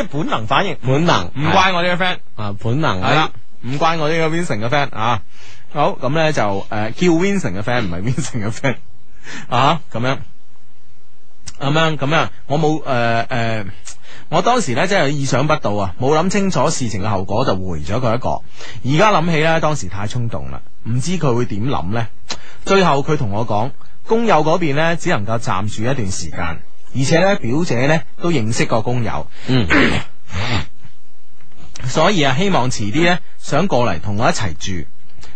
即系本能反应，
本能
唔怪我呢個 friend。
啊，本能
系啦，唔關我呢個 Vincent 嘅 friend 啊。好，咁咧就诶、呃叫 Vincent 嘅 friend 唔係 Vincent 嘅 friend 啊，咁樣咁樣咁樣，我冇诶诶，我當時咧真係意想不到啊，冇諗清楚事情嘅後果就回咗佢一個。而家諗起咧，當時太衝動啦，唔知佢會點諗咧。最後佢同我講，工友嗰邊咧只能夠暫住一段時間，而且咧表姐咧都認識個工友。
嗯，
所以啊，希望遲啲呢，想過嚟同我一齊住，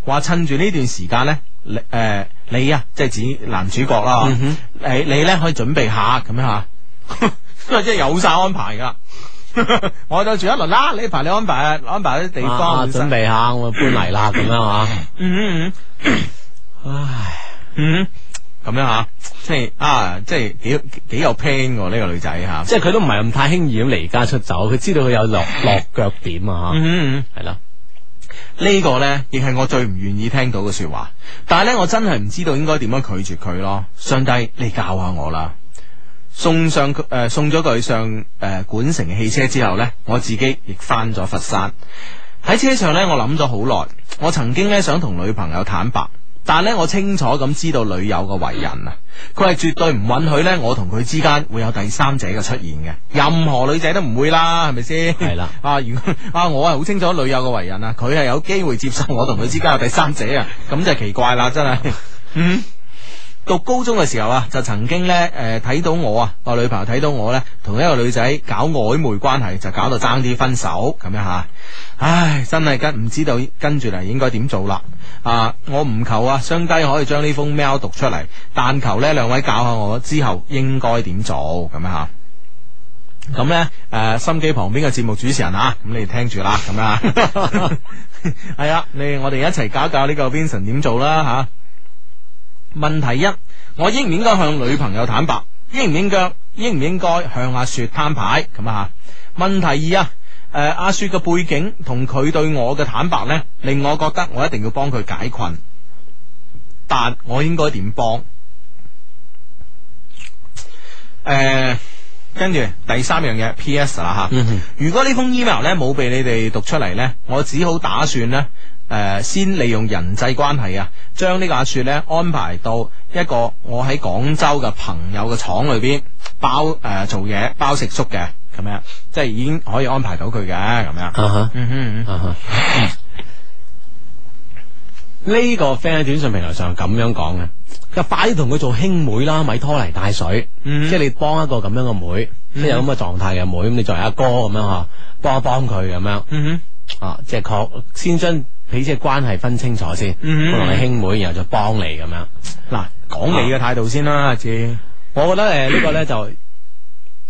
話趁住呢段時間呢，你诶、呃你啊，即係指男主角啦，
嗯
你你咧可以準備下咁樣吓， 因為即係有晒安排噶。 我再住一輪啦，呢排你安排啊安排啲地方，
啊準備下，我搬嚟 啦，咁樣啊，
嗯嗯
唉，
嗯嗯，咁樣吓，即係啊，即係幾幾有 plan 喎呢個女仔吓，
即係佢都唔係咁太輕易咁離家出走，佢知道佢有落落腳點啊，
嗯嗯嗯。
係啦，
呢個呢，亦係我最唔願意聽到嘅说話。但係呢，我真係唔知道應該點樣拒絕佢咯。上帝，你教下我啦！送上佢呃送咗佢上誒、呃管城嘅汽車之後呢，我自己亦翻咗佛山。喺車上呢，我諗咗好耐。我曾經呢，想同女朋友坦白，但係呢，我清楚咁知道女友嘅為人啊，佢係絕對唔允許呢，我同佢之間會有第三者嘅出現嘅。 任何女仔都唔會啦，係咪先？
係啦
啊，如果啊，我係好清楚女友嘅為人啊，佢係有機會接受我同佢之間有第三者啊，咁就奇怪啦，真係。嗯。讀高中嘅時候啊，就曾經咧诶睇到我啊，我女朋友睇到我咧同一個女仔搞曖昧關係，就搞到爭啲分手咁樣吓。唉，真係跟唔知道跟住嚟應該點做啦。啊，我唔求啊，雙低可以將呢封 mail 讀出嚟，但求呢兩位教下我之後應該點做咁樣吓。咁咧，誒、心機旁邊嘅節目主持人啊，咁你哋聽住啦，咁啊， 係啊，你我哋一齊搞搞呢個 Vincent 點做啦吓。問題一，我應唔應該向女朋友坦白？應唔應該應唔應該向阿雪攤牌咁啊？問題二啊，诶、阿雪嘅背景同佢對我嘅坦白呢，令我覺得我一定要幫佢解困，但我應該點幫？诶、跟住第三樣嘢，P.S. 啦吓。
嗯哼
如果呢封 email 咧冇被你哋讀出嚟呢，我只好打算呢，诶、先利用人際關係啊，將呢個阿雪呢安排到一個我喺廣州嘅朋友嘅廠裏邊包诶、呃做嘢，包食宿嘅咁樣，即係已經可以安排到佢嘅咁樣。
啊哈。
嗯哼嗯哼，
啊哈呢個 friend 喺短信平台上咁樣講嘅，佢話快啲同佢做兄妹啦，咪拖泥帶水。
嗯
即係你幫一個咁樣嘅妹，即係有咁嘅狀態嘅妹，咁你作為阿哥咁樣嗬，幫一幫佢咁樣
嗯哼。
啊，即係確先將彼此嘅關係分清楚先。
嗯
我同你兄妹，然後再幫你咁樣。
嗱，講你嘅態度先啦，阿志。
我覺得诶呢個咧就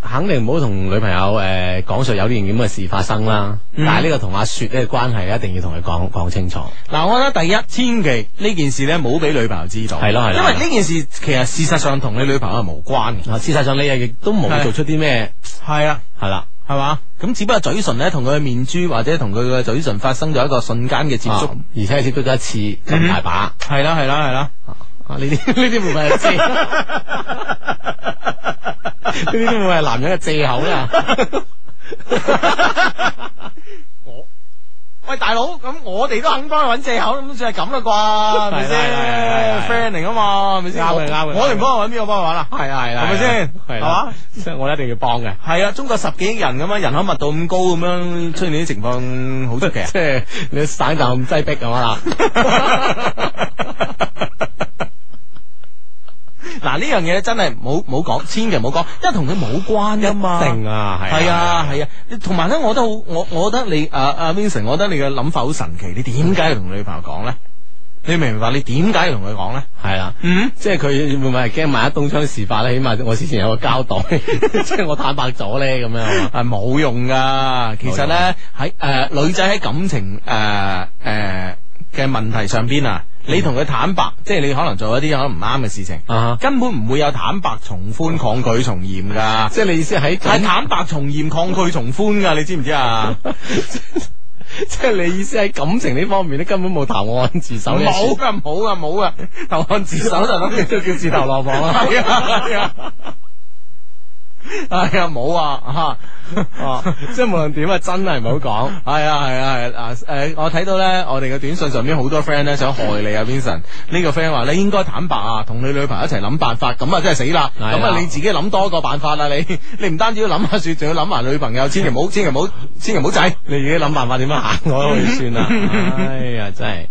肯定唔好同女朋友诶講述有呢件咁嘅事發生啦。
嗯
但係呢個同阿雪呢個關係一定要同佢講講清楚。
嗱，我覺得第一，千祈呢件事咧冇俾女朋友知道，
係咯係咯
因為呢件事其實事實上同你女朋友係無關嘅，
啊，事實上你又亦都冇
係
做出啲咩，
係啊。
係啦，
系嘛？咁只不過嘴唇咧同佢嘅面珠或者同佢嘅嘴唇發生咗一個瞬間嘅接觸
啊，而且接觸咗一次
嗯
咁大把，
係啦係啦係 啦。
啊呢啲 呢啲會唔會係借？ 呢啲會唔會係男人嘅借口啊咧？
喂，大佬，咁我哋都肯幫佢揾借口，咁算係咁啦啩？係咪先
係係係係係
？friend 嚟噶嘛，係咪先？
啱嘅啱嘅
我哋唔幫佢揾，邊個幫佢揾啊？
係啦係
係咪先
係
係嘛
啦，所以我一定要幫嘅。
係啊，中國十幾億人咁樣，人口密度咁高咁樣，出現呢啲情況好出 奇啊！
即係你省就咁擠逼 咁啊
嗱呢樣嘢真係冇冇講，千祈唔好講，因為同佢冇關噶嘛。
啦，定啊，
係啊係啊，你同埋咧，我覺得好，我我覺得你啊啊 Vincent，我覺得你嘅諗法好神奇，你點解要同女朋友講咧？你明唔明白？你點解要同佢講咧？
係啦。
嗯，
即係佢會唔會係驚萬一東窗事發咧？起碼我事前有個交代， 即係我坦白咗咧咁樣係嘛。
係冇用噶。其實咧喺誒女仔喺感情誒誒嘅問題上邊啊，你同佢坦白，即係你可能做一啲可能唔啱嘅事情，
啊哈
根本唔會有坦白從寬、抗拒從嚴 噶。
即係你意思喺
係坦白從嚴、抗拒從寬噶，你知唔知 啊？
即係你意思喺感情呢方面咧，根本冇投案自首呢一
冇
說，
噶，冇噶，冇噶，投案自首就諗住
都叫自投羅網啦。
係啊係啊。系啊，冇啊，吓， 哦，即系无论点啊，真系唔好讲。系啊，系啊，系啊，诶，我睇到咧，我哋嘅短信上面好多 friend 咧想害你啊，Vincent。呢個 friend 話你應該坦白啊，同你女朋友一齊諗辦法，咁啊真係死啦。
係啦
咁啊你自己諗多個辦法啦，你 你唔單止要諗下雪，仲要諗埋女朋友，千祈唔好，千祈唔好，千祈唔好制。
你自己谂办法点样行我去 算啦。哎呀，真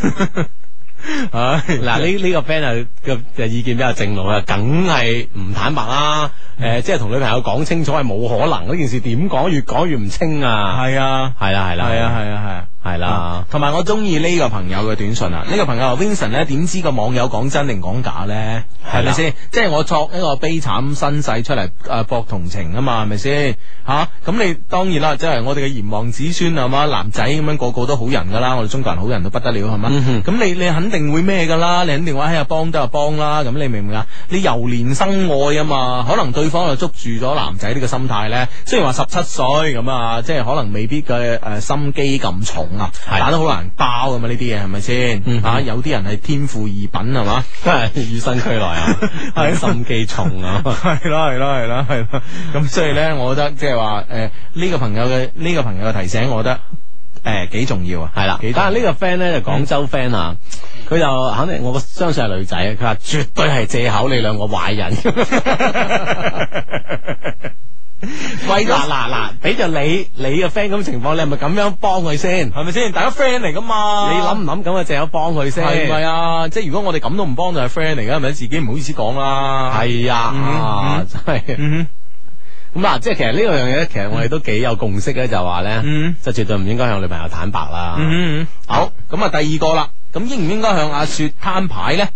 系。 唉，嗱呢呢个 friend 啊嘅嘅意見比較正路啊，梗係唔坦白啦。诶、
嗯
即係同女朋友講清楚係冇可能，呢件事點講越講越唔清啊。
係啊，
係啦係啦
係啊，係啊，係啊。
係啦。
同埋我中意呢個朋友嘅短信啊！呢、個朋友話 Vincent 咧，點知個網友講真定講假咧？
係
係
啦
咪先？即係我作一個悲慘身世出嚟誒博同情啊嘛，係咪先？吓、咁你當然啦，即係我哋嘅炎黃子孫係嘛，男仔咁樣個個都好人噶啦，我哋中國人好人到不得了係嘛？
嗯哼
咁、你你肯定會咩噶啦？你肯定話哎呀幫得就幫啦，咁你明唔明啊？你由憐生愛啊嘛，可能對方就捉住咗男仔呢個心態咧。雖然話十七歲咁啊，即係可能未必嘅誒、呃心機咁重啊，
係
打得好難包噶嘛呢啲嘢係咪
嗯
先？啊，有啲人係天賦異稟係嘛？
與生俱來 啊，係心機重啊。
系咯系咯系咯系咯，咁所以咧，我覺得即係話诶呢個朋友嘅呢、個朋友嘅提醒，我覺得诶几、重要啊，
係啦
幾，嗯重要
但係呢個 friend 咧就廣州 friend 啊，佢就肯定我相信係女仔，啊佢話絕對係借口你兩個壞人。 喂，嗱嗱嗱，俾就你你嘅 friend 咁情況，你係咪咁樣幫佢先？
係咪先？大家 friend 嚟噶嘛？
你諗唔諗咁嘅借口幫佢先？
係咪
啊？
啊？即係如果我哋咁都唔幫，就係 friend 嚟噶，係咪？自己唔好意思講啦。
係啊，
嗯
啊
嗯
真係
嗯
咁嗱，即係其實呢樣嘢咧，其實我哋都幾有共識咧，就話咧，
嗯
就絕對唔應該向女朋友坦白啦
哼。嗯哼，好，咁啊第二個啦，咁應唔應該向阿雪攤牌咧？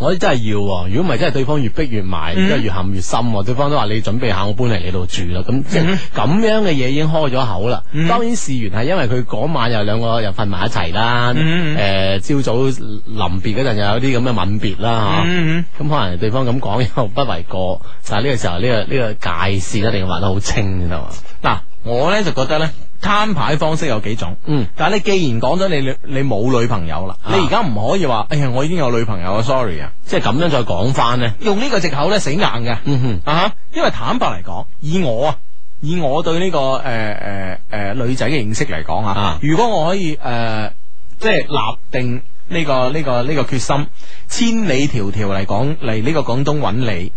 我真係要喎，如果唔係真係對方越逼越埋，
嗯
而家越陷越深喎。對方都話你準備下，我搬嚟你度住啦。咁即係咁樣嘅嘢已經開咗口啦。
嗯
當然事源係因為佢嗰晚又兩個又瞓埋一齊啦。
嗯
誒，朝早臨別嗰陣又有啲咁嘅吻別啦嚇。
嗯
咁可能對方咁講又不為過，但係呢個時候呢個呢個界線一定要畫得好清先得嘛。
哼，啊嗱，我咧就覺得咧攤牌方式有幾種。
嗯，
但系你既然講咗你女你冇女朋友啦，
啊
你而家唔可以話，哎呀，我已經有女朋友啊，sorry 啊，
即係咁樣再講翻咧。
用呢個藉口咧死硬嘅，啊
嗯哼，
哈，因為坦白嚟講，以我啊。以我對呢、個诶诶诶女仔嘅認識嚟講
啊
啊，如果我可以诶、呃即係立定呢、個呢、個呢、個決心，千里迢迢嚟講嚟呢個廣東揾你，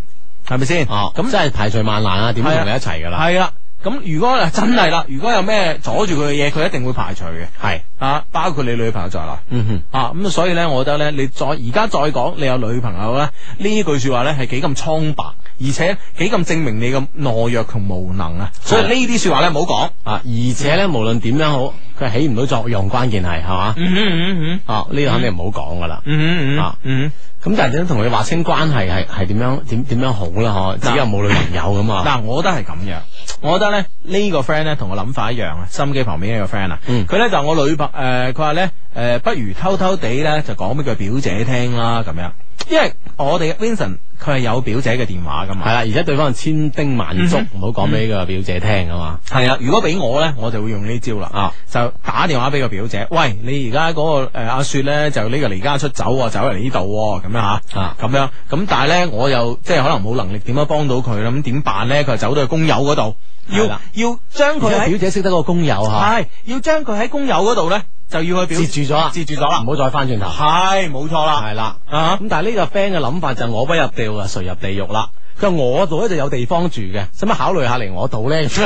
係咪先？
哦，咁真係排除萬難啊，點都同你一齊㗎啦。
係啦，咁如果啊真係啦，如果有咩阻住佢嘅嘢，佢一定會排除嘅，
係，
啊，包括你女朋友在內。
嗯哼。
啊，咁所以咧，我覺得咧，你再而家再講你有女朋友咧，呢句说話咧係幾咁蒼白，而且幾咁證明你嘅懦弱同無能啊！所以呢啲说話咧唔好講。
啊，而且咧，無論點樣好，佢係起唔到作用，關鍵係係嘛？
嗯嗯嗯
啊，呢個肯定唔好講噶啦。
嗯
啊
嗯。
咁但係點樣同佢劃清關係係係點樣點點樣好啦？嗬，自己又冇女朋友咁啊。
嗱，我覺得係咁樣，我覺得咧呢、個 friend 咧同我諗法一樣啊，心機旁邊呢個 friend 啊，
嗯
佢咧、就我女朋呃誒，佢話咧誒，不如偷偷地咧就講俾佢表姐聽啦，咁樣，因為我哋 Vincent 佢係有表姐嘅電話噶嘛
係，啦，而且對方係千叮萬囑
嗯，
唔好講俾個表姐聽啊嘛。
系啊，如果俾我咧，我就會用呢招啦，
啊，
就打電話俾個表姐，喂，你而家嗰個诶阿雪咧就呢個離家出走啊，走嚟呢度喎咁樣吓，
啊
咁樣咁但係咧我又即係可能冇能力點樣幫到佢啦，咁點辦咧？佢就走到去工友嗰度，要
係啦
要將
而
佢
且表
喺
姐識得個工友嗬，
係要將佢喺工友嗰度咧就要啊去表
截住咗啊，
截住咗啦
唔，好再翻轉頭。
係冇錯啦，
係啦。
啊
咁但係呢個 friend 嘅諗法就我不入地獄啊，誰入地獄啦？佢話我度咧就有地方住嘅，使乜考慮下嚟我度咧？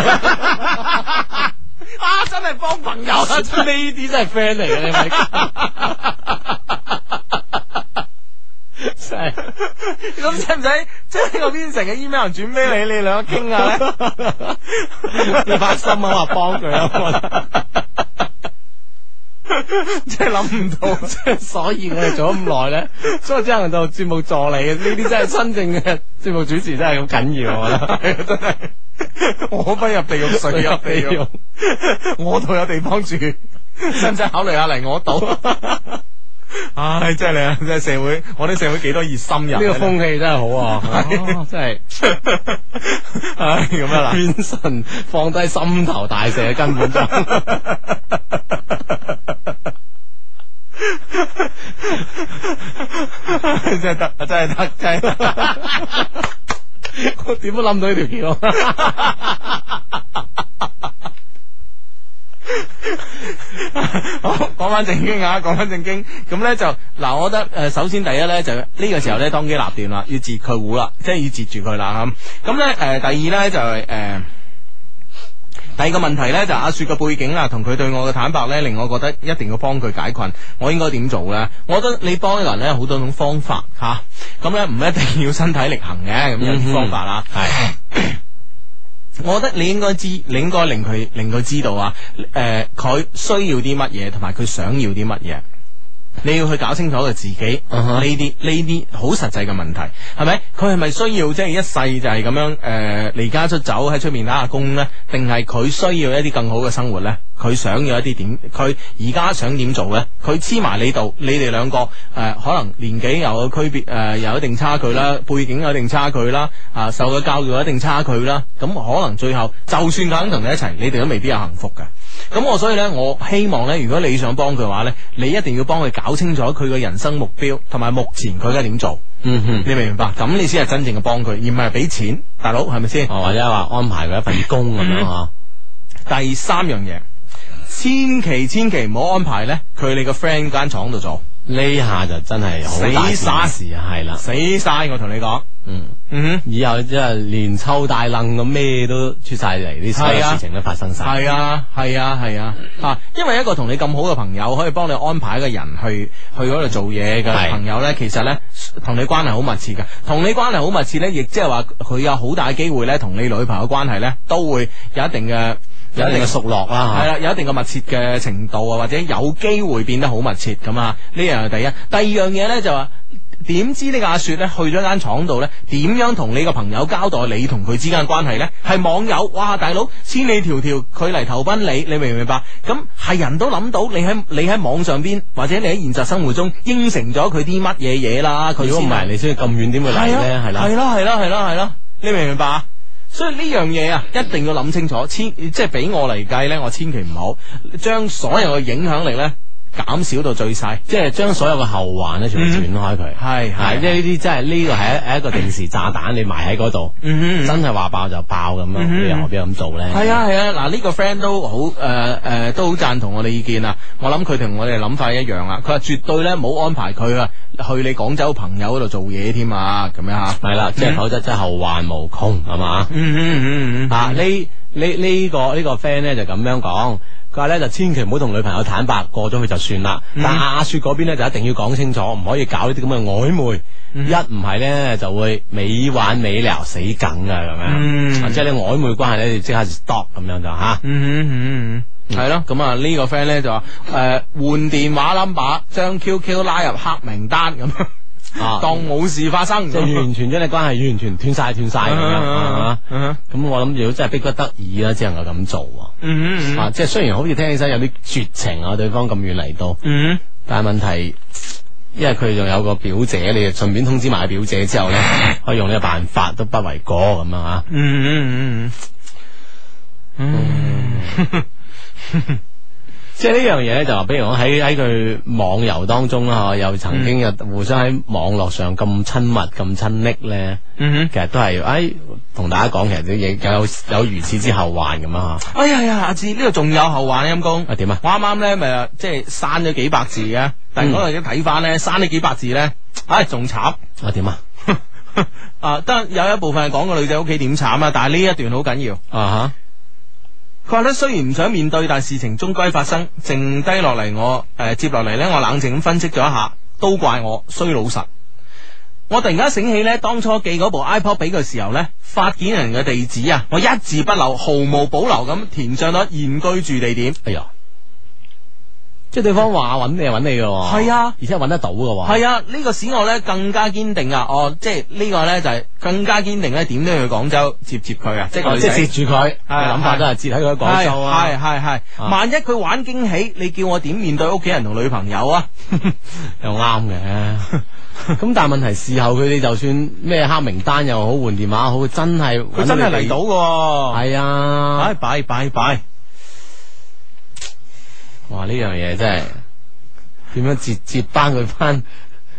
啊真係幫朋友啊，真係
呢啲真系 friend 嚟嘅，你咪。真係
咁使唔使將呢個 Vincent 嘅 email 轉俾你，你兩個傾下咧？
你把心啊，話幫佢啊我 話，
真係諗唔到，真係
所以我哋做咗咁耐咧，所以只能做節目助理嘅，呢 啲真係真正嘅節目主持真係咁緊要，我覺得。
真係，我不入地獄，誰入 地 獄？我度有地方住，使唔使考慮下嚟我度？ 唉，真係你啊！真係社會，我啲社會幾多熱心人啊
呢個風氣真係好啊，
係
真 係
唉咁樣啦。
變身放低心頭大石，根本就
真係得，真係得，真係得。
我点都谂到呢条桥。
好，讲翻正經啊，講翻正經。咁咧就嗱，我覺得诶、呃首先第一咧就呢、個時候咧當機立斷啦，要截佢糊啦，即係要截住佢啦咁。咁咧诶，第二咧就係呃第二個問題咧就係阿雪嘅背景啊，同佢對我嘅坦白咧，令我覺得一定要幫佢解困。我應該點做咧？我覺得你幫人咧好多種方法吓，咁咧唔一定要身體力行嘅，咁有啲方法啦。我覺得你應該知，你應該令佢令佢知道啊，誒、佢需要啲乜嘢，同埋佢想要啲乜嘢。你要去搞清楚佢自己呢啲呢啲好實際嘅問題，係咪？佢係咪需要即係一世就係咁樣誒、呃離家出走喺出面打下工呢？定係佢需要一啲更好嘅生活呢？佢想要一啲點？佢而家想點做呢？佢黐埋你度，你哋兩個誒、可能年紀又有區別誒、呃有一定差距啦，背景有一定差距啦，啊受嘅教育有一定差距啦，咁可能最後就算佢肯同你一齊，你哋都未必有幸福嘅。咁我所以呢，我希望呢，如果你想幫佢嘅話呢，你一定要幫佢搞清楚佢嘅人生目標同埋目前佢而家點做，
嗯哼。
你明唔明白？咁你先係真正嘅幫佢，而唔係俾錢，大佬係咪先？
哦，或者話安排佢一份工咁樣 啊嗬，
第三樣嘢，千祈千祈唔好安排呢，佢你個 friend 間廠度做，
呢下就真係好大
死晒
件事啊，係啦，
死晒我同你講，
嗯，
嗯
以後即係連抽大楞咁咩都出晒嚟，啲所有
係啊
事情都發生晒，
系啊，系啊，系啊，啊，因為一個同你咁好嘅朋友，可以幫你安排一個人去去嗰度做嘢
係
嘅朋友呢，其實呢，同你關係好密切嘅，同你關係好密切呢，亦即係話佢有好大機會呢，同你女朋友關係呢，都會有一定嘅
有一定嘅熟絡啦
系
嚇。
啦，有一定嘅密切嘅程度啊，或者有機會變得好密切咁啊。呢樣係第一，第二樣嘢咧就話。點知呢個阿雪咧去咗間廠度咧，點樣同你個朋友交代你同佢之間嘅關係咧？係網友，哇大佬千里迢迢佢嚟投奔你，你明唔明白？咁係人都諗到你喺你喺網上邊或者你喺現實生活中應承咗佢啲乜嘢嘢啦，佢
如果唔
先嚟
係，你先咁遠點會嚟咧？係啦
系，啊啦，系啦，系啦，系啦，你明唔明白啊？所以呢樣嘢啊，一定要諗清楚，千即係俾我嚟計呢，我千祈唔好將所有嘅影響力呢減少到最細。
即係將所有嘅後患咧全部斷開佢，
嗯係
係即係呢啲真係呢個係一係一個定時炸彈，你埋喺嗰度，
嗯
真係話爆就爆咁樣，
嗯
你又何必咁做咧？
係啊係啊，嗱呢個 friend 都好誒誒都好贊同我哋意見啊！我諗佢同我哋諗法一樣啊！佢話絕對呢冇安排佢啊去你廣州朋友嗰度做嘢添啊，咁樣嚇。
係啦，即係否則真係後患無窮，係嘛？
嗯嗯嗯
啊！呢呢呢個呢、個 friend 咧就咁樣講，佢話咧就千祈唔好同女朋友坦白，過咗去就算啦。
嗯
但阿雪嗰邊咧就一定要講清楚，唔可以搞呢啲咁嘅曖昧。
嗯
一唔係咧就會美玩美聊死梗噶咁樣，
嗯
啊即係你曖昧關係咧，你即刻 stop 咁樣就吓。
嗯嗯嗯嗯，系咯，咁啊呢個 friend 咧就話诶換電話 number，將 QQ 拉入黑名單咁，
啊
當冇事發生，
即係完全將你關係完全斷晒斷晒咁樣，係嘛
啊嗯
咁我諗如果真係逼不得已啦，只能夠咁
嗯
做喎。
嗯
啊，即係雖然好似聽起身有啲絕情啊，對方咁遠嚟到，
嗯，
但系问题，因為佢仲有個表姐，你就順便通知埋個表姐之後 咧，可以用呢個辦法都不為過咁啊
嗯嗯嗯嗯
吓。即係呢樣嘢咧，就話比如講喺喺佢網遊當中啦，嗬又曾
嗯
經又互相喺網絡上咁親密、咁親昵咧，
嗯
其實都係诶同大家講，其實都亦有有如此之後患咁啊吓。
哎呀呀，阿志呢度仲有後患陰公
啊，點啊？
我啱啱咧咪即係刪咗幾百字嘅，但係嗰度一睇翻咧，刪咗幾百字咧，唉仲慘。
啊點啊？
啊，得有一部分係講個女仔屋企點慘啊，但係呢一段好緊要。
啊
佢話咧，雖然唔想面對，但事情終歸發生。剩低落嚟，我誒、呃接落嚟呢，我冷靜咁分析咗一下，都怪我衰老實。我突然間醒起呢，當初寄嗰部 iPod 俾佢時候呢，發件人嘅地址啊，我一字不漏、毫無保留咁填上咗現居住地點。
哎呀！即係對方話揾你係揾你嘅喎，
係啊
而且揾得到嘅喎，
係啊，呢、個使我呢更加堅定啊！哦，即係呢個呢，就係、更加堅定呢，點都要去廣州接接佢啊！即係個
哦
女
即
仔
係截住佢，你
係
諗法都係截喺佢喺廣州啊，
係係係
啊
係，萬一佢玩驚喜，你叫我點面對屋企人同女朋友啊？
又啱 嘅。咁但係問題事後佢哋就算咩黑名單又好，換電話好，真係
佢真係嚟到嘅，
係啊
唉，！拜拜拜，
哇，呢樣嘢真係點樣接接班佢翻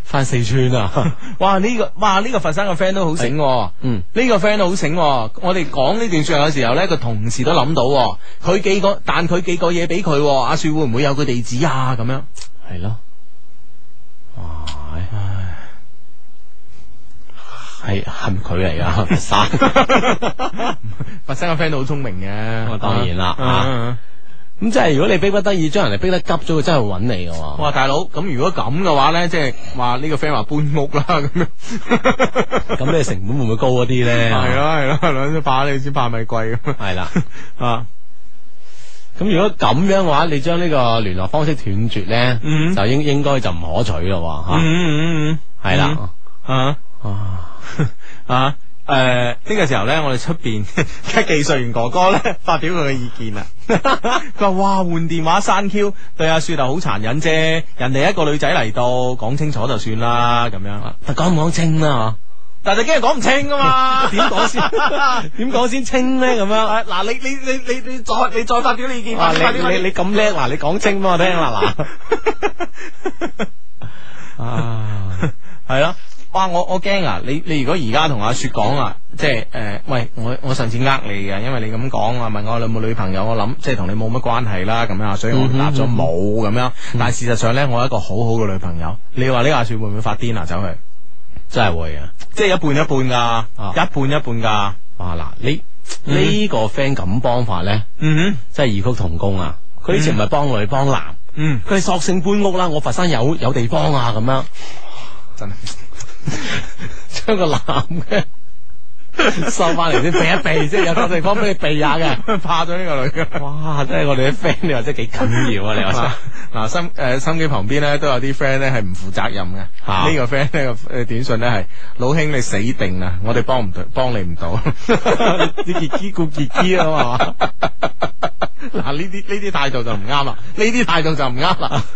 翻四川啊！
哇！呢、個哇呢、個佛山嘅 friend 都好醒、喎。
嗯
呢個 friend 都好醒、喎。我哋講呢段說話嘅時候呢，個同事都諗到、喎。佢寄個但佢寄個嘢俾佢喎，阿雪會唔會有佢地址啊？咁樣
系咯，唉，系系咪佢嚟噶？ 佛山，
佛山嘅 friend 都好聰明嘅，
咁當然啦
啊
啊咁即系如果你逼不得已將人哋逼得急咗，佢真係會揾你噶喎。
哇，大佬，咁如果咁嘅話呢，即係話呢個 friend 話搬屋啦，咁樣
咁啊你成本會唔會高一啲 咧？
係咯係咯係咯，都怕你先怕咪貴咁
係啦。
啊！
咁如果咁樣嘅話，你將呢個聯絡方式斷絕咧，
嗯
就應應該就唔可取咯
嗯
喎
嗯嗯
吓。係啦，
嗯啊！
啊
啊！诶、呢、個時候咧，我哋出 边嘅技術員哥哥咧，發表佢嘅意見啦。啊 佢話：哇，換電話刪 Q 對阿雪啊好殘忍啫，人哋一個女仔嚟到，講清楚就算啦，咁樣。
但講唔講清啦？
但係驚講唔清噶嘛，
點 講先點講先清咧？咁樣，
啊嗱，你你你你你再你再發表你意見，
哇！
快啲快啲快
你
啲
你你咁叻，嗱，你講清俾我聽啦， 嗱。啊！
系咯。哇！我我惊啊！你你如果而家同阿雪講啊，即係诶、呃喂，我我上次呃你嘅，因為你咁講啊，問我有冇女朋友，我諗即係同你冇乜關係啦，咁樣，啊所以我答咗
嗯
冇咁樣。但係事實上咧，我有一個好好嘅女朋友。你話呢個阿雪會唔會發癲啊？走去，
真係會啊！
即係一半一半噶，
啊
一半一半噶。
哇！嗱，你呢個 friend 咁幫法咧，
嗯
真係異曲同工啊！佢以前唔係幫女幫男，
嗯，
佢係索性搬屋啦，我佛山有有地方啊咁樣。
真係
将个男嘅 收翻嚟先避 一避，即系有笪地方俾你避下嘅。
怕咗呢個女 嘅。
哇！真系我哋啲 friend，你话真系几紧要啊！你
嗱
话
嗱，心诶心機旁邊咧都有啲 friend 咧係唔負責任嘅。呢
嚇
個 friend 呢個诶短信咧係老兄你死定啦，我哋幫唔到，幫你唔 到。
你杰基顾杰基啊嘛，
嗱呢啲呢啲態度就唔啱啦，呢啲態度就唔啱啦。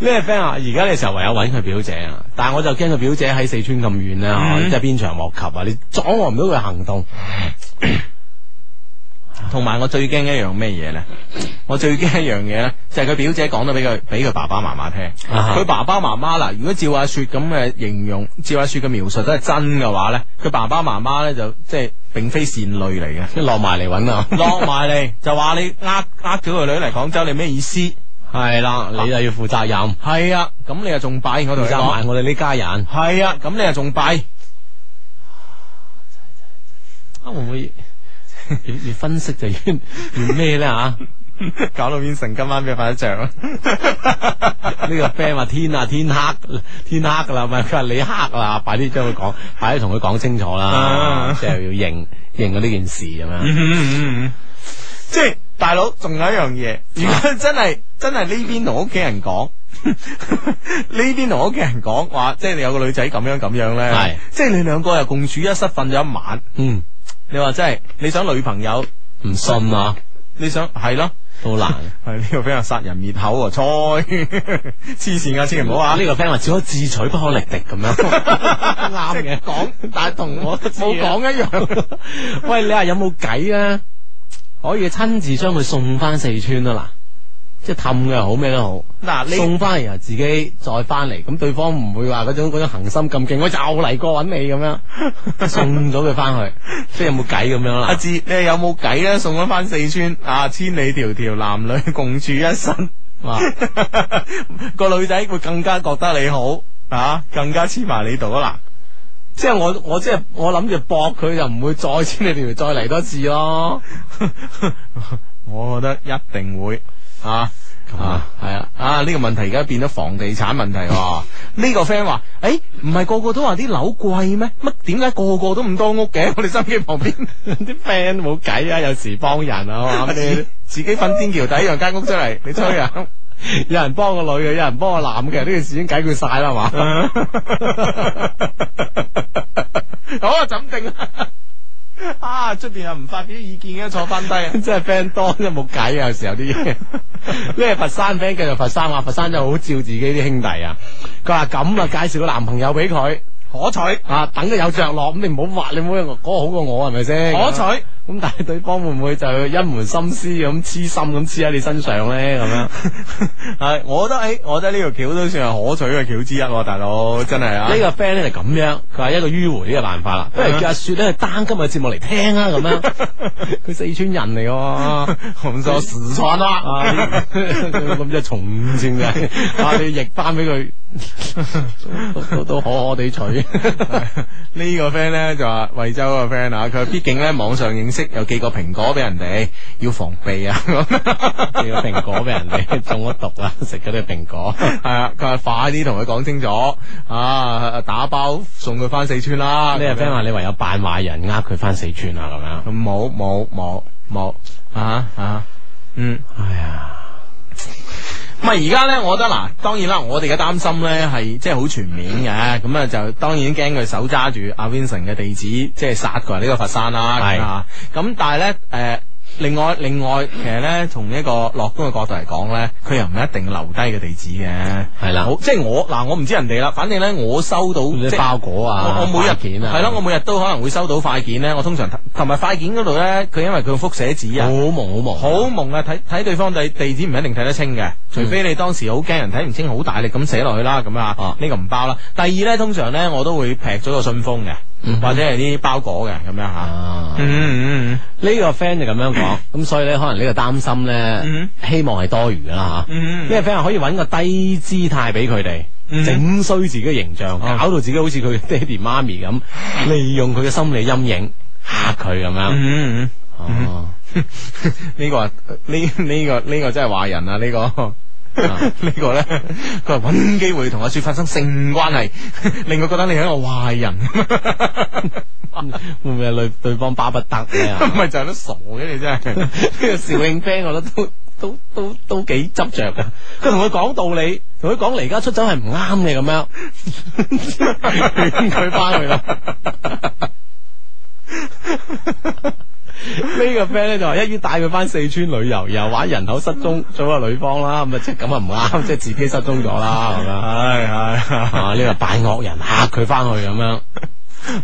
呢個 friend 啊，而家嘅時候唯有揾佢表姐啊，但係我就驚佢表姐喺四川咁遠啦，
嗯
即係鞭長莫及啊！你阻我唔到佢行動，
同埋我最驚一樣咩嘢咧？我最驚一樣嘢咧，就係佢表姐講到俾佢俾佢爸爸媽媽聽。
啊哈
佢爸爸媽媽嗱，如果照阿雪咁嘅形容，照阿雪嘅描述都係真嘅話咧，佢爸爸媽媽咧就即係並非善類嚟嘅。
一落埋嚟揾啊！
落埋嚟就話你呃呃咗個女嚟廣州，你咩意思？
係啦，你就要負責任，
係啊，咁你又仲弊我同你
負責
講
埋我哋呢家人。
係啊，咁你又仲弊，
啊，會唔會越越分析就越 越咩咧吓？
搞到變成今晚俾佢瞓得着啊！
呢個 friend 話天啊天黑天黑噶啦，唔係佢話你黑啦，快啲將佢講，快啲同佢講清楚啦
啊，
即係要認認咗呢件事咁
嗯
樣。
即係大佬，仲有一樣嘢，如果真 係真係呢邊同屋企人講。 呢邊同屋企人講話，即係你有個女仔咁樣咁樣咧，
係
即係你兩個又共處一室瞓咗一晚，
嗯，
你話真係你想女朋友，
唔信啊，
你想係咯，
都難。
系呢、個个 friend 話殺人滅口啊，菜 黐線啊，千祈唔好啊！
呢個 friend 話只可自取不可力敵 咁樣，啱嘅。
講，但係同我
知啊
冇講一樣。
喂，你話有冇計啊？可以親自將佢送翻四川啦，嗱，即係氹佢又好咩都好。
嗱，你
送翻嚟又自己再翻嚟，咁對方唔會話嗰種嗰種恒心咁勁，我就嚟過揾你咁 樣，送咗佢翻去，即係有冇計咁樣
阿
啦？
志，你有冇計咧？送咗翻四川啊，千里迢迢，男女共處一 身，
哇，
個女仔會更加覺得你好啊，更加黐埋你度啊
即係我我即係我諗住搏佢，就唔會再 千里迢迢再嚟多次咯。
嗱。 我覺得一定會啊。啊，系啊，啊呢、個問題而家變咗房地產問題 喎。呢個 friend 話：，诶、唔係個個都話啲樓貴咩？乜點解個個都咁多屋嘅？我 哋心機旁邊 啲 friend 冇計啊，有時幫人啊，你自己瞓天橋底讓間屋出嚟，你吹啊！
有人幫個女嘅，有人幫個男嘅，呢件事已經解決晒啦嘛。
啊 好啊，怎定啊？啊，出边又唔發表意見嘅，坐翻低 啊！
真係 friend 多真係冇計啊！有時候 啲嘢，呢個佛山 friend 繼續佛山話，佛山就好照自己啲兄弟啊。佢話咁啊，介紹個男朋友俾佢。
可取，
啊，等佢有着落，咁你唔好話，你唔好嗰個好過我係咪先？
可取，
咁但係對方會唔會就一門心思咁痴心咁黐喺你身上咧？咁 樣
系，我覺得诶，我覺得呢條橋都算係可取嘅橋之一喎，大佬真係啊！
呢個 friend 咧就咁樣，佢話一個迂迴呢個辦法啦，不如叫阿雪咧 down 今日嘅節目嚟聽啊，咁樣佢四川人嚟嘅喎，
紅咗時川啦，
啊咁即係重正 嘅，啊你譯翻俾佢都都都可可地 取。
呢個 friend 咧就話惠州個 friend 啊，佢話畢竟咧網上認識有寄個蘋果俾人哋，要防備 啊！
寄個蘋果俾人哋，中咗毒啦，食咗啲蘋果。
係啊，佢話快啲同佢講清楚啊，打包送佢翻四川啦。
呢個 friend 話你唯有扮壞人，呃佢翻四川啊咁樣。
冇冇冇冇啊啊！嗯，
哎呀，
唔係而家咧，我覺得嗱，當然啦，我哋嘅擔心咧係即係好全面嘅，咁啊就當然驚佢手揸住阿 Vincent 嘅地址，即係殺過人呢個佛山啦，
係
咁啊，咁但係咧誒。呃另外，另外，其實咧，從呢一個樂觀嘅角度嚟講咧，佢又唔一定留低嘅地址嘅，
係啦
好即係我嗱，我唔知人哋啦，反正咧，我收到
啲
即係
包裹啊
我我每日
快件啊
係咯，我每日都可能會收到快件咧，我通常同埋快件嗰度咧，佢因為佢複寫紙啊
好。蒙好蒙，
好蒙啊！睇睇對方地地址唔一定睇得清嘅，除非你當時好驚人睇唔清，好大力咁寫落去啦，咁啊
哦
呢個唔包啦。第二咧，通常咧我都會劈咗個信封嘅，
嗯
或者係啲包裹嘅咁樣吓。
啊。
嗯嗯
呢個 friend 就咁樣講，咁所以咧，可能呢個擔心咧
嗯，
希望係多餘㗎啦吓。
嗯
呢個 friend 話可以揾個低姿態俾佢哋。
嗯
整衰自己嘅形象，搞到自己好似佢爹哋媽咪咁，利用佢嘅心理陰影嚇佢咁樣。
嗯嗯
哦，
呢個啊呢呢個呢個真係壞人啊！呢 個。呢個咧，佢話揾機會同阿雪發生性關係， 令佢覺得你係一個壞人，
會唔會係對對方巴不得咧？
唔 係就係都傻嘅你真係。
呢個肇慶 friend 我覺得都都都都幾執着噶。佢同佢講道理，同佢講離家出走係唔啱嘅咁樣，勸佢翻去啦。呢個 friend 咧就話一於帶佢翻四川旅遊，然後玩人口失蹤，做個女方啦，咁啊即係咁啊唔啱，即係自己失蹤咗啦，咁樣
係係
啊呢個扮惡人
呃
嚇佢翻去咁 樣，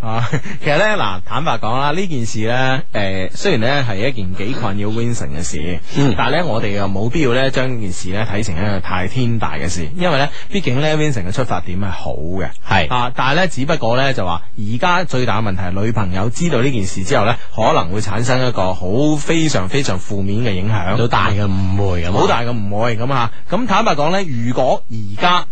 啊，其實咧嗱，坦白講啦，呢件事咧，诶、雖然咧係一件幾困擾 Vincent 嘅事，
嗯
但係咧我哋又冇必要咧將呢件事咧睇成一個太天大嘅事，因為咧，畢竟咧 Vincent 嘅出發點係好嘅，
係
啊，但係咧只不過咧就話，而家最大嘅問題係女朋友知道呢件事之後咧，可能會產生一個好非常非常負面嘅影響，
有大嘅誤會咁啊，
好大嘅誤會咁啊！咁坦白講呢，如果而家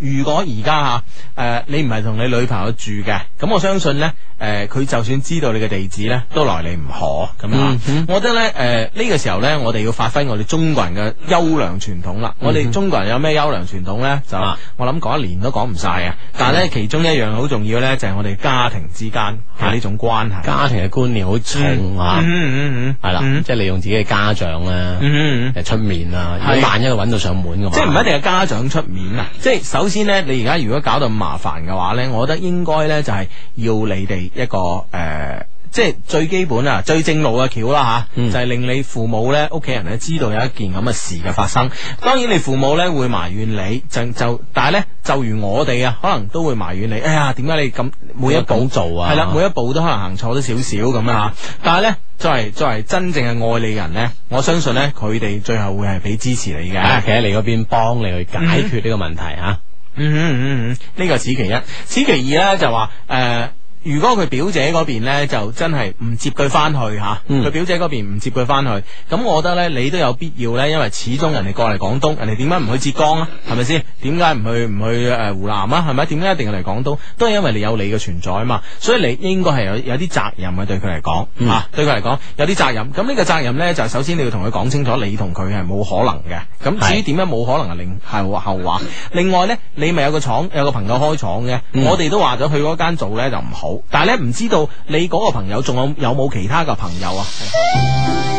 如果而家吓，诶、你唔係同你女朋友住嘅，咁我相信呢，诶、佢就算知道你嘅地址呢，都來你唔可咁啊
嗯！哼
我覺得呢，诶、呢、個時候呢，我哋要發揮我哋中國人嘅優良傳統啦。我哋中國人有咩優良傳統呢？就
嗯啊
我諗講一年都講唔晒啊！但係呢，其中一樣好重要呢，就係我哋家庭之間嘅呢種關係。
家庭嘅觀念好重啊。
嗯嗯嗯嗯，
系啦，
嗯
即系利用自己嘅家長啊啦，
嗯嗯嗯
誒出面啦，
係
如果萬一佢揾到上門嘅話，
即係唔一定係家長出面啊！即係首先咧，你而家如果搞到咁麻煩嘅話咧，我覺得應該咧就係要你哋一個誒。呃即係最基本啊，最正路嘅橋啦吓，
嗯
就係令你父母咧、屋企人咧知道有一件咁嘅事嘅發生。當然你父母咧會埋怨你，就就但係咧就如我哋啊，可能都會埋怨你。哎呀，點解你咁每一步
咁做啊
係啦，每一步都可能行錯咗少少咁啊。但係咧，作為作為真正嘅愛你嘅人咧，我相信咧佢哋最後會係俾支持你嘅。
啊，企喺你嗰邊幫你去解決呢個問題吓，
嗯嗯嗯，嗯，呢個此其一，此其二咧就話诶。呃如果佢表姐嗰邊呢，就真係唔接佢翻去吓，佢、
嗯
表姐嗰邊唔接佢翻去，咁我覺得呢，你都有必要呢，因為始終人哋過嚟廣東，人哋點解唔去浙江啊？係咪先？點解唔去唔去誒湖南啊？係咪？點解一定要嚟廣東？都係因為你有你嘅存在啊嘛，所以你應該係有有啲責任嘅對佢嚟講
嗯
啊，對佢嚟講有啲責任。咁呢個責任呢，就首先你要同佢講清楚，你同佢係冇可能嘅。咁至於
係
點樣冇可能係另後後話。另外呢，你咪有個廠有個朋友開廠嘅，
嗯
我哋都話咗去嗰間做呢就唔好，但係呢，唔知道你嗰個朋友仲有有冇其他嘅朋友啊？
天